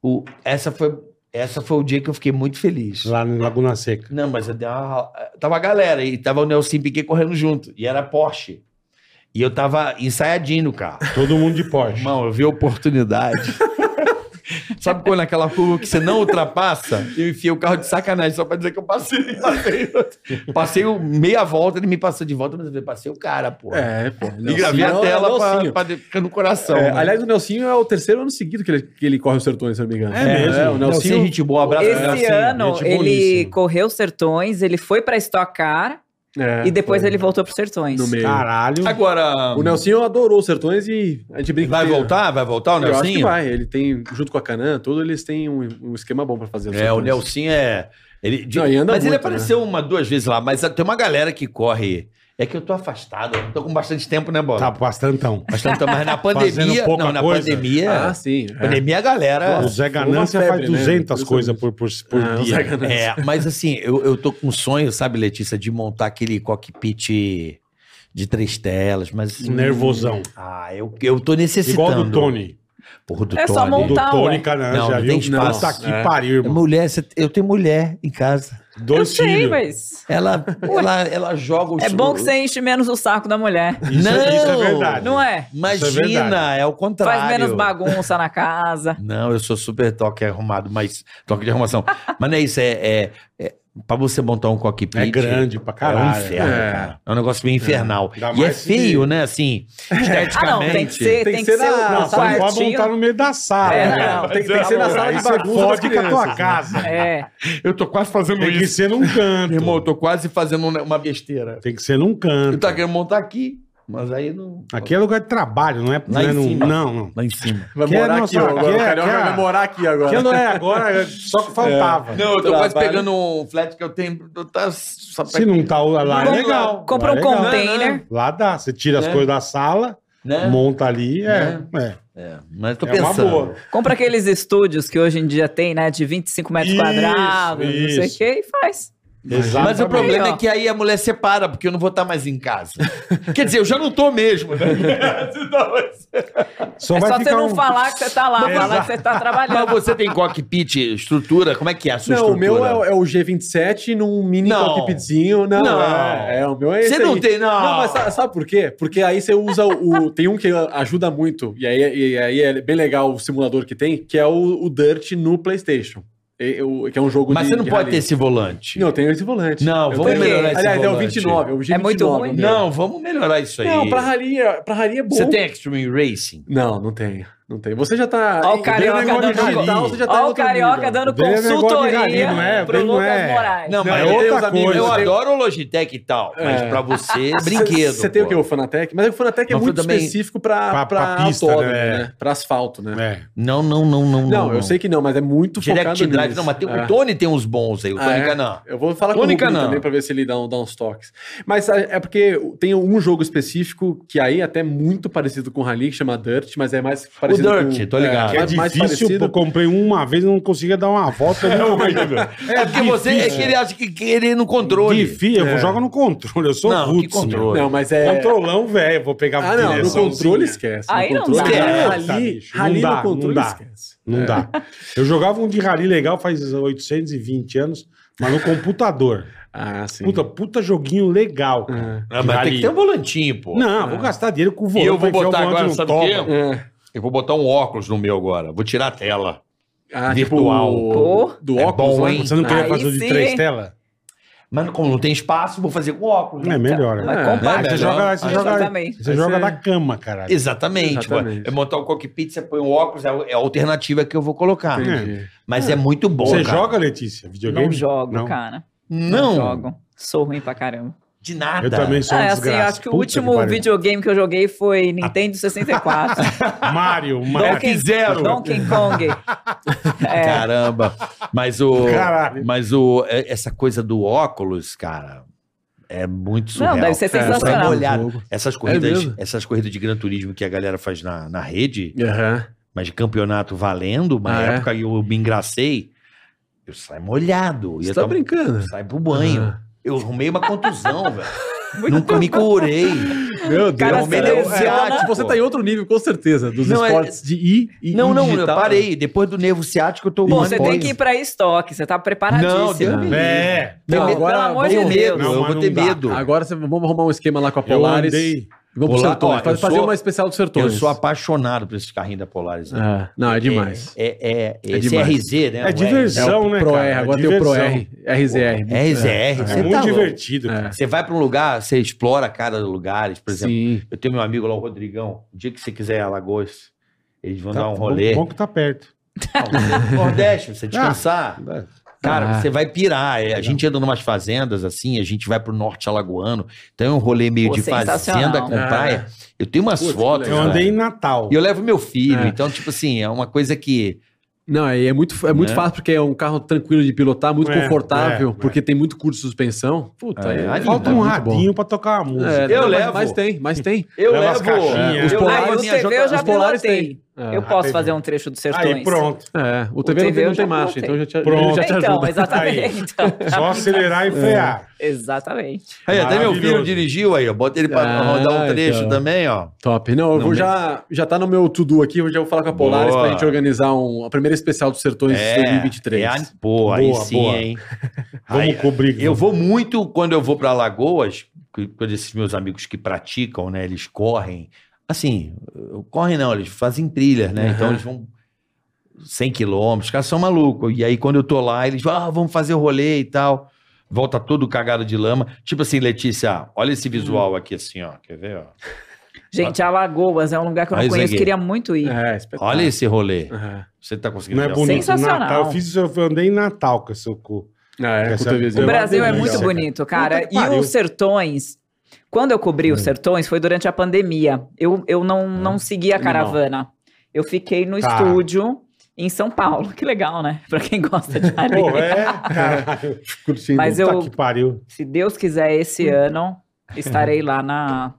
o, essa, foi, essa foi o dia que eu fiquei muito feliz. Lá na Laguna Seca. Não, mas eu dei uma... tava a galera e tava o Nelson Piquet correndo junto. E era Porsche. E eu tava ensaiadinho no carro. Todo mundo de Porsche. Irmão, eu vi a oportunidade. Sabe quando naquela curva que você não ultrapassa, eu enfio o carro de sacanagem só pra dizer que eu passei. Passei, passei o- meia volta, ele me passou de volta, mas eu falei, passei o cara, pô. É, pô. e gravei a Nelsinho é o tela pra, Nelsinho. pra de- ficar no coração. É, né? aliás, o Nelsinho é o terceiro ano seguido que ele, que ele corre os Sertões, se eu não me engano. É mesmo. o Nelson, Nelsinho... gente boa, abraço. Esse Nelson. ano gente ele boníssima. correu os sertões, ele foi pra Stock Car é, e depois foi ele voltou pro sertões. No meio. Caralho. Agora, é O Nelsinho adorou os Sertões e a gente brinca... vai que tem- voltar? Vai voltar o Eu acho que Nelsinho? vai. Ele tem, junto com a Canã, tudo, eles têm um, um esquema bom pra fazer os É, o Sertões. Nelson é. Ele, de- Não, e anda mas ele muito, né? apareceu uma, duas vezes lá, mas tem uma galera que corre. É que eu tô afastado, eu não tô com bastante tempo, né, Bola? Tá bastantão. Mas, tanto- mas na pandemia. Fazendo pouca Não, na coisa. pandemia. Ah, sim. na é. pandemia, a galera. O Nossa, Zé foi uma Ganância febre, faz né? 200 Por isso coisas mesmo. por, por, por Ah, o dia. Zé Ganância. É, mas assim, eu, eu tô com um sonho, sabe, Letícia, de montar aquele cockpit de três telas, mas. assim, Nervosão. Ah, eu, eu tô necessitando. Igual do Tony. Porra, do É Tony. só O do montar. Tá, Tony, ué. cara, Não, já não viu? tem espaço. Nossa, que É. pariu, irmão. Mulher, você- eu tenho mulher em casa. Eu Dois sei, filhos. mas. Ela, ela, ela joga os É bom que você enche menos o saco da mulher. Isso, é, isso é Não! verdade. Não é? Imagina, verdade. é, o contrário. Faz menos bagunça na casa. Não, eu sou super toque arrumado, mas toque de arrumação. mas não é isso, é, é, é- pra você montar um cockpit. É grande pra É um caralho. né? inferno, É. cara. É um negócio meio infernal. Ainda E é mais se- feio, né? Assim, esteticamente. Ah, não, tem que ser, tem, que ser, na- o Não, você não pode montar quartinho. no meio da sala. É, né? não, tem- tem que ser na sala Aí de você bagunça das fode com a tua crianças, né? casa. É. Eu tô quase Tá fazendo Tem que ser num canto. Irmão, eu tô quase fazendo um- uma besteira. Tem que ser num Eu canto. tava querendo montar aqui, mas aí não. Aqui é lugar de trabalho, não é... Não, em é num- cima. não, não. Lá em cima. Vai Que é morar aqui nossa- agora. que o é- Carioca que é- vai morar aqui agora. Que não é agora, é só que faltava. Não, eu tô quase Trabalho. pegando um flat que eu tenho. Eu tá só Se não tá o- lá, é Compra- legal. compra Lá é um legal. container. Lá dá. Você tira as É. coisas da sala, Né? monta ali, é. é. É, mas tô É uma pensando. boa. Compra aqueles estúdios que hoje em dia tem, né? De 25 metros Isso, quadrados, não sei o isso. quê, e faz. Exatamente. Mas o problema Aí, ó. é que aí a mulher separa, porque eu não vou estar mais em casa. Quer dizer, eu já não tô mesmo. né? Senão vai ser- Só é vai só ficar você não um- falar que você tá lá, É, falar exato. que você tá trabalhando. Mas você tem cockpit, estrutura? Como é que é a sua Não, o estrutura? meu é, o- é o G27 num mini Não. cockpitzinho. Não, Não. É, é, o meu é esse Você não aí. tem, Ah. não. tá- Não, mas sa- sabe, por quê? Porque aí você usa o. o- tem um que ajuda muito, e aí, e aí é bem legal o simulador que tem, que é o, o Dirt no PlayStation. E- o- que é um jogo Mas de. você não de pode rally. ter esse volante. Não, eu tenho esse volante. Não, Eu vamos tenho- melhorar esse Aliás, é o volante. 29. É, o G29 É muito o ruim. meu. Não, vamos melhorar isso aí. Não, pra rally, é- pra rally é bom. Você tem Extreme Racing? Não, não tenho. Não tem. Você já tá. Ó o Dele carioca é negócio de dando rali. conta. Você já tá em Olha o outro carioca nível. dando Dele é negócio de consultoria galinha, não é? pro Dele não Lucas é. Moraes. Não, mas eu eu, tenho outra os amigos- coisa. eu adoro. adoro o Logitech e tal, mas É. pra você, Cê- brinquedo. Você tem o pô. que? O Fanatec? Mas o Fanatec é Mas muito também- específico pra, Pra- pra, pra pista, autódromo, né? né? Pra asfalto, né? É. Não, não, não, não. Não, eu sei que não, mas é muito Direct focado Drive, nisso. não, mas tem- É. o Tony tem uns bons aí, o Ah, Tony é? Canan. Eu vou falar com Tônica o Rubinho não. também pra ver se ele dá, um- dá uns toques. Mas a- é porque tem um jogo específico que aí é até muito parecido com o Rally, que chama Dirt, mas é mais parecido Dirt, com... tô ligado. Que é mais- mais difícil, pô, parecido... comprei uma vez e não conseguia dar uma volta. né? É, porque você é que ele acha que, que ele é não controla. Difícil, eu jogo no controle, eu sou Não, que roots, meu. controle? Não, mas é... Controlão, velho, vou pegar é. Ah, não, no direçãozinha. controle esquece. Aí no não controle, dá. É, Tá, Rally, bicho, não rally dá, não no controle dá. esquece. Não dá. Eu jogava um de rally legal faz 820 anos, mas no computador. Ah, sim. Puta, puta joguinho legal, cara. Ah, De mas tem rally. que ter um volantinho, pô. Não, vou gastar dinheiro com o E volante. eu vou pra enfiar botar o volante agora, no sabe toba. o quê? É. Eu vou botar um óculos no meu agora. Vou tirar a tela. Ah, Virtual. Pô. Tipo, do É óculos, bom, né? hein? Você não queria Aí fazer o de sim, três hein? telas? Mas como não tem espaço, vou fazer com óculos. né? É melhor. né? Mas É, compacto. Você né? melhor. joga, aí você joga, Exatamente. você Aí joga você- da cama, caralho. Exatamente. pô. Exatamente. É montar o cockpit, você põe o óculos, é a- é a alternativa que eu vou colocar. Entendi. Mas é muito bom, Você cara. joga, Letícia, videogame? Não jogo, Não. cara. Não, jogo. Sou ruim pra caramba. de nada. Eu também sou um Ah, é assim, desgraça. eu acho que o Puta último pariu. videogame que eu joguei foi Nintendo 64. Mario, Mario. Donkey, F-Zero. Donkey Kong. É, Caramba. Mas o... Caralho. Mas o... é- Essa coisa do óculos, cara, é muito surreal. não, deve ser É, Você dá uma sensacional. olhada. Essas corridas, mesmo? essas corridas de Gran Turismo que a galera faz na, na rede, Aham. mas de campeonato valendo, uma Ah, é? época que eu me engracei, eu saio molhado. Você eu tá tomo- brincando? Sai pro banho. Ah. Eu arrumei uma contusão, velho. Nunca me curei. Meu Deus. Cara, Cara, você é, tá- você, tá, você você tá em outro nível, com certeza, dos Não, é- esportes de I e Não, e não, eu digital. parei. Depois do nervo ciático, eu tô Pô, um você ano tem pós. que ir pra estoque, você tá Não, um Deus preparadíssimo. me livre. É. Tem Não, medo- agora, pelo amor eu de tenho Deus. medo, Não, eu mas vou não ter dá. medo. Agora você- vamos arrumar um esquema lá com a Eu Polaris. andei. Vamos pro Polar- Sertões. ó, Faz- eu fazer sou- uma especial do Eu Sertões. sou apaixonado por esses carrinhos da Polaris. né? Ah, não, é demais. É, é, é, É demais. CRZ, né? É Não diversão. o né, Pro cara? R, É agora tem o Pro R, É RZR. RZR. É, Você tá muito louco. divertido. É. cara. Você vai pra um lugar, você explora cada lugares. Por exemplo, Sim. eu tenho meu amigo lá, o Rodrigão. O dia que você quiser ir a Alagoas, eles vão dar um Tá rolê. Bom, bom que tá perto. Nordeste, você descansar. Cara, Ah. você vai pirar. É, A gente anda numas fazendas assim, a gente vai pro norte alagoano. Então é um rolê meio Pô, de fazenda sensacional. né? com Ah. praia. Eu tenho umas Putz, que fotos. Eu legal. cara. andei em Natal. É E eu levo meu filho. É. Então, tipo assim, é uma coisa que. Não, é, é muito, é muito Né? fácil porque é um carro tranquilo de pilotar, muito É, é, confortável, é. porque tem muito curto de suspensão. Puta, É, é, anima, Falta um radinho pra tocar a música. levo. eu levo. É, Mas tem, mas tem. Eu Leva as caixinhas. É, os Ah, Ah, o Polaris- polares. TV eu já os Polaris pilotei. É. Eu posso TV. fazer um trecho do Sertões. Aí, pronto. É, o TV, TV não, eu tem já marcha, pilotei. então já te, Pronto. já te ajuda. Então, exatamente. Então, Só acelerar e frear. Exatamente. Aí, até meu filho Maravilhoso. dirigiu aí, ó. Bota ele pra Ah, rodar um trecho então. também, ó. Top. Não, eu Não vou me- já. Já tá no meu to-do aqui. Eu já vou falar com a Polaris Boa. pra gente organizar um, a primeira especial dos Sertões de 2023. é a- pô, aí Boa, sim, boa. hein? Vamos Aí, cobrir. Eu vou muito quando eu vou pra Lagoas, que- quando esses meus amigos que praticam, né? Eles correm. Assim, eh, correm não, eles fazem trilhas, né? Então Aham. eles vão 100 quilômetros, os caras são malucos. E aí quando eu tô lá, eles vão, ah, vamos fazer o rolê e tal. Volta todo cagado de lama. Tipo assim, Letícia, olha esse Hum. visual aqui assim, ó. Quer ver, ó? Gente, Alagoas é um lugar que eu não Aí, conheço, Zeguinho. queria muito ir. É, espetáculo. Olha esse rolê. Aham. Você tá conseguindo Não é ver? bonito. Sensacional. Natal. Eu fiz isso, eu andei em Natal com esse cu. Ah, é, Essa- com TVzinho. O Eu Brasil é adorei, muito cara. bonito, cara. Puta que E pariu. os sertões. Quando eu cobri É. os sertões, foi durante a pandemia. Eu, eu não, não segui a Animal. caravana. Eu fiquei no Tá. estúdio em São Paulo. Que legal, né? Pra quem gosta de Porra, areia. é, caralho. Curtindo. Mas Puta eu- que pariu. Se Deus quiser, esse Hum. ano estarei lá na.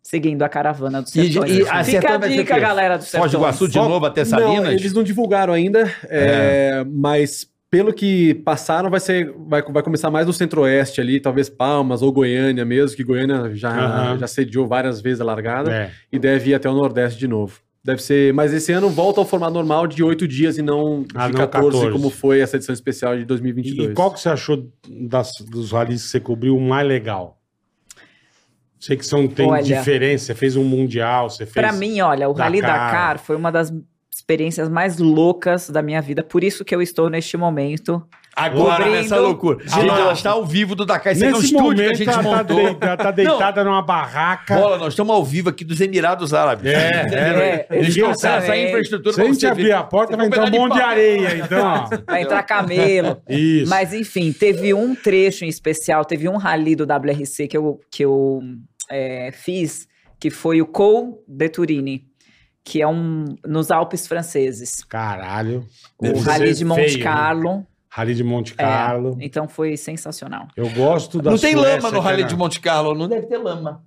Seguindo a caravana do E- Sertões. e a Fica Sertões a vai ser o dica, quê? galera do Foz Sertões. do Iguaçu de Só- novo até Salinas? Não, eles não divulgaram ainda, é, mas pelo que passaram, vai ser vai, vai começar mais no centro-oeste ali, talvez Palmas ou Goiânia mesmo, que Goiânia já, Aham. já sediou várias vezes a largada É. e deve ir até o Nordeste de novo. Deve ser, mas esse ano volta ao formato normal de oito dias e não de Ah, não 14, 14. como foi essa edição especial de E, 2022. e qual que você achou das- dos ralis que você cobriu o mais legal? Sei que são, tem Olha. diferença, você fez um mundial, você fez... Pra mim, olha, o Dakar. Rally Dakar foi uma das experiências mais loucas da minha vida. Por isso que eu estou neste momento Agora, Cobrindo. nessa loucura. De Gente, novo. ela está ao vivo do Dakai. Isso aqui é um Nesse estúdio momento, que a gente ela tá, montou. deita- tá deitada numa barraca. Bola, nós estamos ao vivo aqui dos Emirados Árabes. É, é, Eles exatamente. trouxeram essa infraestrutura Se pra a gente você abrir ver. a porta, vai Tem entrar um pedaço de monte de pau. areia, então. ó. Vai entrar camelo. Isso. Mas, enfim, teve um trecho em especial, teve um rally do WRC que eu, que eu é, fiz, que foi o Col de Turini, que é um nos Alpes franceses. Caralho. o Deve rally ser de Monte feio, né? Carlo. Rally de Monte É, Carlo. então foi sensacional. Eu gosto da Não tem Suécia, lama no cara. Rally de Monte Carlo, não deve ter lama.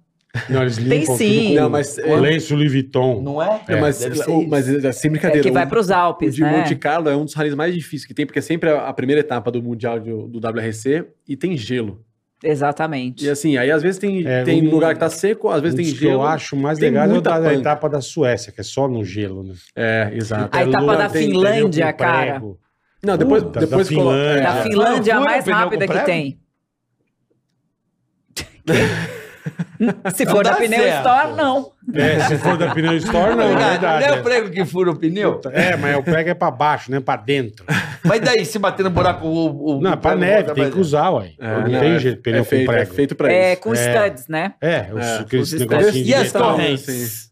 Não, eles limpam Tem tudo sim. com Não, mas- o lenço Louis Vuitton. é, Não é? É, mas, Deve ser o- isso. mas assim, É brincadeira. que vai o- para os O Alpes, de né? Monte Carlo é um dos rallies mais difíceis que tem, porque é sempre a, a primeira etapa do Mundial de- do WRC e tem gelo. Exatamente. E assim, aí às vezes tem, É, tem um- lugar que tá seco, às vezes Um tem dos que eu gelo. acho mais Tem legal é o muita da, da panca. etapa da Suécia, que é só no gelo, né? É, exato. A etapa Lula da tem Finlândia, pneu com cara. prego. Não, depois, Puta, depois Uh, da colo- Finlândia. Da Finlândia é a Não, foi mais o pneu rápida que completo? tem. Se for dá da pneu certo. store, não. É, se for da Pneu Store, não, é Não verdade. é o é. prego que fura o pneu? É, mas o prego é pra baixo, não é pra dentro. Mas daí, se bater no buraco, o. o Não, é o pra prego neve, volta tem pra que usar, ué. É, não, não, tem é- jeito, é pneu com feito, é prego. feito pra É, isso. com É. studs, né? É, os, É, aqueles os negocinhos E as de metal, correntes?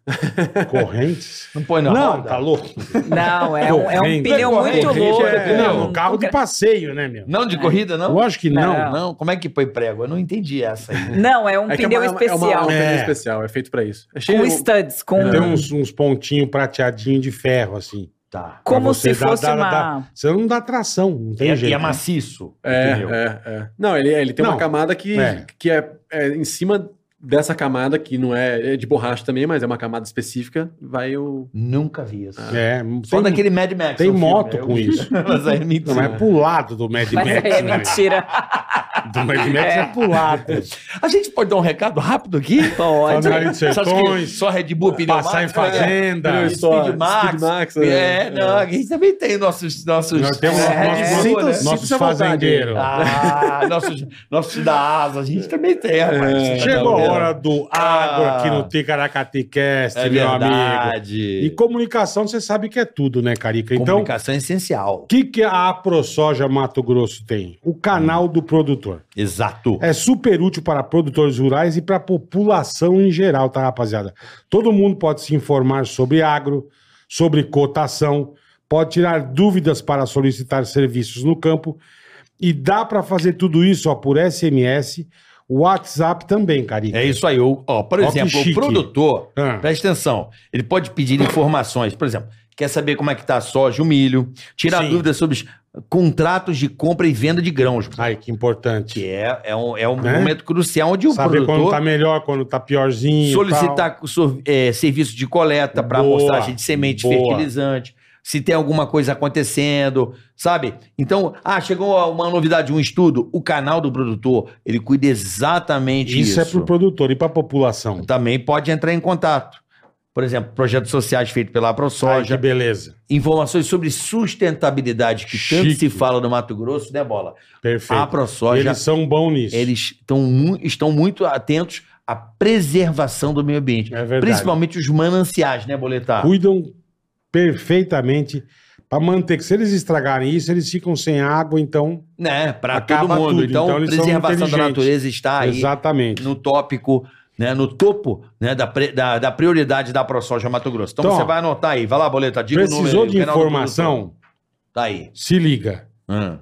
correntes. Não põe na Não, roda? tá louco. Não, é um, é um Corrente. pneu Corrente, muito é- louco. é, Não, no carro do de passeio, né, meu? Não de corrida, não? Lógico que não. Não. Não, como é que põe prego? Eu não entendi essa aí. Não, é um É que é pneu uma- é uma- É, especial. uma- é um pneu É. especial, é feito pra isso. É Com cheio studs, com, Tem uns, uns pontinhos prateadinhos de ferro, assim. Tá. como pra você se dar- fosse dar- uma. dar- Você não dá tração, não tem e, é- jeito. né? e é maciço. É, entendeu? é, é. Não, ele, ele tem Não. uma camada que É. é, que é, é em cima dessa camada, que não é, é de borracha também, mas é uma camada específica, vai o... Nunca vi isso. É, Só tem, daquele Mad Max. tem o filme, moto eu com vi. isso. Mas aí é mentira. Não, mas é pro lado do Mad Mas Max. é né? mentira. Do Mad Max é, pro lado. A gente pode dar um recado rápido aqui? Só Pode. no Rádio dos Você acha que Sertões, Só Red Bull, pneu é Passar em Max, né? fazenda. Pneu Speed Store, Max. Speed Max, É, é. não, a gente também tem nossos. nossos Nós temos nossos- é, Red Bull, né? Sinta-se- Nossos Sinta-se à vontade. fazendeiros. Ah, nossos, nossos da asa, a gente também tem, rapaz. É. Chegou a hora do agro tá Ah. aqui no Ticaracatecast, É meu amigo. verdade. E comunicação, você sabe que é tudo, né, Carica? Então, o Comunicação é essencial. que, que a AproSoja Mato Grosso tem? O canal do produtor. Exato. É super útil para produtores rurais e para a população em geral, tá, rapaziada? Todo mundo pode se informar sobre agro, sobre cotação, pode tirar dúvidas para solicitar serviços no campo e dá para fazer tudo isso ó, por SMS, WhatsApp também, Carica. É isso aí. O- ó, por Ó, que exemplo, chique. o produtor, Ah. presta atenção, ele pode pedir informações. Por exemplo, quer saber como é que tá a soja, o milho, tirar Sim. dúvidas sobre os contratos de compra e venda de grãos, Ai, que importante. que é, é um, é um Né? momento crucial onde o Saber quando produtor tá melhor, quando tá piorzinho. e tal. solicitar sor- é, serviço de coleta para Boa, amostragem de semente boa. fertilizante, se tem alguma coisa acontecendo, sabe? Então, ah, chegou uma novidade, um estudo, o canal do produtor, ele cuida exatamente Isso, isso. é pro produtor e pra população. Também pode entrar em contato. Por exemplo, projetos sociais feitos pela Ai, que ProSoja, beleza. informações sobre sustentabilidade que tanto Chique. se fala no Mato Grosso, né, Bola? A Perfeito. ProSoja Eles são bons nisso. eles tão mu- estão muito atentos à preservação do meio ambiente. É verdade. Principalmente os mananciais, né, Boletar? Cuidam perfeitamente pra manter. que Se eles estragarem isso, eles ficam sem água, então. Né, para todo Acaba mundo. tudo, Então, então eles são preservação da inteligentes. natureza está aí exatamente. no tópico, né, no topo né, da, pre- da, da prioridade da ProSoja Mato Grosso. Então, Então, você vai anotar aí. Vai lá, Boleta, diga o número. Precisou aí, o de canal do produtor. informação? Tá aí. Se liga. Hum,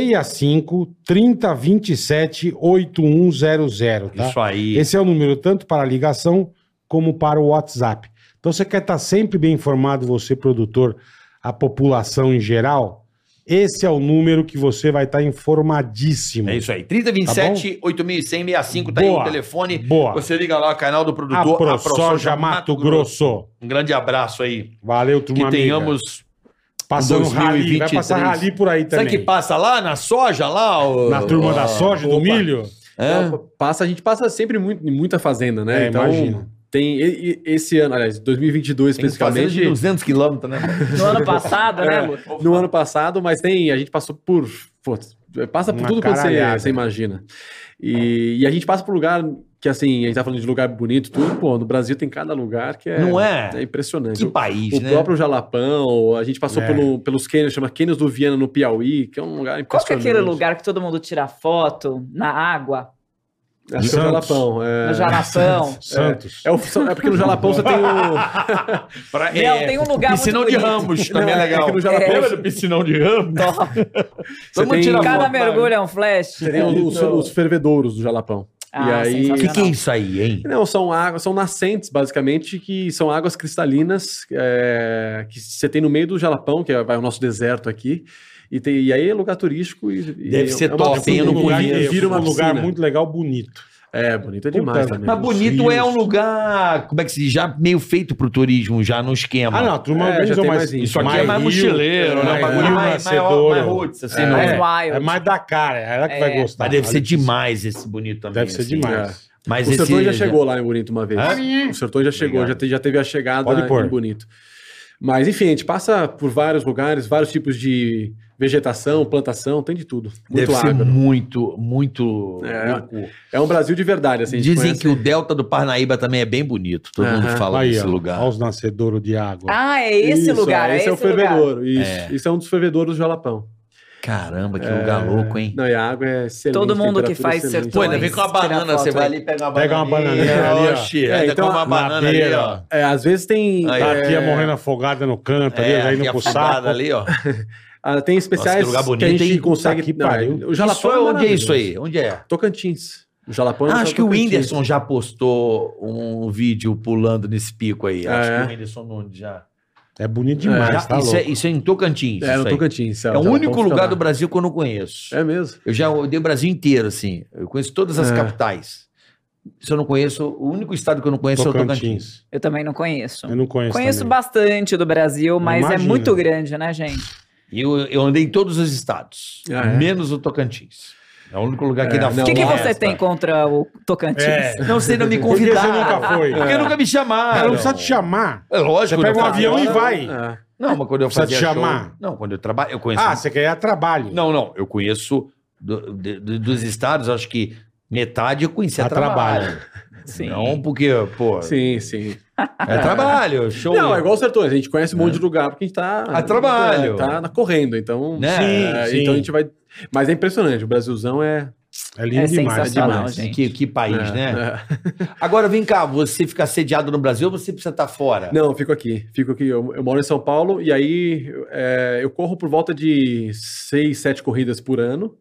65 3027 8100, tá? Isso aí. Esse é o número tanto para a ligação como para o WhatsApp. Então você quer estar sempre bem informado, você produtor, a população em geral? Esse é o número que você vai estar informadíssimo. É isso aí. 3027 8100 65 tá aí Tá Boa. o telefone. Boa. Você liga lá, canal do A produtor. ProSoja Mato Grosso. Um grande abraço aí. Valeu, que turma amiga. tenhamos. Passando rali, vai 2023. passar rali por aí Sabe também. que Ah, passa lá na soja, lá? ô- é? Na turma da ô- soja, É, do opa. milho? Hã? é. Então, passa, a gente passa sempre muito, em muita fazenda, né? É, então, imagino. Tem e- e- esse ano, aliás, 2022 Tem que fazer de especificamente, 200 quilômetros, né? No ano passado, né, Lu? no ano passado, mas tem, a gente passou por, putz, passa por Uma tudo quanto você, caralhada. você imagina. E, e a gente passa por lugar que assim, a gente tá falando de lugar bonito, tudo, pô, no Brasil tem cada lugar que é, Não é? impressionante. Que O- país, o né? próprio Jalapão, a gente passou É. pelo- pelos cânions, chama Cânions do Viana no Piauí, que é um lugar Qual que é impressionante. aquele lugar que todo mundo tira foto na água, Acho que é o Santos. Jalapão. É, no Jalapão? Santos. é, o- é porque no Jalapão você tem o. Pra- Não, é, tem um lugar Piscinão muito de bonito. Ramos, também é Não, legal. que no Jalapão É. você- Lembra do piscinão de ramo? você Vamos tem, tirar Cada foto. mergulho é um flash. você tem os, Então. os fervedouros do Jalapão. Ah, e aí. O que, que é sensacional. isso aí, hein? Não, são águas, são nascentes, basicamente, que são águas cristalinas é, que você tem no meio do Jalapão, que é vai o nosso deserto aqui. E, tem- e aí é lugar turístico e. e um- Deve é ser uma- top, hein? Eu é não um lugar conheço. né? que vira uma um lugar piscina. muito legal, bonito. É, bonito é Puta, demais também. Mas bonito é um lugar, como é que se diz? Já meio feito pro turismo, já no esquema. Ah, não, a turma É, já organizou tem mais. mais isso. Isso aqui é mais Rio, mochileiro, né? mais Um bagulho Rio mais, maior, mais Macedouro. roots, assim, É. não Mais é? wild. É mais da cara, é ela que vai gostar. Mas deve ser Olha, demais esse bonito também. Deve ser assim. demais. Mas o esse Sertões já chegou lá em Bonito uma vez. O Sertões já chegou, Obrigado. já, te- já teve a chegada Pode pôr. em Bonito. Mas enfim, a gente passa por vários lugares, vários tipos de vegetação, plantação, tem de tudo. Muito deve ser agro. muito, muito. É, louco. É um Brasil de verdade, assim. a gente Dizem conhece. que o Delta do Parnaíba também é bem bonito. Todo Aham. mundo fala Aí, desse ó, lugar. Olha os nascedouros de água. Ah, é esse Isso, lugar. é, É esse é o esse lugar. fervedouro. Isso, isso é um dos fervedouros do Jalapão. Caramba, que lugar louco, hein? Não, e a água é excelente. Todo mundo que faz ser Pô, ainda Dois, vem com uma tirar banana, foto você vai aí. ali e pega uma Pega uma bananinha ali, ó. oxi, É, ainda então, com uma na banana ali, beira, ó. É, às vezes tem. Aí, Tá é, a tia morrendo afogada no canto ali, É, já indo aqui pro afundada saco. ali, ó. ah, tem especiais Nossa, que lugar que a bonito, gente hein? consegue. Puta que não, pariu. o Isso Jalapão é onde é isso maravilhoso. aí? Onde é? Tocantins. O Jalapão é Ah, no acho que o Tocantins. Whindersson já postou um vídeo pulando nesse pico aí. Acho É. que o Whindersson Nunes já. É bonito demais, Já- tá isso, louco. é, isso é em Tocantins. É, isso no aí. Tocantins. É o o Jalapão único fica lugar lá. do Brasil que eu não conheço. É mesmo. Eu já odeio o Brasil inteiro, assim. Eu conheço todas as É. capitais. Se eu não conheço, o único estado que eu não conheço é o Tocantins. Tocantins. Eu também não conheço. Eu não conheço Conheço também. bastante do Brasil, mas Imagino. é muito grande, né, gente? E eu, eu andei em todos os estados, Ah, é? menos o Tocantins. É o único lugar que É, dá não, O Não, que, que nossa. você tem contra o Tocantins? É. Não sei, não me Por que você convidaram. nunca foi? Porque nunca me chamaram. Ela É. não precisa te chamar. É lógico. Você quando pega eu um fazia avião e show- vai. Ah, Não, mas quando eu Precisa fazia te show- chamar. Não, quando eu trabalho, eu um conheço... Ah, você quer ir a trabalho. Não, não, eu conheço do- de- de- dos estados, acho que metade eu conheci a, A trabalho. trabalho. Sim. É Não porque, pô, sim, sim. é trabalho, show. Não, é igual o Sertões. A gente conhece um monte de lugar porque a gente tá. É. A trabalho. é, Tá, na- correndo, então. Né? é, Sim, sim. Então a gente vai. Mas é impressionante. O Brasilzão é. É lindo É demais. sensacional, demais. gente. Que, que país, é, né? Agora, vem cá, você fica sediado no Brasil ou você precisa estar fora? é. Não, eu fico aqui. Fico aqui. Eu, eu moro em São Paulo e aí é, eu corro por volta de seis, sete corridas por ano.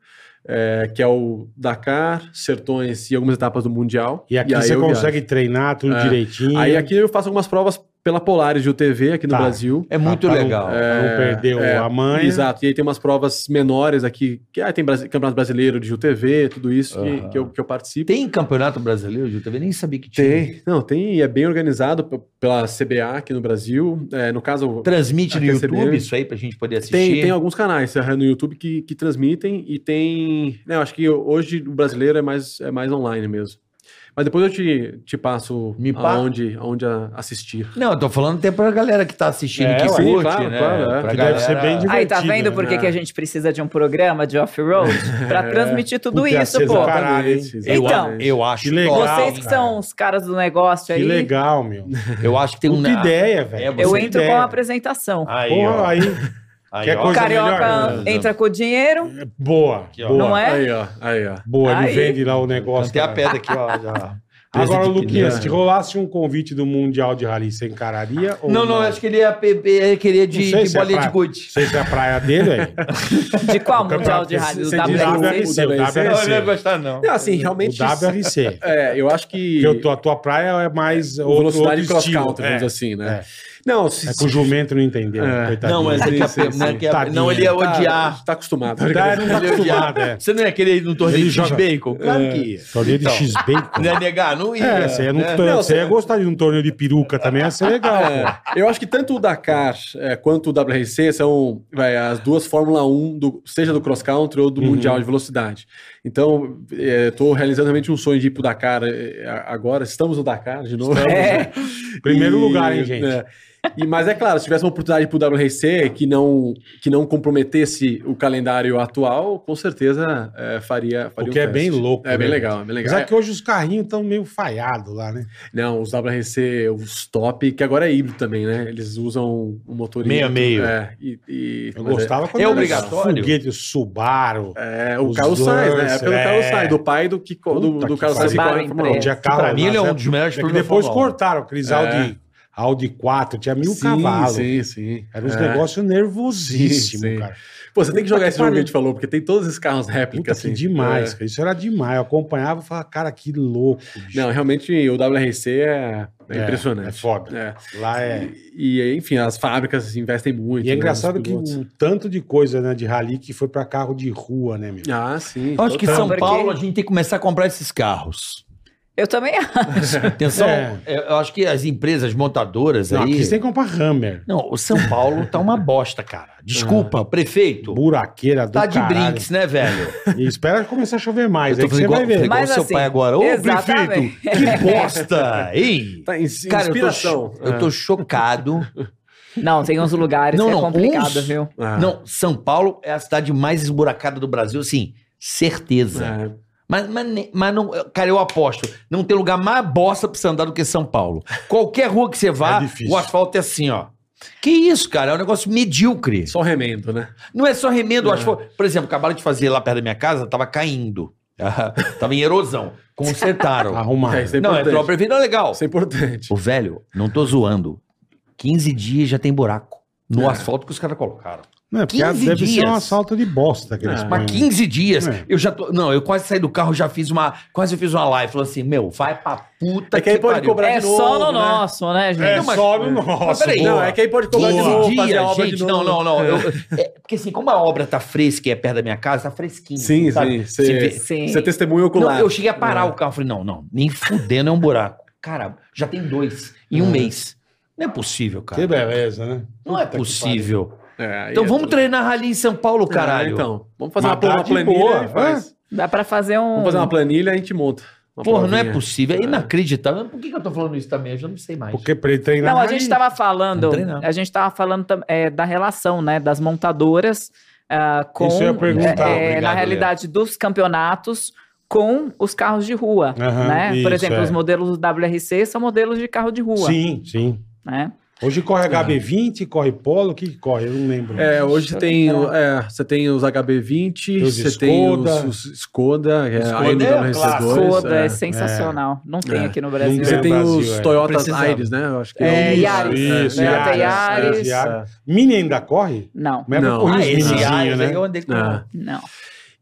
é, que é o Dakar, Sertões e algumas etapas do Mundial. E aqui aí você eu viajo. consegue treinar tudo É. direitinho. Aí aqui eu faço algumas provas pela Polaris de UTV aqui no Tá. Brasil. É muito Ah, pra não- legal. pra Não perdeu é, a mãe. Exato. E aí tem umas provas menores aqui, que ah, tem Brasi- Campeonato Brasileiro de UTV, tudo isso que- Aham. que, eu, que eu participo. Tem campeonato brasileiro de TV? Nem sabia que tinha. Tem, não, tem, e é bem organizado p- pela CBA aqui no Brasil. É, no caso, Transmite no Aqui é CBN. YouTube isso aí pra gente poder assistir? tem, tem alguns canais eh, no YouTube que, que transmitem e tem. Né, eu acho que hoje o brasileiro é mais, é mais online mesmo. Mas depois eu te, te passo Me pa- aonde, aonde a- assistir. Não, eu tô falando até pra galera que tá assistindo, É, que ué. curte, Sim, claro, né? claro, é. Pra Que deve ser bem Aí tá divertido, vendo né? por que que a gente precisa de um programa de off-road? Pra transmitir tudo Puta, ia isso, ser pô. Tá do Caralho, hein? Exatamente, Eu, Então. a- exatamente. eu acho Que legal. top. Vocês que cara. são os caras do negócio Que aí, legal, meu. Eu acho que tem um... Puta ideia, velho. É, você- Ah, eu Sem entro Puta com a ideia. apresentação. Aí, ó. Porra, aí. Aí, Quer ó. o coisa carioca melhor, é né? entra com o dinheiro, Boa, Aqui, ó. boa. não é? Aí, ó, aí, ó. Boa, ele Aí. vende lá o negócio. Cantei a cara. pedra aqui, ó. já. Agora, Presa de Luquinhas, pilhão. se rolasse um convite do Mundial de Rally, você encararia? ou Não, não, acho que ele ia pe- pe- querer de, Não sei de se é bolinha pra- de gude. Não sei se é a praia dele aí. de qual mundial de Você rádio? diz WRC? WRC. WRC, o Não, WRC. gostar, não. Não, assim, O realmente. WRC. É, eu acho que. Porque eu tô- a tua praia é mais outro, velocidade outro estilo. cross-country, é. vamos dizer assim, né? É. Não, se, É que o jumento não entendeu, É. coitadinho. Não, mas é que a Sim, sim, não é sim. que a- Não, ele ia tá- odiar. Tá acostumado. Tá, não tá Ele ia odiar. acostumado, é. Você não ia querer ir num torneio Ele de joga- É. X-Bacon? Claro que ia. Torneio de Então. X-Bacon. Não ia negar? Não É. ia. É, você ia, num né? torneio- Não, você você- ia gostar de um torneio de peruca também, ia ser legal. pô. É, eu acho que tanto o Dakar é, quanto o WRC são vai, as duas Fórmula 1, do, seja do cross country ou do Uhum. Mundial de Velocidade. Então, estou realizando realmente um sonho de ir pro Dakar é, agora. Estamos no Dakar de novo. É, Primeiro lugar, hein, gente? é, E, mas é claro, se tivesse uma oportunidade para o WRC que não, que não comprometesse o calendário atual, com certeza é, faria, faria O que é bem teste. louco, É bem né? legal, é bem legal. Apesar que hoje os carrinhos estão meio falhados lá, né? Não, os WRC, os top, que agora é híbrido também, né? Eles usam o motor Meio a híbrido, meio. É, e, e- Eu mas é- gostava quando É era obrigatório? foguete, o Subaru. É, o Os Carlos Sainz, né? É dois, pelo é. Carlos Sainz, do pai do, que, co- do, Puta do que Carlos Sainz que pariu. corre na Barra Fórmula um. empresa. Tinha carro Pra mim, lá, ele é um sabe? dos melhores É que pilotos da depois Fórmula um. cortaram, aqueles É. Audi, Audi 4, tinha mil cavalos. um. Sim, sim. Era uns É. negócios nervosíssimos, Sim, sim. cara. Pô, você tem que Puta jogar que esse jogo que a pariu. gente falou, porque tem todos esses carros Puta réplicas. que demais, É. cara. Isso era demais. Eu acompanhava e falava, cara, que louco. bicho. Não, realmente o WRC é, é É, impressionante. É foda. É. Lá é. E, e, enfim, as fábricas investem muito. E é né, engraçado nos que pilotos. o tanto de coisa, né, de rally que foi pra carro de rua, né, meu? Ah, sim. um. Eu acho que em Total. São Porque- Paulo a gente tem que começar a comprar esses carros. Eu também Atenção, É. é, eu acho que as empresas montadoras Não, aí. aqui você tem que comprar Hammer. Não, o São Paulo tá uma bosta, cara. Desculpa, prefeito. Buraqueira É. do Tá de caralho. brinks, né, velho? E espera começar a chover mais, Eu aí tô que você igual- vai ver. igual o Mas seu assim, pai agora. Ô, exatamente. prefeito, que bosta! Ei! Tá, ins- eu inspiração. tô, cho- Ah. eu tô chocado. Não, tem uns lugares Não, que não, é complicado, uns- viu? Ah, Não, São Paulo é a cidade mais esburacada do Brasil, assim, certeza. é. Mas, mas, ne- mas não, cara, eu aposto, não tem lugar mais bosta pra você andar do que São Paulo. Qualquer rua que você vá, É difícil. o asfalto é assim, ó. Que isso, cara? É um negócio medíocre. Só remendo, né? Não é só remendo, o asfalto. Por exemplo, acabaram de fazer lá perto da minha casa, tava caindo. tava em erosão. Consertaram. Arrumar. É, isso é não, importante. entrou a prefeitura, legal. Isso é importante. O velho, não tô zoando. 15 dias já tem buraco no É. asfalto que os caras colocaram. Não, é porque 15 deve ser um dias. assalto de bosta que eles Ah, põem. Mas 15 dias, É. eu já tô. Não, eu quase saí do carro, já fiz uma. Quase eu fiz uma live. Falou assim: meu, vai pra puta É que aí pode cobrar É de novo, só no né? nosso, né, gente? É Não, mas- só no nosso. Mas peraí, boa. Não, é que aí pode cobrar de 15 novo, fazer a dias, obra gente. de novo. Não, não, não. eu- é, porque assim, como a obra tá fresca e é perto da minha casa, tá fresquinho. Sim, sabe? sim. É. Se vê- Você Sim. você é testemunho Não, ocular. eu cheguei a parar o carro. Falei, não, não, nem fudendo é um buraco. Cara, já tem dois em um mês. Não é possível, Que cara. tá. beleza, né? Não é Puta que possível. É, aí Então é vamos tudo. treinar rally em São Paulo, caralho. É, então, vamos fazer Mas uma, dá uma de planilha boa, e faz. Dá pra fazer um. Vamos fazer uma planilha e a gente monta. Uma Porra, não é provinha. possível. É inacreditável. Por que, que eu tô falando isso também? Eu já não sei mais. Porque é pra ele treinar. Não, a gente tá tava falando. Não tem, não. A gente tava falando tam- é, da relação, né? Das montadoras ah, com. Isso eu ia perguntar. é, Obrigado, na Léo. realidade, dos campeonatos com os carros de rua. Aham, né? isso, Por exemplo, é. os modelos do WRC são modelos de carro de rua. Sim, sim. Né? Hoje corre HB20, corre Polo, o que que corre? Eu não lembro. Tá. É, hoje Deixa eu tem, lembrar. é, você tem os HB20, Tem os você tem os, Skoda. os Skoda, é, Skoda aí no é clássico. WRC2. Foda, é, é. sensacional. Não tem É. aqui no Brasil. Não Você É, tem Brasil, os é. Toyotas Precisava. Aires, né? Eu acho que É, o- Yaris. Isso, é, Toyota Yaris, Yaris. Yaris. Mini ainda corre? Não, Mas Não. não. corri Ah, os esse minizinho, Yaris aí um né? eu andei com É. não.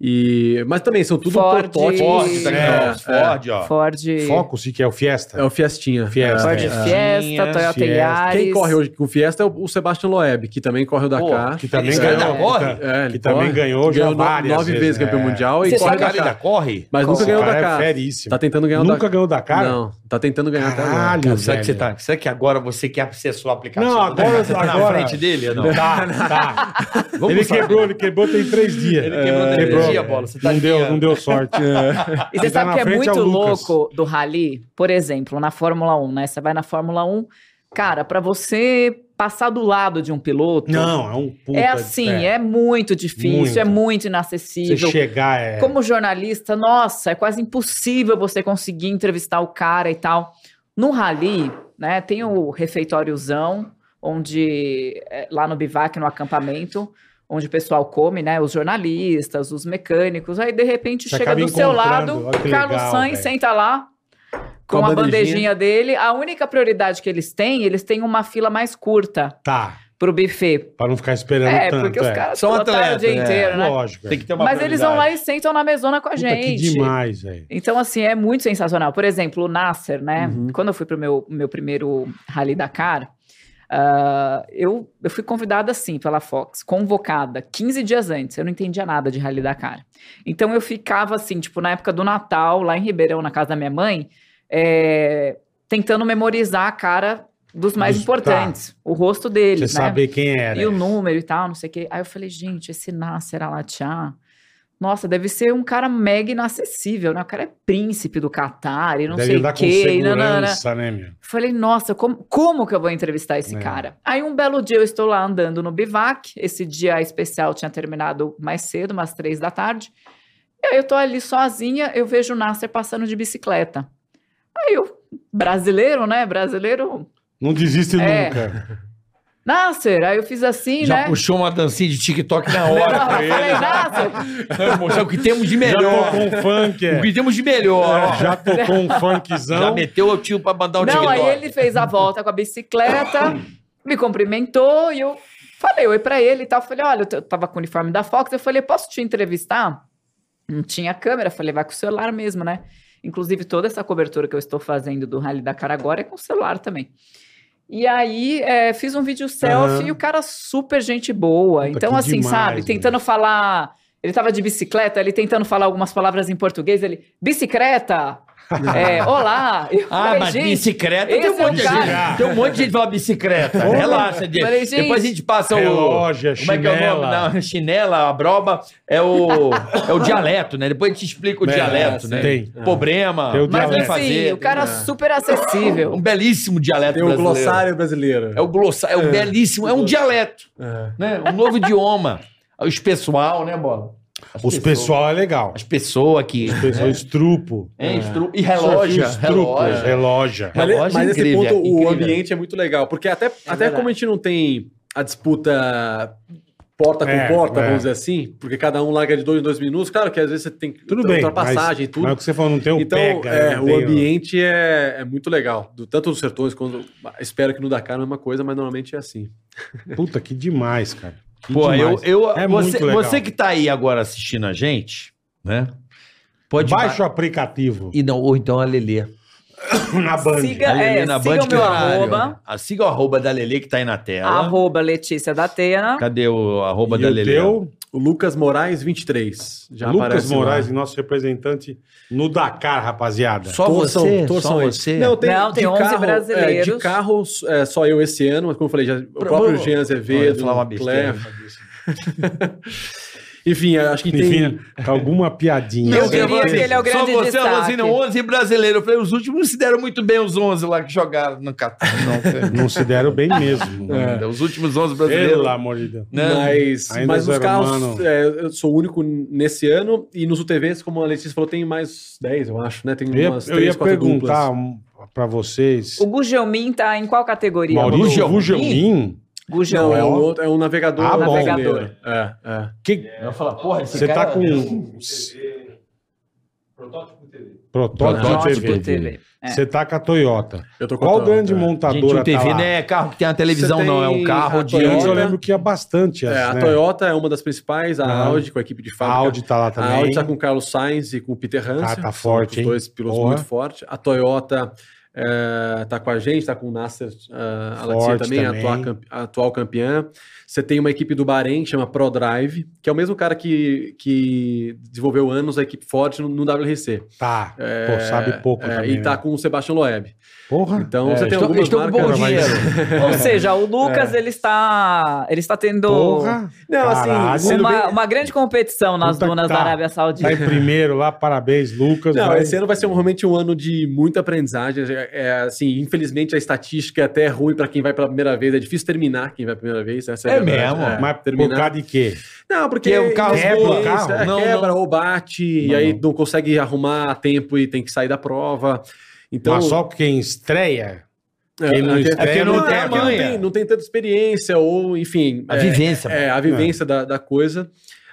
E, mas também são tudo um Ford. protótipos. Ford, tá né? aqui, é, é. ó. Ford. Focus, que é o Fiesta. É o Fiestinha. Fiesta, É. Ford é. Fiesta, Fiestinha, Toyota Fiesta. Yaris. Quem corre hoje com o Fiesta é o o Sebastian Loeb, que também corre o Dakar. Que também Esse ganhou. cara corre? que É, ele que também ganhou já no- várias nove vezes, vezes campeão é. mundial e Você corre o sabe Dakar. corre? Mas nunca Esse ganhou o cara Dakar. É feríssimo. Tá tentando ganhar o Nunca Dakar. ganhou da cara? Não, tá tentando ganhar até agora. Caralho, será, que você velho. tá, será que agora você quer acessar o aplicativo? Não, agora- Você tá na agora- frente dele? ou Não. Tá, tá. Vamos ele saber. quebrou, ele quebrou tem três dias. Ele quebrou tem três dias, Bola, você tá É, não, deu, ligado. não deu sorte. E você Quem tá sabe na que é frente muito é o Lucas. louco do rally? Por exemplo, na Fórmula 1, né? Você vai na Fórmula 1, cara, pra você passar do lado de um piloto, Não, é um puta. é assim, é, muito difícil, Muito. é muito Você inacessível. chegar é. Como jornalista, nossa, é quase impossível você conseguir entrevistar o cara e tal. No rally, né, tem o refeitóriozão, onde é, lá no bivac, no acampamento, onde o pessoal come, né, os jornalistas, os mecânicos, aí de repente Você chega acaba do seu encontrando, lado, olha que Carlos legal, Sainz velho. senta lá com, Com a a bandejinha dele. A única prioridade que eles têm, eles têm uma fila mais curta Tá. pro buffet. Pra não ficar esperando é, tanto. porque os é. caras São pilotaram o atletas, dia é. inteiro, né? Lógico. Tem velho. que ter uma Mas eles vão lá e sentam na mesona com a Puta, que gente. demais, velho. Então, assim, é muito sensacional. Por exemplo, o Nasser, né? Uhum. Quando eu fui pro meu, meu primeiro Rally Dakar, ah, eu, eu fui convidada, assim, pela Fox, convocada 15 dias antes. Eu não entendia nada de Rally Dakar. Então, eu ficava, assim, tipo, na época do Natal, lá em Ribeirão, na casa da minha mãe, eh, tentando memorizar a cara dos mais Dos- tá. importantes, o rosto deles, Você né? saber quem era. E o número e tal, não sei o quê. Aí eu falei, gente, esse Nasser Alatiá, Nossa, deve ser um cara mega inacessível, né? O cara é príncipe do Catar e não Deve sei andar o com quê. e nanana. segurança, né, meu? Falei, nossa, como, como que eu vou entrevistar esse É. cara? Aí um belo dia eu estou lá andando no bivac, esse dia especial tinha terminado mais cedo, umas três da tarde. E aí eu tô ali sozinha, eu vejo o Nasser passando de bicicleta. Aí eu, brasileiro, né? Brasileiro. Não desiste É. nunca. Nasser, aí eu fiz assim, Já né? puxou uma dancinha de TikTok na Não, hora. eu falei, Nasser, Vamos mostrar o que temos de Já melhor. tocou um funk, é. O que temos de melhor. ó. Já tocou um Já funkzão. meteu o tio pra mandar o Não, TikTok. aí ele fez a volta com a bicicleta, me cumprimentou e eu falei oi pra ele e tal. Falei, olha, eu t- eu tava com o uniforme da Fox. Eu falei, posso te entrevistar? Não tinha câmera. Falei, vai com o celular mesmo, né? Inclusive, toda essa cobertura que eu estou fazendo do Rally da Cara agora é com o celular também. E aí, é, fiz um vídeo selfie Aham. e o cara super gente boa. Puta, então, que assim, demais, sabe? meu. Tentando falar... Ele tava de bicicleta, ele tentando falar algumas palavras em português. Ele, bicicleta! é, olá! Eu Ah, falei, mas "Gente, bicicleta esse tem um é o monte de cara. gente. Tem um monte de gente que fala bicicleta. Relaxa, Diego. Falei, gente. Depois a gente passa o. Relógio, Como é que é o nome? chinela. Não, chinela, a broba. É o, é o dialeto, né? Depois a gente explica o É, dialeto, sim. né? Tem. Problema. Tem o não Mas tem assim, dialeto. fazer. o cara É. super acessível. Um belíssimo dialeto Tem o brasileiro. glossário brasileiro. É o glossário. É um belíssimo. É um dialeto, É. né? Um novo idioma. Os pessoal, né, Bola? As Os pessoas- pessoal é legal. As pessoas que... Os pessoal estrupo. é, É, estru- E relógio. Relógio. Relógio. Mas, Relógio mas nesse incrível, ponto o incrível. ambiente é muito legal, porque até, até verdade. como a gente não tem a disputa porta com É, porta, é. vamos dizer assim, porque cada um larga de dois em dois minutos, claro que às vezes você tem que Tudo ter bem, ultrapassagem e tudo. Mas o que você falou, não tem o então, pega. né? é, não o tem ambiente é, é muito legal. Do, tanto dos sertões quanto. Espero que no Dakar é a mesma coisa, mas normalmente é assim. Puta, que demais, cara. Que Pô, eu, demais. eu, É você, muito legal. você que tá aí agora assistindo a gente, né? Pode Baixa ba- o aplicativo e não, ou então a Lelê. na Band. Siga- a Lelê é, na siga Band o meu Caralho. arroba. Ah, siga o arroba da Lelê que tá aí na tela. Arroba Letícia da né? Atena. Cadê o arroba E da o Lelê? teu, O Lucas Moraes 23. Já Lucas aparece lá. Moraes, nosso representante no Dakar, rapaziada. Só Torçam- você? torçam só eles. você? Não, tem, Não, tem de 11 carro, brasileiros. É, de carro, é, só eu esse ano, mas como eu falei, já, o próprio Olha, Jean eu ia Azevedo, falar uma besteira. Clef. Enfim, acho que tem. Enfim, alguma piadinha. Eu Não, diria você- que ele é o grande Só você, destaque. Alonso, 11 brasileiro. Eu falei, os últimos não se deram muito bem, os 11 lá que jogaram no Catar. Não, foi- Não se deram bem mesmo. né? Não, Os últimos 11 brasileiros. Pelo amor de Deus. Né? Mas, Ainda mas os zero carros, humano. é, eu sou o único nesse ano, e nos UTVs, como a Letícia falou, tem mais 10, eu acho, né? Tem Eu ia, umas eu ia 3, 4 perguntar duplas. para vocês. O Gugelmin tá em qual categoria? Maurício Gugelmin? Gugelmin, Não, é Gugelmin. um, outro- é um navegador. Ah, bom. brasileiro. É, é. que Eu falo, porra, esse você cara... tá com Protótipo TV. protótipo, Protótipo TV. TV. É. Você tá com a Toyota. Eu tô Qual contando, grande é. Gente, montadora o TV tá lá? não é carro que tem na televisão, Você tem não. É um carro a de... Toyota. Antes eu lembro que ia bastante. É, essa, a né? Toyota é uma das principais, a Aham. Audi com a equipe de A fábrica. Audi tá lá também. A Audi está com o Carlos Sainz e com o Peter Hansen. Ah, tá são forte, Os dois hein? pilotos Porra. muito fortes. A Toyota está com a gente, está com o Nasser eh, a Alatia Forte também, a também. Atual, camp- a atual campeã. Você tem uma equipe do Bahrein que chama ProDrive, que é o mesmo cara que, que desenvolveu anos a equipe Ford no, no WRC. Tá. É, Pô, sabe pouco é, também. E está né? com o Sebastian Loeb. Porra. Então É, você tem Estou- algumas estou com marcas... bom mas- dinheiro. É. Ou seja, o Lucas, ele está. Ele está tendo. Porra. Não, assim, Caralho. sendo Uma, bem- uma grande competição nas Puta que dunas tá. da Arábia Tá Saudita. em primeiro lá, parabéns, Lucas. Não, vai- esse ano vai ser realmente um ano de muita aprendizagem. É, é, assim, infelizmente a estatística é até ruim para quem vai pela primeira vez. É difícil terminar quem vai pela primeira vez. essa É a verdade. mesmo? É, Mas por terminar. causa de quê? Não, porque Que é um carro quebra, boa, é, carro? é, Não, quebra ou bate e Não, aí não. não. consegue arrumar a tempo e tem que sair da prova. Então, Mas só quem estreia. é, quem não é, estreia é que não não, tem é que não manha. tem, não tem tanta experiência ou enfim, A é, vivência, mano. é, né? a vivência da, da coisa.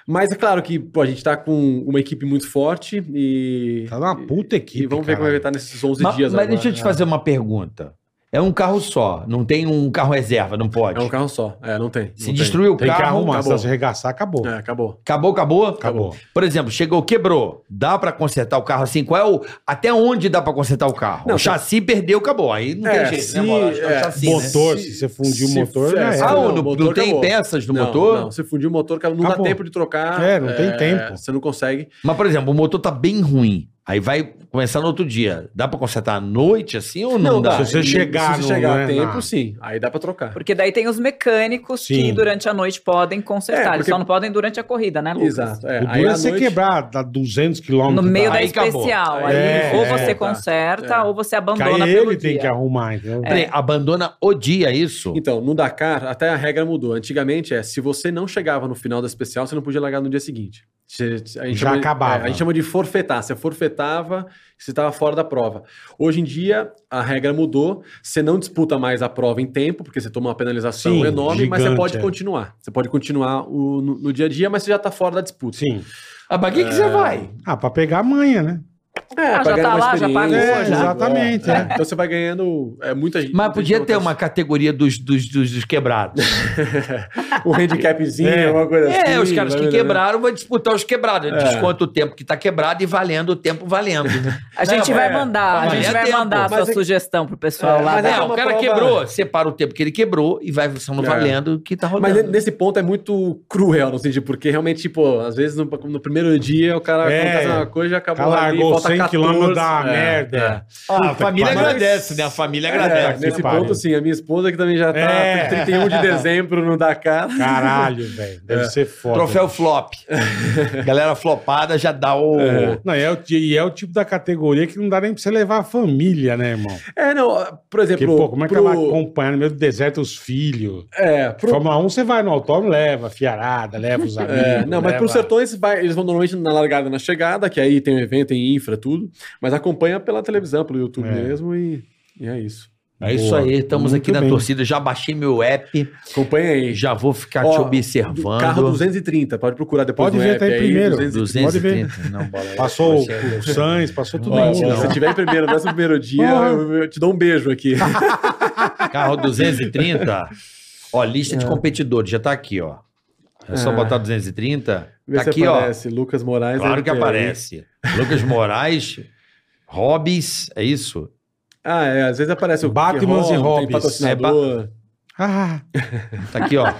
Mas é claro que pô, a gente tá com uma equipe muito forte e Tá uma puta equipe. e vamos ver como é vai caralho. estar nesses 11 Ma- dias Mas deixa eu te né? fazer uma pergunta. É um carro só, não tem um carro reserva, não pode. É um carro só. É, não tem. Se não tem. destruiu o Tem carro, que arrumar, acabou. se arregaçar, acabou. É, acabou. acabou, acabou, Acabou. Por exemplo, chegou, quebrou. Dá pra consertar o carro assim? Qual é o até onde dá pra consertar o carro? Não, tá o chassi perdeu, acabou. Aí não tem É, jeito, se- né, Bola? Acho que é o é, chassi, né? motor, se, você fundir o se- motor, já é, era. Ah, Não, não, não, motor tem acabou. peças no Não, motor? Não, você fundiu o motor, cara, não Acabou. dá tempo de trocar. É, não tem tempo. Você não consegue. Mas, por exemplo, o motor tá bem ruim. Aí vai começar no outro dia. Dá pra consertar à noite assim ou não, Não, dá? Tá dá. Se você chegar se no- você chegar a né, tempo, na- sim. Aí dá pra trocar. Porque daí tem os mecânicos que Sim. durante a noite podem consertar. É, Eles porque- só não podem durante a corrida, né, Lucas? Exato. É, O aí duro é à você noite- quebrar, dá 200 No quilômetros. meio pra- da Aí acabou. especial. Aí- Aí, É, ou é, você tá. conserta, É. ou você Que abandona aí pelo ele tem dia. que arrumar, entendeu? Peraí, abandona o dia é isso? Então, no Dakar, até a regra mudou. Antigamente, é, se você não chegava no final da especial, você não podia largar no dia seguinte. Você- a gente Já chama de- acabava. é, a gente chama de forfetar. Você forfetava, você estava fora da prova. Hoje em dia, a regra mudou. Você não disputa mais a prova em tempo, porque você toma uma penalização Sim, enorme, mas você gigante, pode é. continuar. Você pode continuar o- no, no dia a dia, mas você já está fora da disputa. Sim. Ah, pra que, que você vai? Ah, pra pegar a manha, né? É, Ah, já pra ganhar tá uma lá, já experiência, pagou, é, já. Exatamente, É. é. Então você vai ganhando é, muita gente. Mas muita podia gente ter uma acontece. categoria dos, dos, dos, dos quebrados. um handicapzinho, É. uma coisa assim. É, os caras vai que melhorando. quebraram vão disputar os quebrados. Ele É. desconta o tempo que tá quebrado e valendo o tempo valendo. A gente Não, vai é. mandar, a Mas gente é vai tempo. mandar a sua Mas é- sugestão pro pessoal É, lá. mas da- é Não, uma o cara prova- quebrou, separa o tempo que ele quebrou e vai somando É. valendo o que tá Mas rodando. ne- nesse ponto é muito cruel, no sentido, porque realmente, tipo, às vezes no, no primeiro dia o cara É. acontece uma coisa e O cara acabou ali, largou falta 100 14, quilômetros da é. merda. Ah, a família pariu. agradece, né? A família É, agradece. nesse que pariu. ponto, sim, a minha esposa que também já tá É. 31 de dezembro no Dakar. Caralho, velho. Deve É. ser foda. Troféu flop. Galera flopada já dá o. Não, e é, o, ti- e é o tipo da categoria que não dá nem pra você levar a família, né, irmão? É, não, por Porque, exemplo, pô, como é que pro, ela vai acompanhar no meio do deserto os filhos? é, pro- Fórmula 1, você vai no autódromo, leva fiarada, leva os amigos. É, não, mas leva... para os sertões vai- eles vão normalmente na largada e na chegada, que aí tem o evento, tem infra, tudo, mas acompanha pela televisão, pelo YouTube É. mesmo e, e é isso. É isso Boa. aí, estamos Muito aqui na bem. torcida. Já baixei meu app, Acompanha aí. já vou ficar Ó, te do observando. Carro 230, pode procurar depois Pode no ver, app tá aí aí, primeiro. 230. 230. Não, bola. Passou Você- o, o Sainz, passou tudo né? Olha, isso. se não. você tiver em primeiro, nesse primeiro dia, Porra. eu, eu te dou um beijo aqui. Tá Carro 230. Ó, lista É. de competidores, já tá aqui, ó. É só É. botar 230. Vê Tá se aqui, ó. aparece. Lucas Moraes. Claro aí, que aparece. Lucas Moraes, Hobbes, é isso? Ah, é. Às vezes aparece o Batmans Kirchhoff, e Hobbes. Tem É, patrocinador. Ah, Tá aqui, ó.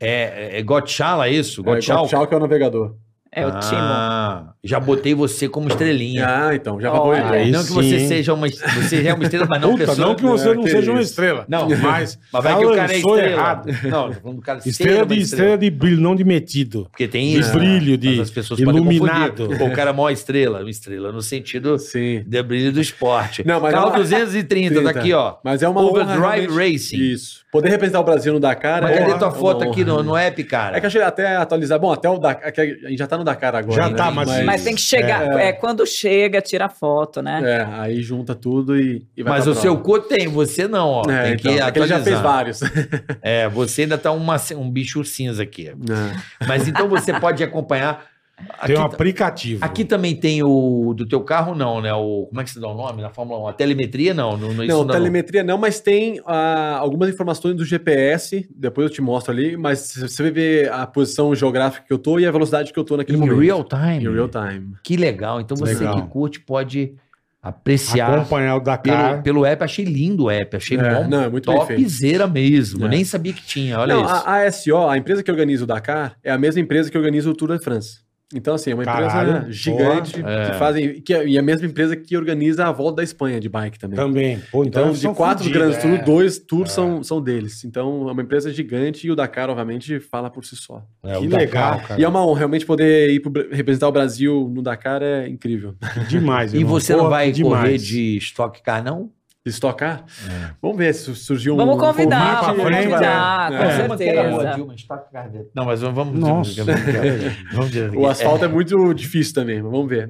É, é Gottschall, é isso? É, Gottschall? Gottschalk é o navegador. É o Timo. Ah, já botei você como estrelinha. Ah, então. Já Ó, falou olha ele. aí. não que você sim. seja uma, você é uma estrela, mas não puta, pessoa- não que você não É, que seja uma isso. estrela. Não, mas, Mas vai ela que o cara é lançou estrela. errado. Não, tô falando do cara ser Estrela uma de, estrela de brilho, não de metido. Porque tem de isso. né? brilho, Mas de as pessoas iluminado. Podem confundir. Pô, o cara é maior estrela. Uma estrela no sentido Sim. de brilho do esporte. Não, mas Carro é uma- 230 tá aqui, ó. Mas é uma honra, Overdrive realmente. Racing. Isso. Poder representar o Brasil no Dakar. Mas é cadê uma- tua uma foto honra, aqui no, né? no app, cara? É que eu achei até atualizar. Bom, até o Dakar. é que a gente já tá no Dakar agora. Já né? tá, mas- Mas tem que chegar. É, quando chega, tira foto, né? É, aí junta tudo e, e vai Mas pra o seu prova. cu tem, você não, ó. É, tem que então, é que ele já fez atualizar. vários. É, você ainda tá uma ci- um bicho cinza aqui. É. Mas então você pode acompanhar. Aqui, Tem tá- um aplicativo. aqui também tem o do teu carro, não, né? O, como é que se dá o nome na Fórmula 1? A telemetria, não. Não, não, isso Não, não. telemetria não, mas tem ah, algumas informações do GPS, depois eu te mostro ali, mas c- você vai ver a posição geográfica que eu tô e a velocidade que eu tô naquele Em momento. real time. Em real time. Que legal. Então você Legal. que curte pode tá apreciar Acompanhar o pelo, Dakar. pelo app. Achei lindo o app. Achei É, bom. não, é muito bem feito. Topzera mesmo. É. Nem sabia que tinha. Olha Não, isso. A, a ASO, a empresa que organiza o Dakar, é a mesma empresa que organiza o Tour de France. Então, assim, é uma Caralho, empresa gigante boa. É. que fazem. Que é, e é a mesma empresa que organiza a volta da Espanha de bike também. Também. Pô, Então, eles de são quatro fodidos, grandes é. tours, dois tours são, são deles. Então, é uma empresa gigante e o Dakar, obviamente, fala por si só. É, Que o Dakar, legal, cara. E é uma honra, realmente poder ir pro, Bra- representar o Brasil no Dakar é incrível. Demais, E irmão. você Pô, não vai demais. correr de Stock Car, não? Estocar? É. Vamos ver se surgiu um. Vamos um convidar, convite pra vamos aí, frente, convidar, né? com É. certeza. Não, mas vamos... Nossa. Vamos dizer O asfalto é. muito difícil também, mas vamos ver.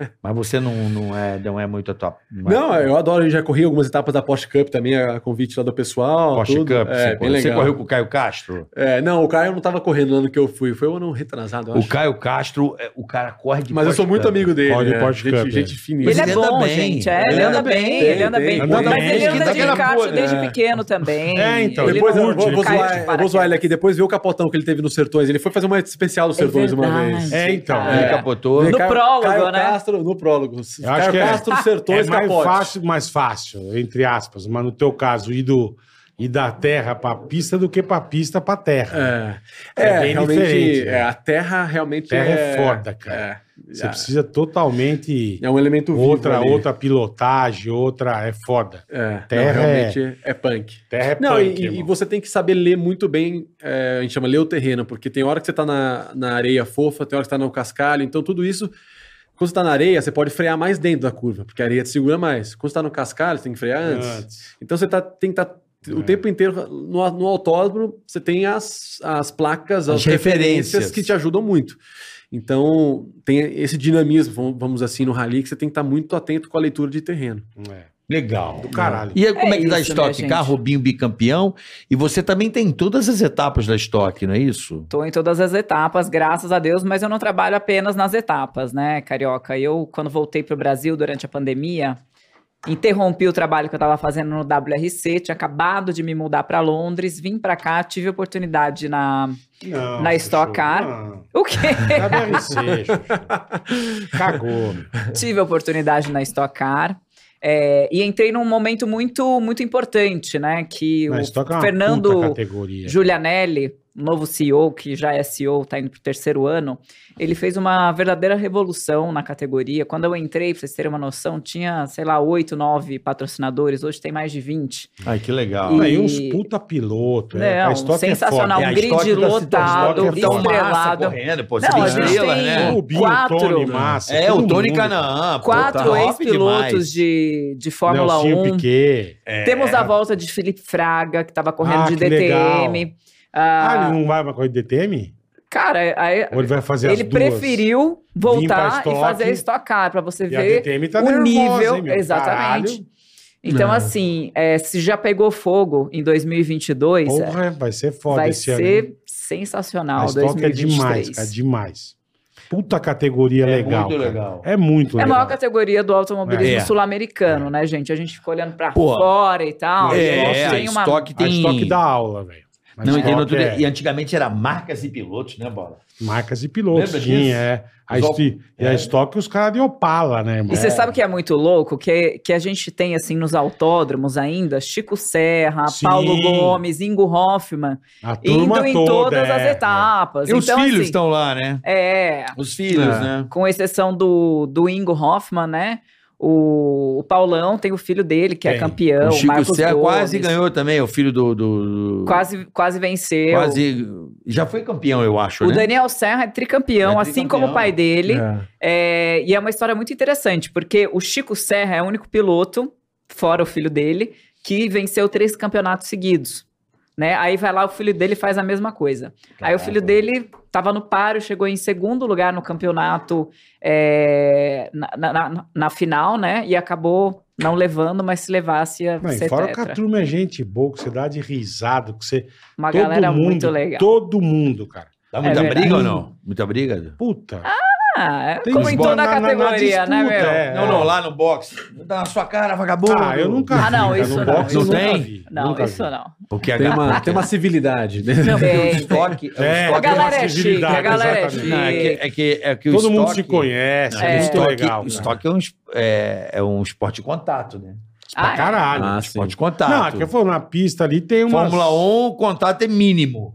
É, Mas você não, não, é, não é muito a top. Não, é eu adoro, eu já corri algumas etapas da Porsche Cup também, a convite lá do pessoal. Porsche tudo. Cup, é, você, bem correu. Você legal. correu com o Caio Castro? É, não, o Caio não tava correndo no ano que eu fui, foi um ano retrasado, eu O acho. Caio Castro, é, o cara corre de Mas eu Porsche sou muito Cup. amigo dele. Olha o né? Porsche gente, Cup, gente Ele, finíssima. Mas é ele bom, anda bem. gente. É, ele, Ele anda anda bem, bem, ele anda tem, bem. tem. Anda Mas bem, ele quem tá anda de querendo kart pôr, desde é. pequeno também. É, então, Ele Depois não eu vou, vou caiu zoar, de eu vou zoar ele paraquedas. aqui. Depois vê o capotão que ele teve nos sertões. Ele foi fazer uma especial dos É sertões uma verdade. vez. É, então. Cara, Ele É. capotou. No prólogo, Caio né? Castro, no prólogo. Eu acho Caio que é- Castro, É Sertões, mais Capote. fácil, mais fácil, entre aspas. Mas no teu caso, ir do, E da terra pra pista do que pra pista pra terra. É, É é, bem realmente, diferente, é, né? a terra realmente Terra é é... foda, cara. É, Você é, precisa totalmente. é um elemento vivo Outra, ali. outra pilotagem, outra. É foda. É, terra não, realmente é punk. Terra é Não, punk, e- e, irmão. você tem que saber ler muito bem, é, a gente chama ler o terreno, porque tem hora que você tá na, na areia fofa, tem hora que você tá no cascalho, então tudo isso, quando você tá na areia, você pode frear mais dentro da curva, porque a areia te segura mais. Quando você tá no cascalho, você tem que frear antes. Antes. Então você tá, tem que estar É. o tempo inteiro no, no autódromo, você tem as, as placas, as, As referências. que te ajudam muito. Então, tem esse dinamismo, vamos- vamos assim, no rally, que você tem que estar muito atento com a leitura de terreno. É. Legal. Do caralho. E aí, como é, É que dá isso, né, estoque? gente? Carro, Binho, bicampeão. E você também tem todas as etapas da estoque, não é isso? Estou em todas as etapas, graças a Deus, mas eu não trabalho apenas nas etapas, né, Carioca? Eu, quando voltei para o Brasil durante a pandemia, interrompi o trabalho que eu estava fazendo no WRC, tinha acabado de me mudar para Londres, vim para cá, tive oportunidade na. Não, Na Chuchu, Stock Car. Não. O quê? WRC, Chuchu. Cagou. meu. tive a oportunidade na Stock Car. é, e entrei num momento muito muito importante, né? Que Na o Stock é uma Fernando puta categoria. Giulianelli, um novo CEO, que já é CEO, está indo para o terceiro ano, ele fez uma verdadeira revolução na categoria. Quando eu entrei, para vocês terem uma noção, tinha, sei lá, oito, nove patrocinadores, hoje tem mais de 20. Ai, que legal. Não, e e- uns puta piloto. é. Não, A Stock sensacional. É um foda. grid tá lotado, um estrelado. é correndo, pô. Não, a gente estrelas, tem- um É. né? O Binho, Quatro. o Tony, Massa. É, todo o Tony mundo. Canaã. pô, tá Quatro top ex-pilotos demais. de, de Fórmula Nelsinho 1. Piquet. Temos a volta de Felipe Fraga, que estava correndo Ah, de que legal. DTM. Ah, Ah, ele não vai pra corrida de DTM? cara, aí- Ou ele vai fazer ele as duas? preferiu voltar e Stock. fazer a Stock Car, para você E a ver DTM tá o nervosa, nível. hein, meu? exatamente. Caralho. Então, Não. assim, é, se já pegou fogo em 2022, é, Porra, vai ser foda vai esse ano. ser A sensacional. estoque é 2023. demais, cara, demais. Puta categoria legal. muito cara. legal. É muito É a legal. maior categoria do automobilismo É. sul-americano, né, gente? A gente fica olhando pra Pô. fora e tal. É, Nossa, a estoque A tem... estoque dá aula, velho. A Não, e tem estoque no outro dia- é E antigamente era marcas e pilotos, né, Bola? Marcas e pilotos, Lembra sim, disso? é. A Os op- esti- E a é. estoque os caras de Opala, né, irmão? E você sabe o que é muito louco? Que, que a gente tem, assim, nos autódromos ainda, Chico Serra, Sim. Paulo Gomes, Ingo Hoffman, A turma indo em toda, todas é, as é. etapas. então, assim, lá, né? É, Os filhos, É. né? com exceção do, do Ingo Hoffman, né? O, o Paulão tem o filho dele, que Tem. é campeão. O Chico Marcos Serra Gomes. quase ganhou também, o filho do... do- do- Quase, quase venceu. quase- Já foi campeão, eu acho, O né? Daniel Serra é tricampeão, É assim tricampeão. como o pai dele. É. É, e é uma história muito interessante, porque o Chico Serra é o único piloto, fora o filho dele, que venceu três campeonatos seguidos. Né? Aí vai lá, o filho dele faz a mesma coisa. Aí o filho dele estava no páreo, chegou em segundo lugar no campeonato é, na, na- na- na final, né? E acabou não levando, mas se levasse ia Não, e ser fora que a tetra. turma é gente boa, que você dá de risada, que você... Uma todo galera é mundo, muito legal. Todo mundo, cara. Dá muita verdade. briga ou não? Muita briga? Puta. Ah, é Tem como uns em bo- toda na- na- a na categoria, né, disputa, meu? é. Não, não, lá no boxe. Dá na sua cara, vagabundo. Ah, eu nunca Ah, não, cara, isso no não, boxe eu isso nunca não. vi, Não, nunca isso vi. não. Porque a Tem uma, galera- tem uma civilidade, né? o Tem, tem. estoque. o É, A estoque- galera é chique, Agressividade, a galera é exatamente. chique. Não, é que, é que, é que o Todo mundo se estoque- conhece, É, é o muito estoque, legal. o cara. estoque é um, es- é, é um esporte de contato, né? Ah, tá. Pra é. caralho. Ah, sim. Esporte de contato. Não, é que eu falo, na pista ali tem uma. Fórmula 1, o contato é mínimo.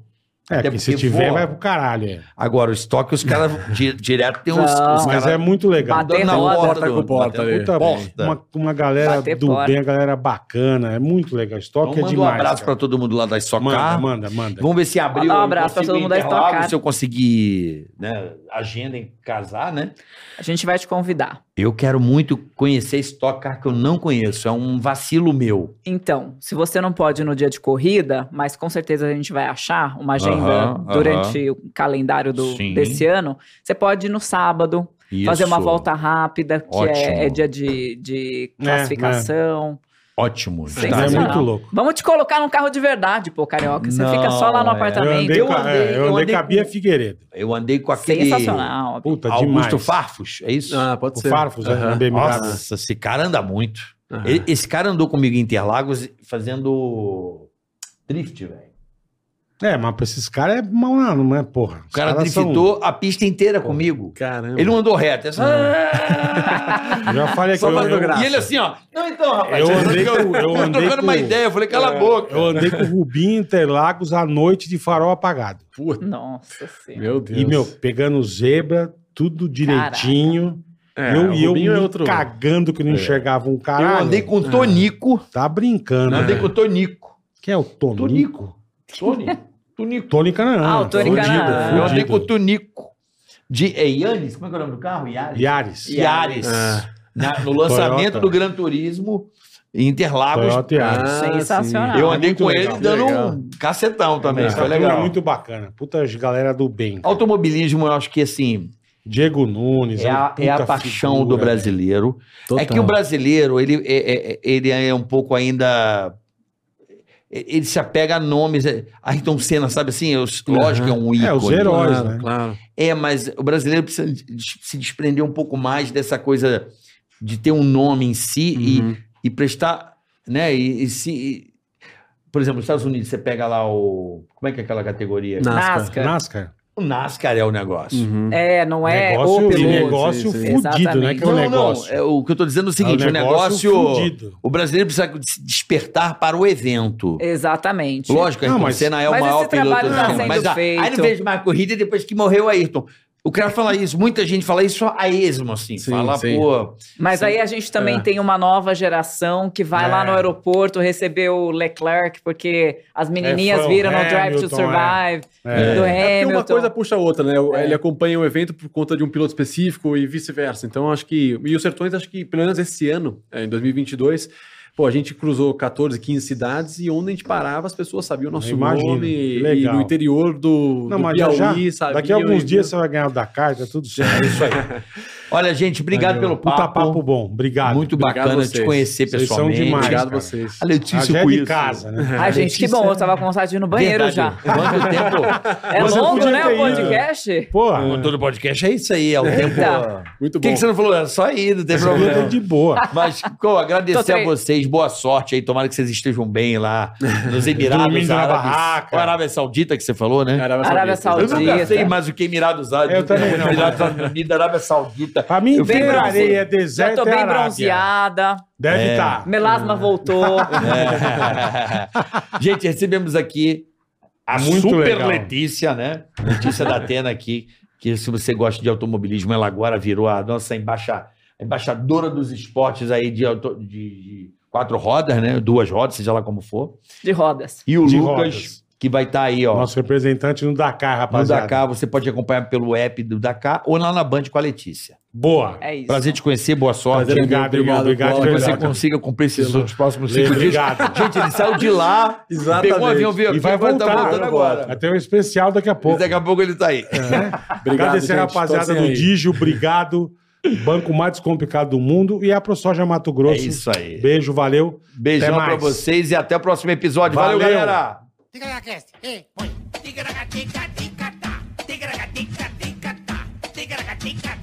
É, até porque se porque tiver, voa. vai pro caralho. é. Agora, o estoque, os caras di- direto tem os, os Não. Mas caras é muito legal. Bater dando na roda. porta, Porta com do- porta batendo ali. porta. Então, porta. Uma, uma galera Bater do fora. bem, a galera bacana. É muito legal. Então, Estoque manda é um demais. abraço pra cara. todo mundo lá da Manda, Estocar. manda, manda. Vamos ver se abriu. Mandar um eu abraço pra consigo todo mundo da Interlagos, Stocar. Se eu conseguir né, agenda em casar, né? A gente vai te convidar. Eu quero muito conhecer Stock Car que eu não conheço. É um vacilo meu. Então, se você não pode ir no dia de corrida, mas com certeza a gente vai achar uma agenda Aham, aham. durante o calendário do- Sim. desse ano, você pode ir no sábado, fazer uma volta rápida, que Ótimo. é, é dia de, de É, classificação. Ótimo. Sim, Mas é sensacional. muito louco. Vamos te colocar num carro de verdade, pô, carioca. Você Não, fica só lá no é. Eu apartamento. andei, Eu com a- é, andei- eu eu andei andei com a com- Bia Figueiredo. Eu andei com aquele Sensacional. Puta, Tá demais. Augusto Farfus, é isso? Ah, pode O ser. Farfus, é, Aham. Ah. na BMW. Nossa, esse cara anda muito. Ah. Aham. Ele- Esse cara andou comigo em Interlagos fazendo drift, velho. É, mas pra esses caras é mal não, não é, porra. Os O cara caras são- driftou a pista inteira comigo. Caramba. Ele não andou reto. é só- Ah, Já falei aqui, Só eu, fazendo eu, graça. E ele assim, ó. Não, então, rapaz. é, Eu andei com- eu andei trocando uma com- É. ideia. Eu É. falei, cala a boca. eu andei com o Rubinho em Interlagos à noite de farol apagado. Puta, Nossa senhora. meu Deus. E, meu, pegando zebra, tudo direitinho. É, eu, e eu me Rubinho é outro. cagando que não É. enxergava um eu caralho. andei com o Tonico. Tá brincando. Eu andei né? com o Tonico. Quem é o Tonico? Tonico. Tony? Tonico. Tony Canaã. Ah, o Tony Fudido, Canaã. Eu andei fudido. com o Tonico. De, é Yannis? Como é que é o nome do carro? Yannis. Yaris. Yaris. Ah. Na- no lançamento Toyota. do Gran Turismo em Interlagos. Toyota Yaris. Sensacional. Eu Ah, andei muito com legal. ele dando Legal. um cacetão também. É, Foi Foi legal. Tá Muito bacana. Puta galera do bem. cara. Automobilismo, eu acho que assim, Diego Nunes. um é a, é a paixão do Brasil. brasileiro. É que o brasileiro, ele é, é- ele é um pouco ainda. Ele se apega a nomes. é- Ayrton Senna, sabe assim? os- Aham. Lógico que é um ícone. É, os heróis. Claro, né? claro. É, mas o brasileiro precisa de- de se desprender um pouco mais dessa coisa de ter um nome em si e é, Uhum. e prestar, né? E, e se. e- por exemplo, nos Estados Unidos, você pega lá o. Como é que é aquela categoria? Não. Nascar. Nascar. O NASCAR é o negócio. Uhum. É, não é negócio, o de piloto. negócio sim, sim. fudido, né? Que é Não, um não, negócio. é o que eu tô dizendo é o seguinte: É o negócio. fudido. o brasileiro precisa se despertar para o evento. Exatamente. Lógico, Não, Ayrton mas- Senna é o Mas maior esse trabalho piloto tá mundo. sendo Mas a- feito. aí não vejo mais corrida depois que morreu o Ayrton. O cara fala isso, muita gente fala isso a esmo, assim. Sim, fala, sim. pô. Mas Sim. aí a gente também É. tem uma nova geração que vai lá no É. aeroporto receber o Leclerc, porque as menininhas fã, viram É, Hamilton, no Drive to Survive, É. do É porque Hamilton. uma coisa puxa a outra, né? É. Ele acompanha o evento por conta de um piloto específico e vice-versa. Então, acho que. E os Sertões, acho que, pelo menos esse ano, é, em 2022, pô, a gente cruzou 14, 15 cidades e onde a gente parava, as pessoas sabiam o nosso Eu imagino, nome. que E legal. no interior do, Não, do mas já, Piauí, já, sabiam, daqui a alguns e- dias você vai ganhar o Dakar, tá tudo certo. É isso aí. Olha, gente, obrigado Valeu. pelo papo. Puta papo bom. Obrigado. Muito Obrigado bacana a te vocês. conhecer Vocês são pessoalmente. demais, Obrigado a cara. vocês. A A Letícia Jé com de isso. casa, né? Ai, gente, que bom, eu tava com vontade de ir no banheiro Verdade. já. Quanto tempo? É Mas eu longo, podia né, ter o ido. podcast? Porra, Quanto do podcast é isso aí, é o tempo. Eita. Muito O que, bom. que você não falou? É só aí, não tem essa vida é problema. de boa. Mas, pô, Tô agradecer tre- a vocês, boa sorte aí, tomara que vocês estejam bem lá nos Emirados Dormindo na Árabes. barraca. Com a Arábia Saudita que você falou, né? Arábia Arábia Eu Saudita. nunca sei mais o que Emirados Árabes. é. Eu também não. Emirados Unidos, Arábia Saudita. Pra mim, Eu fui inteira pra- areia, é Já deserto tô é bem Arábia. Ah, bronzeada, Deve tá. estar. melasma voltou. É. Gente, recebemos aqui a Muito super legal. Letícia, né? Letícia da Atena aqui, que se você gosta de automobilismo, ela agora virou a nossa embaixa- embaixadora dos esportes aí de, auto- de- de quatro rodas, né? Duas rodas, seja lá como for. De rodas. E o De Lucas, rodas. que vai estar aí, ó. Nosso representante no Dakar, no rapaziada. Dakar, você pode acompanhar pelo app do Dakar ou lá na Band com a Letícia. Boa. É isso. Prazer te conhecer, boa sorte. Prazer, Obrigado, irmão. Obrigado, Obrigado, que de Paulo. você verdade. consiga cumprir esses outros próximos cinco dias. Obrigado. Gente, ele saiu de lá, Exatamente. Pegou um avião, veio aqui, E vai agora tá voltar, voltando né, agora. Vai ter um especial daqui a pouco. Daqui a pouco ele tá aí. Obrigado, Agradecer gente. a rapaziada Torcem do aí. Digio, obrigado. Banco mais descomplicado do mundo e a ProSoja Mato É Grosso. isso aí. Beijo, valeu. Beijão Até mais. pra vocês e até o próximo episódio. Valeu, Valeu. galera! Ticaracast, ei, põe. Ticaracatica, ticatá. Ticaracatica, ticatá. Ticaracatica,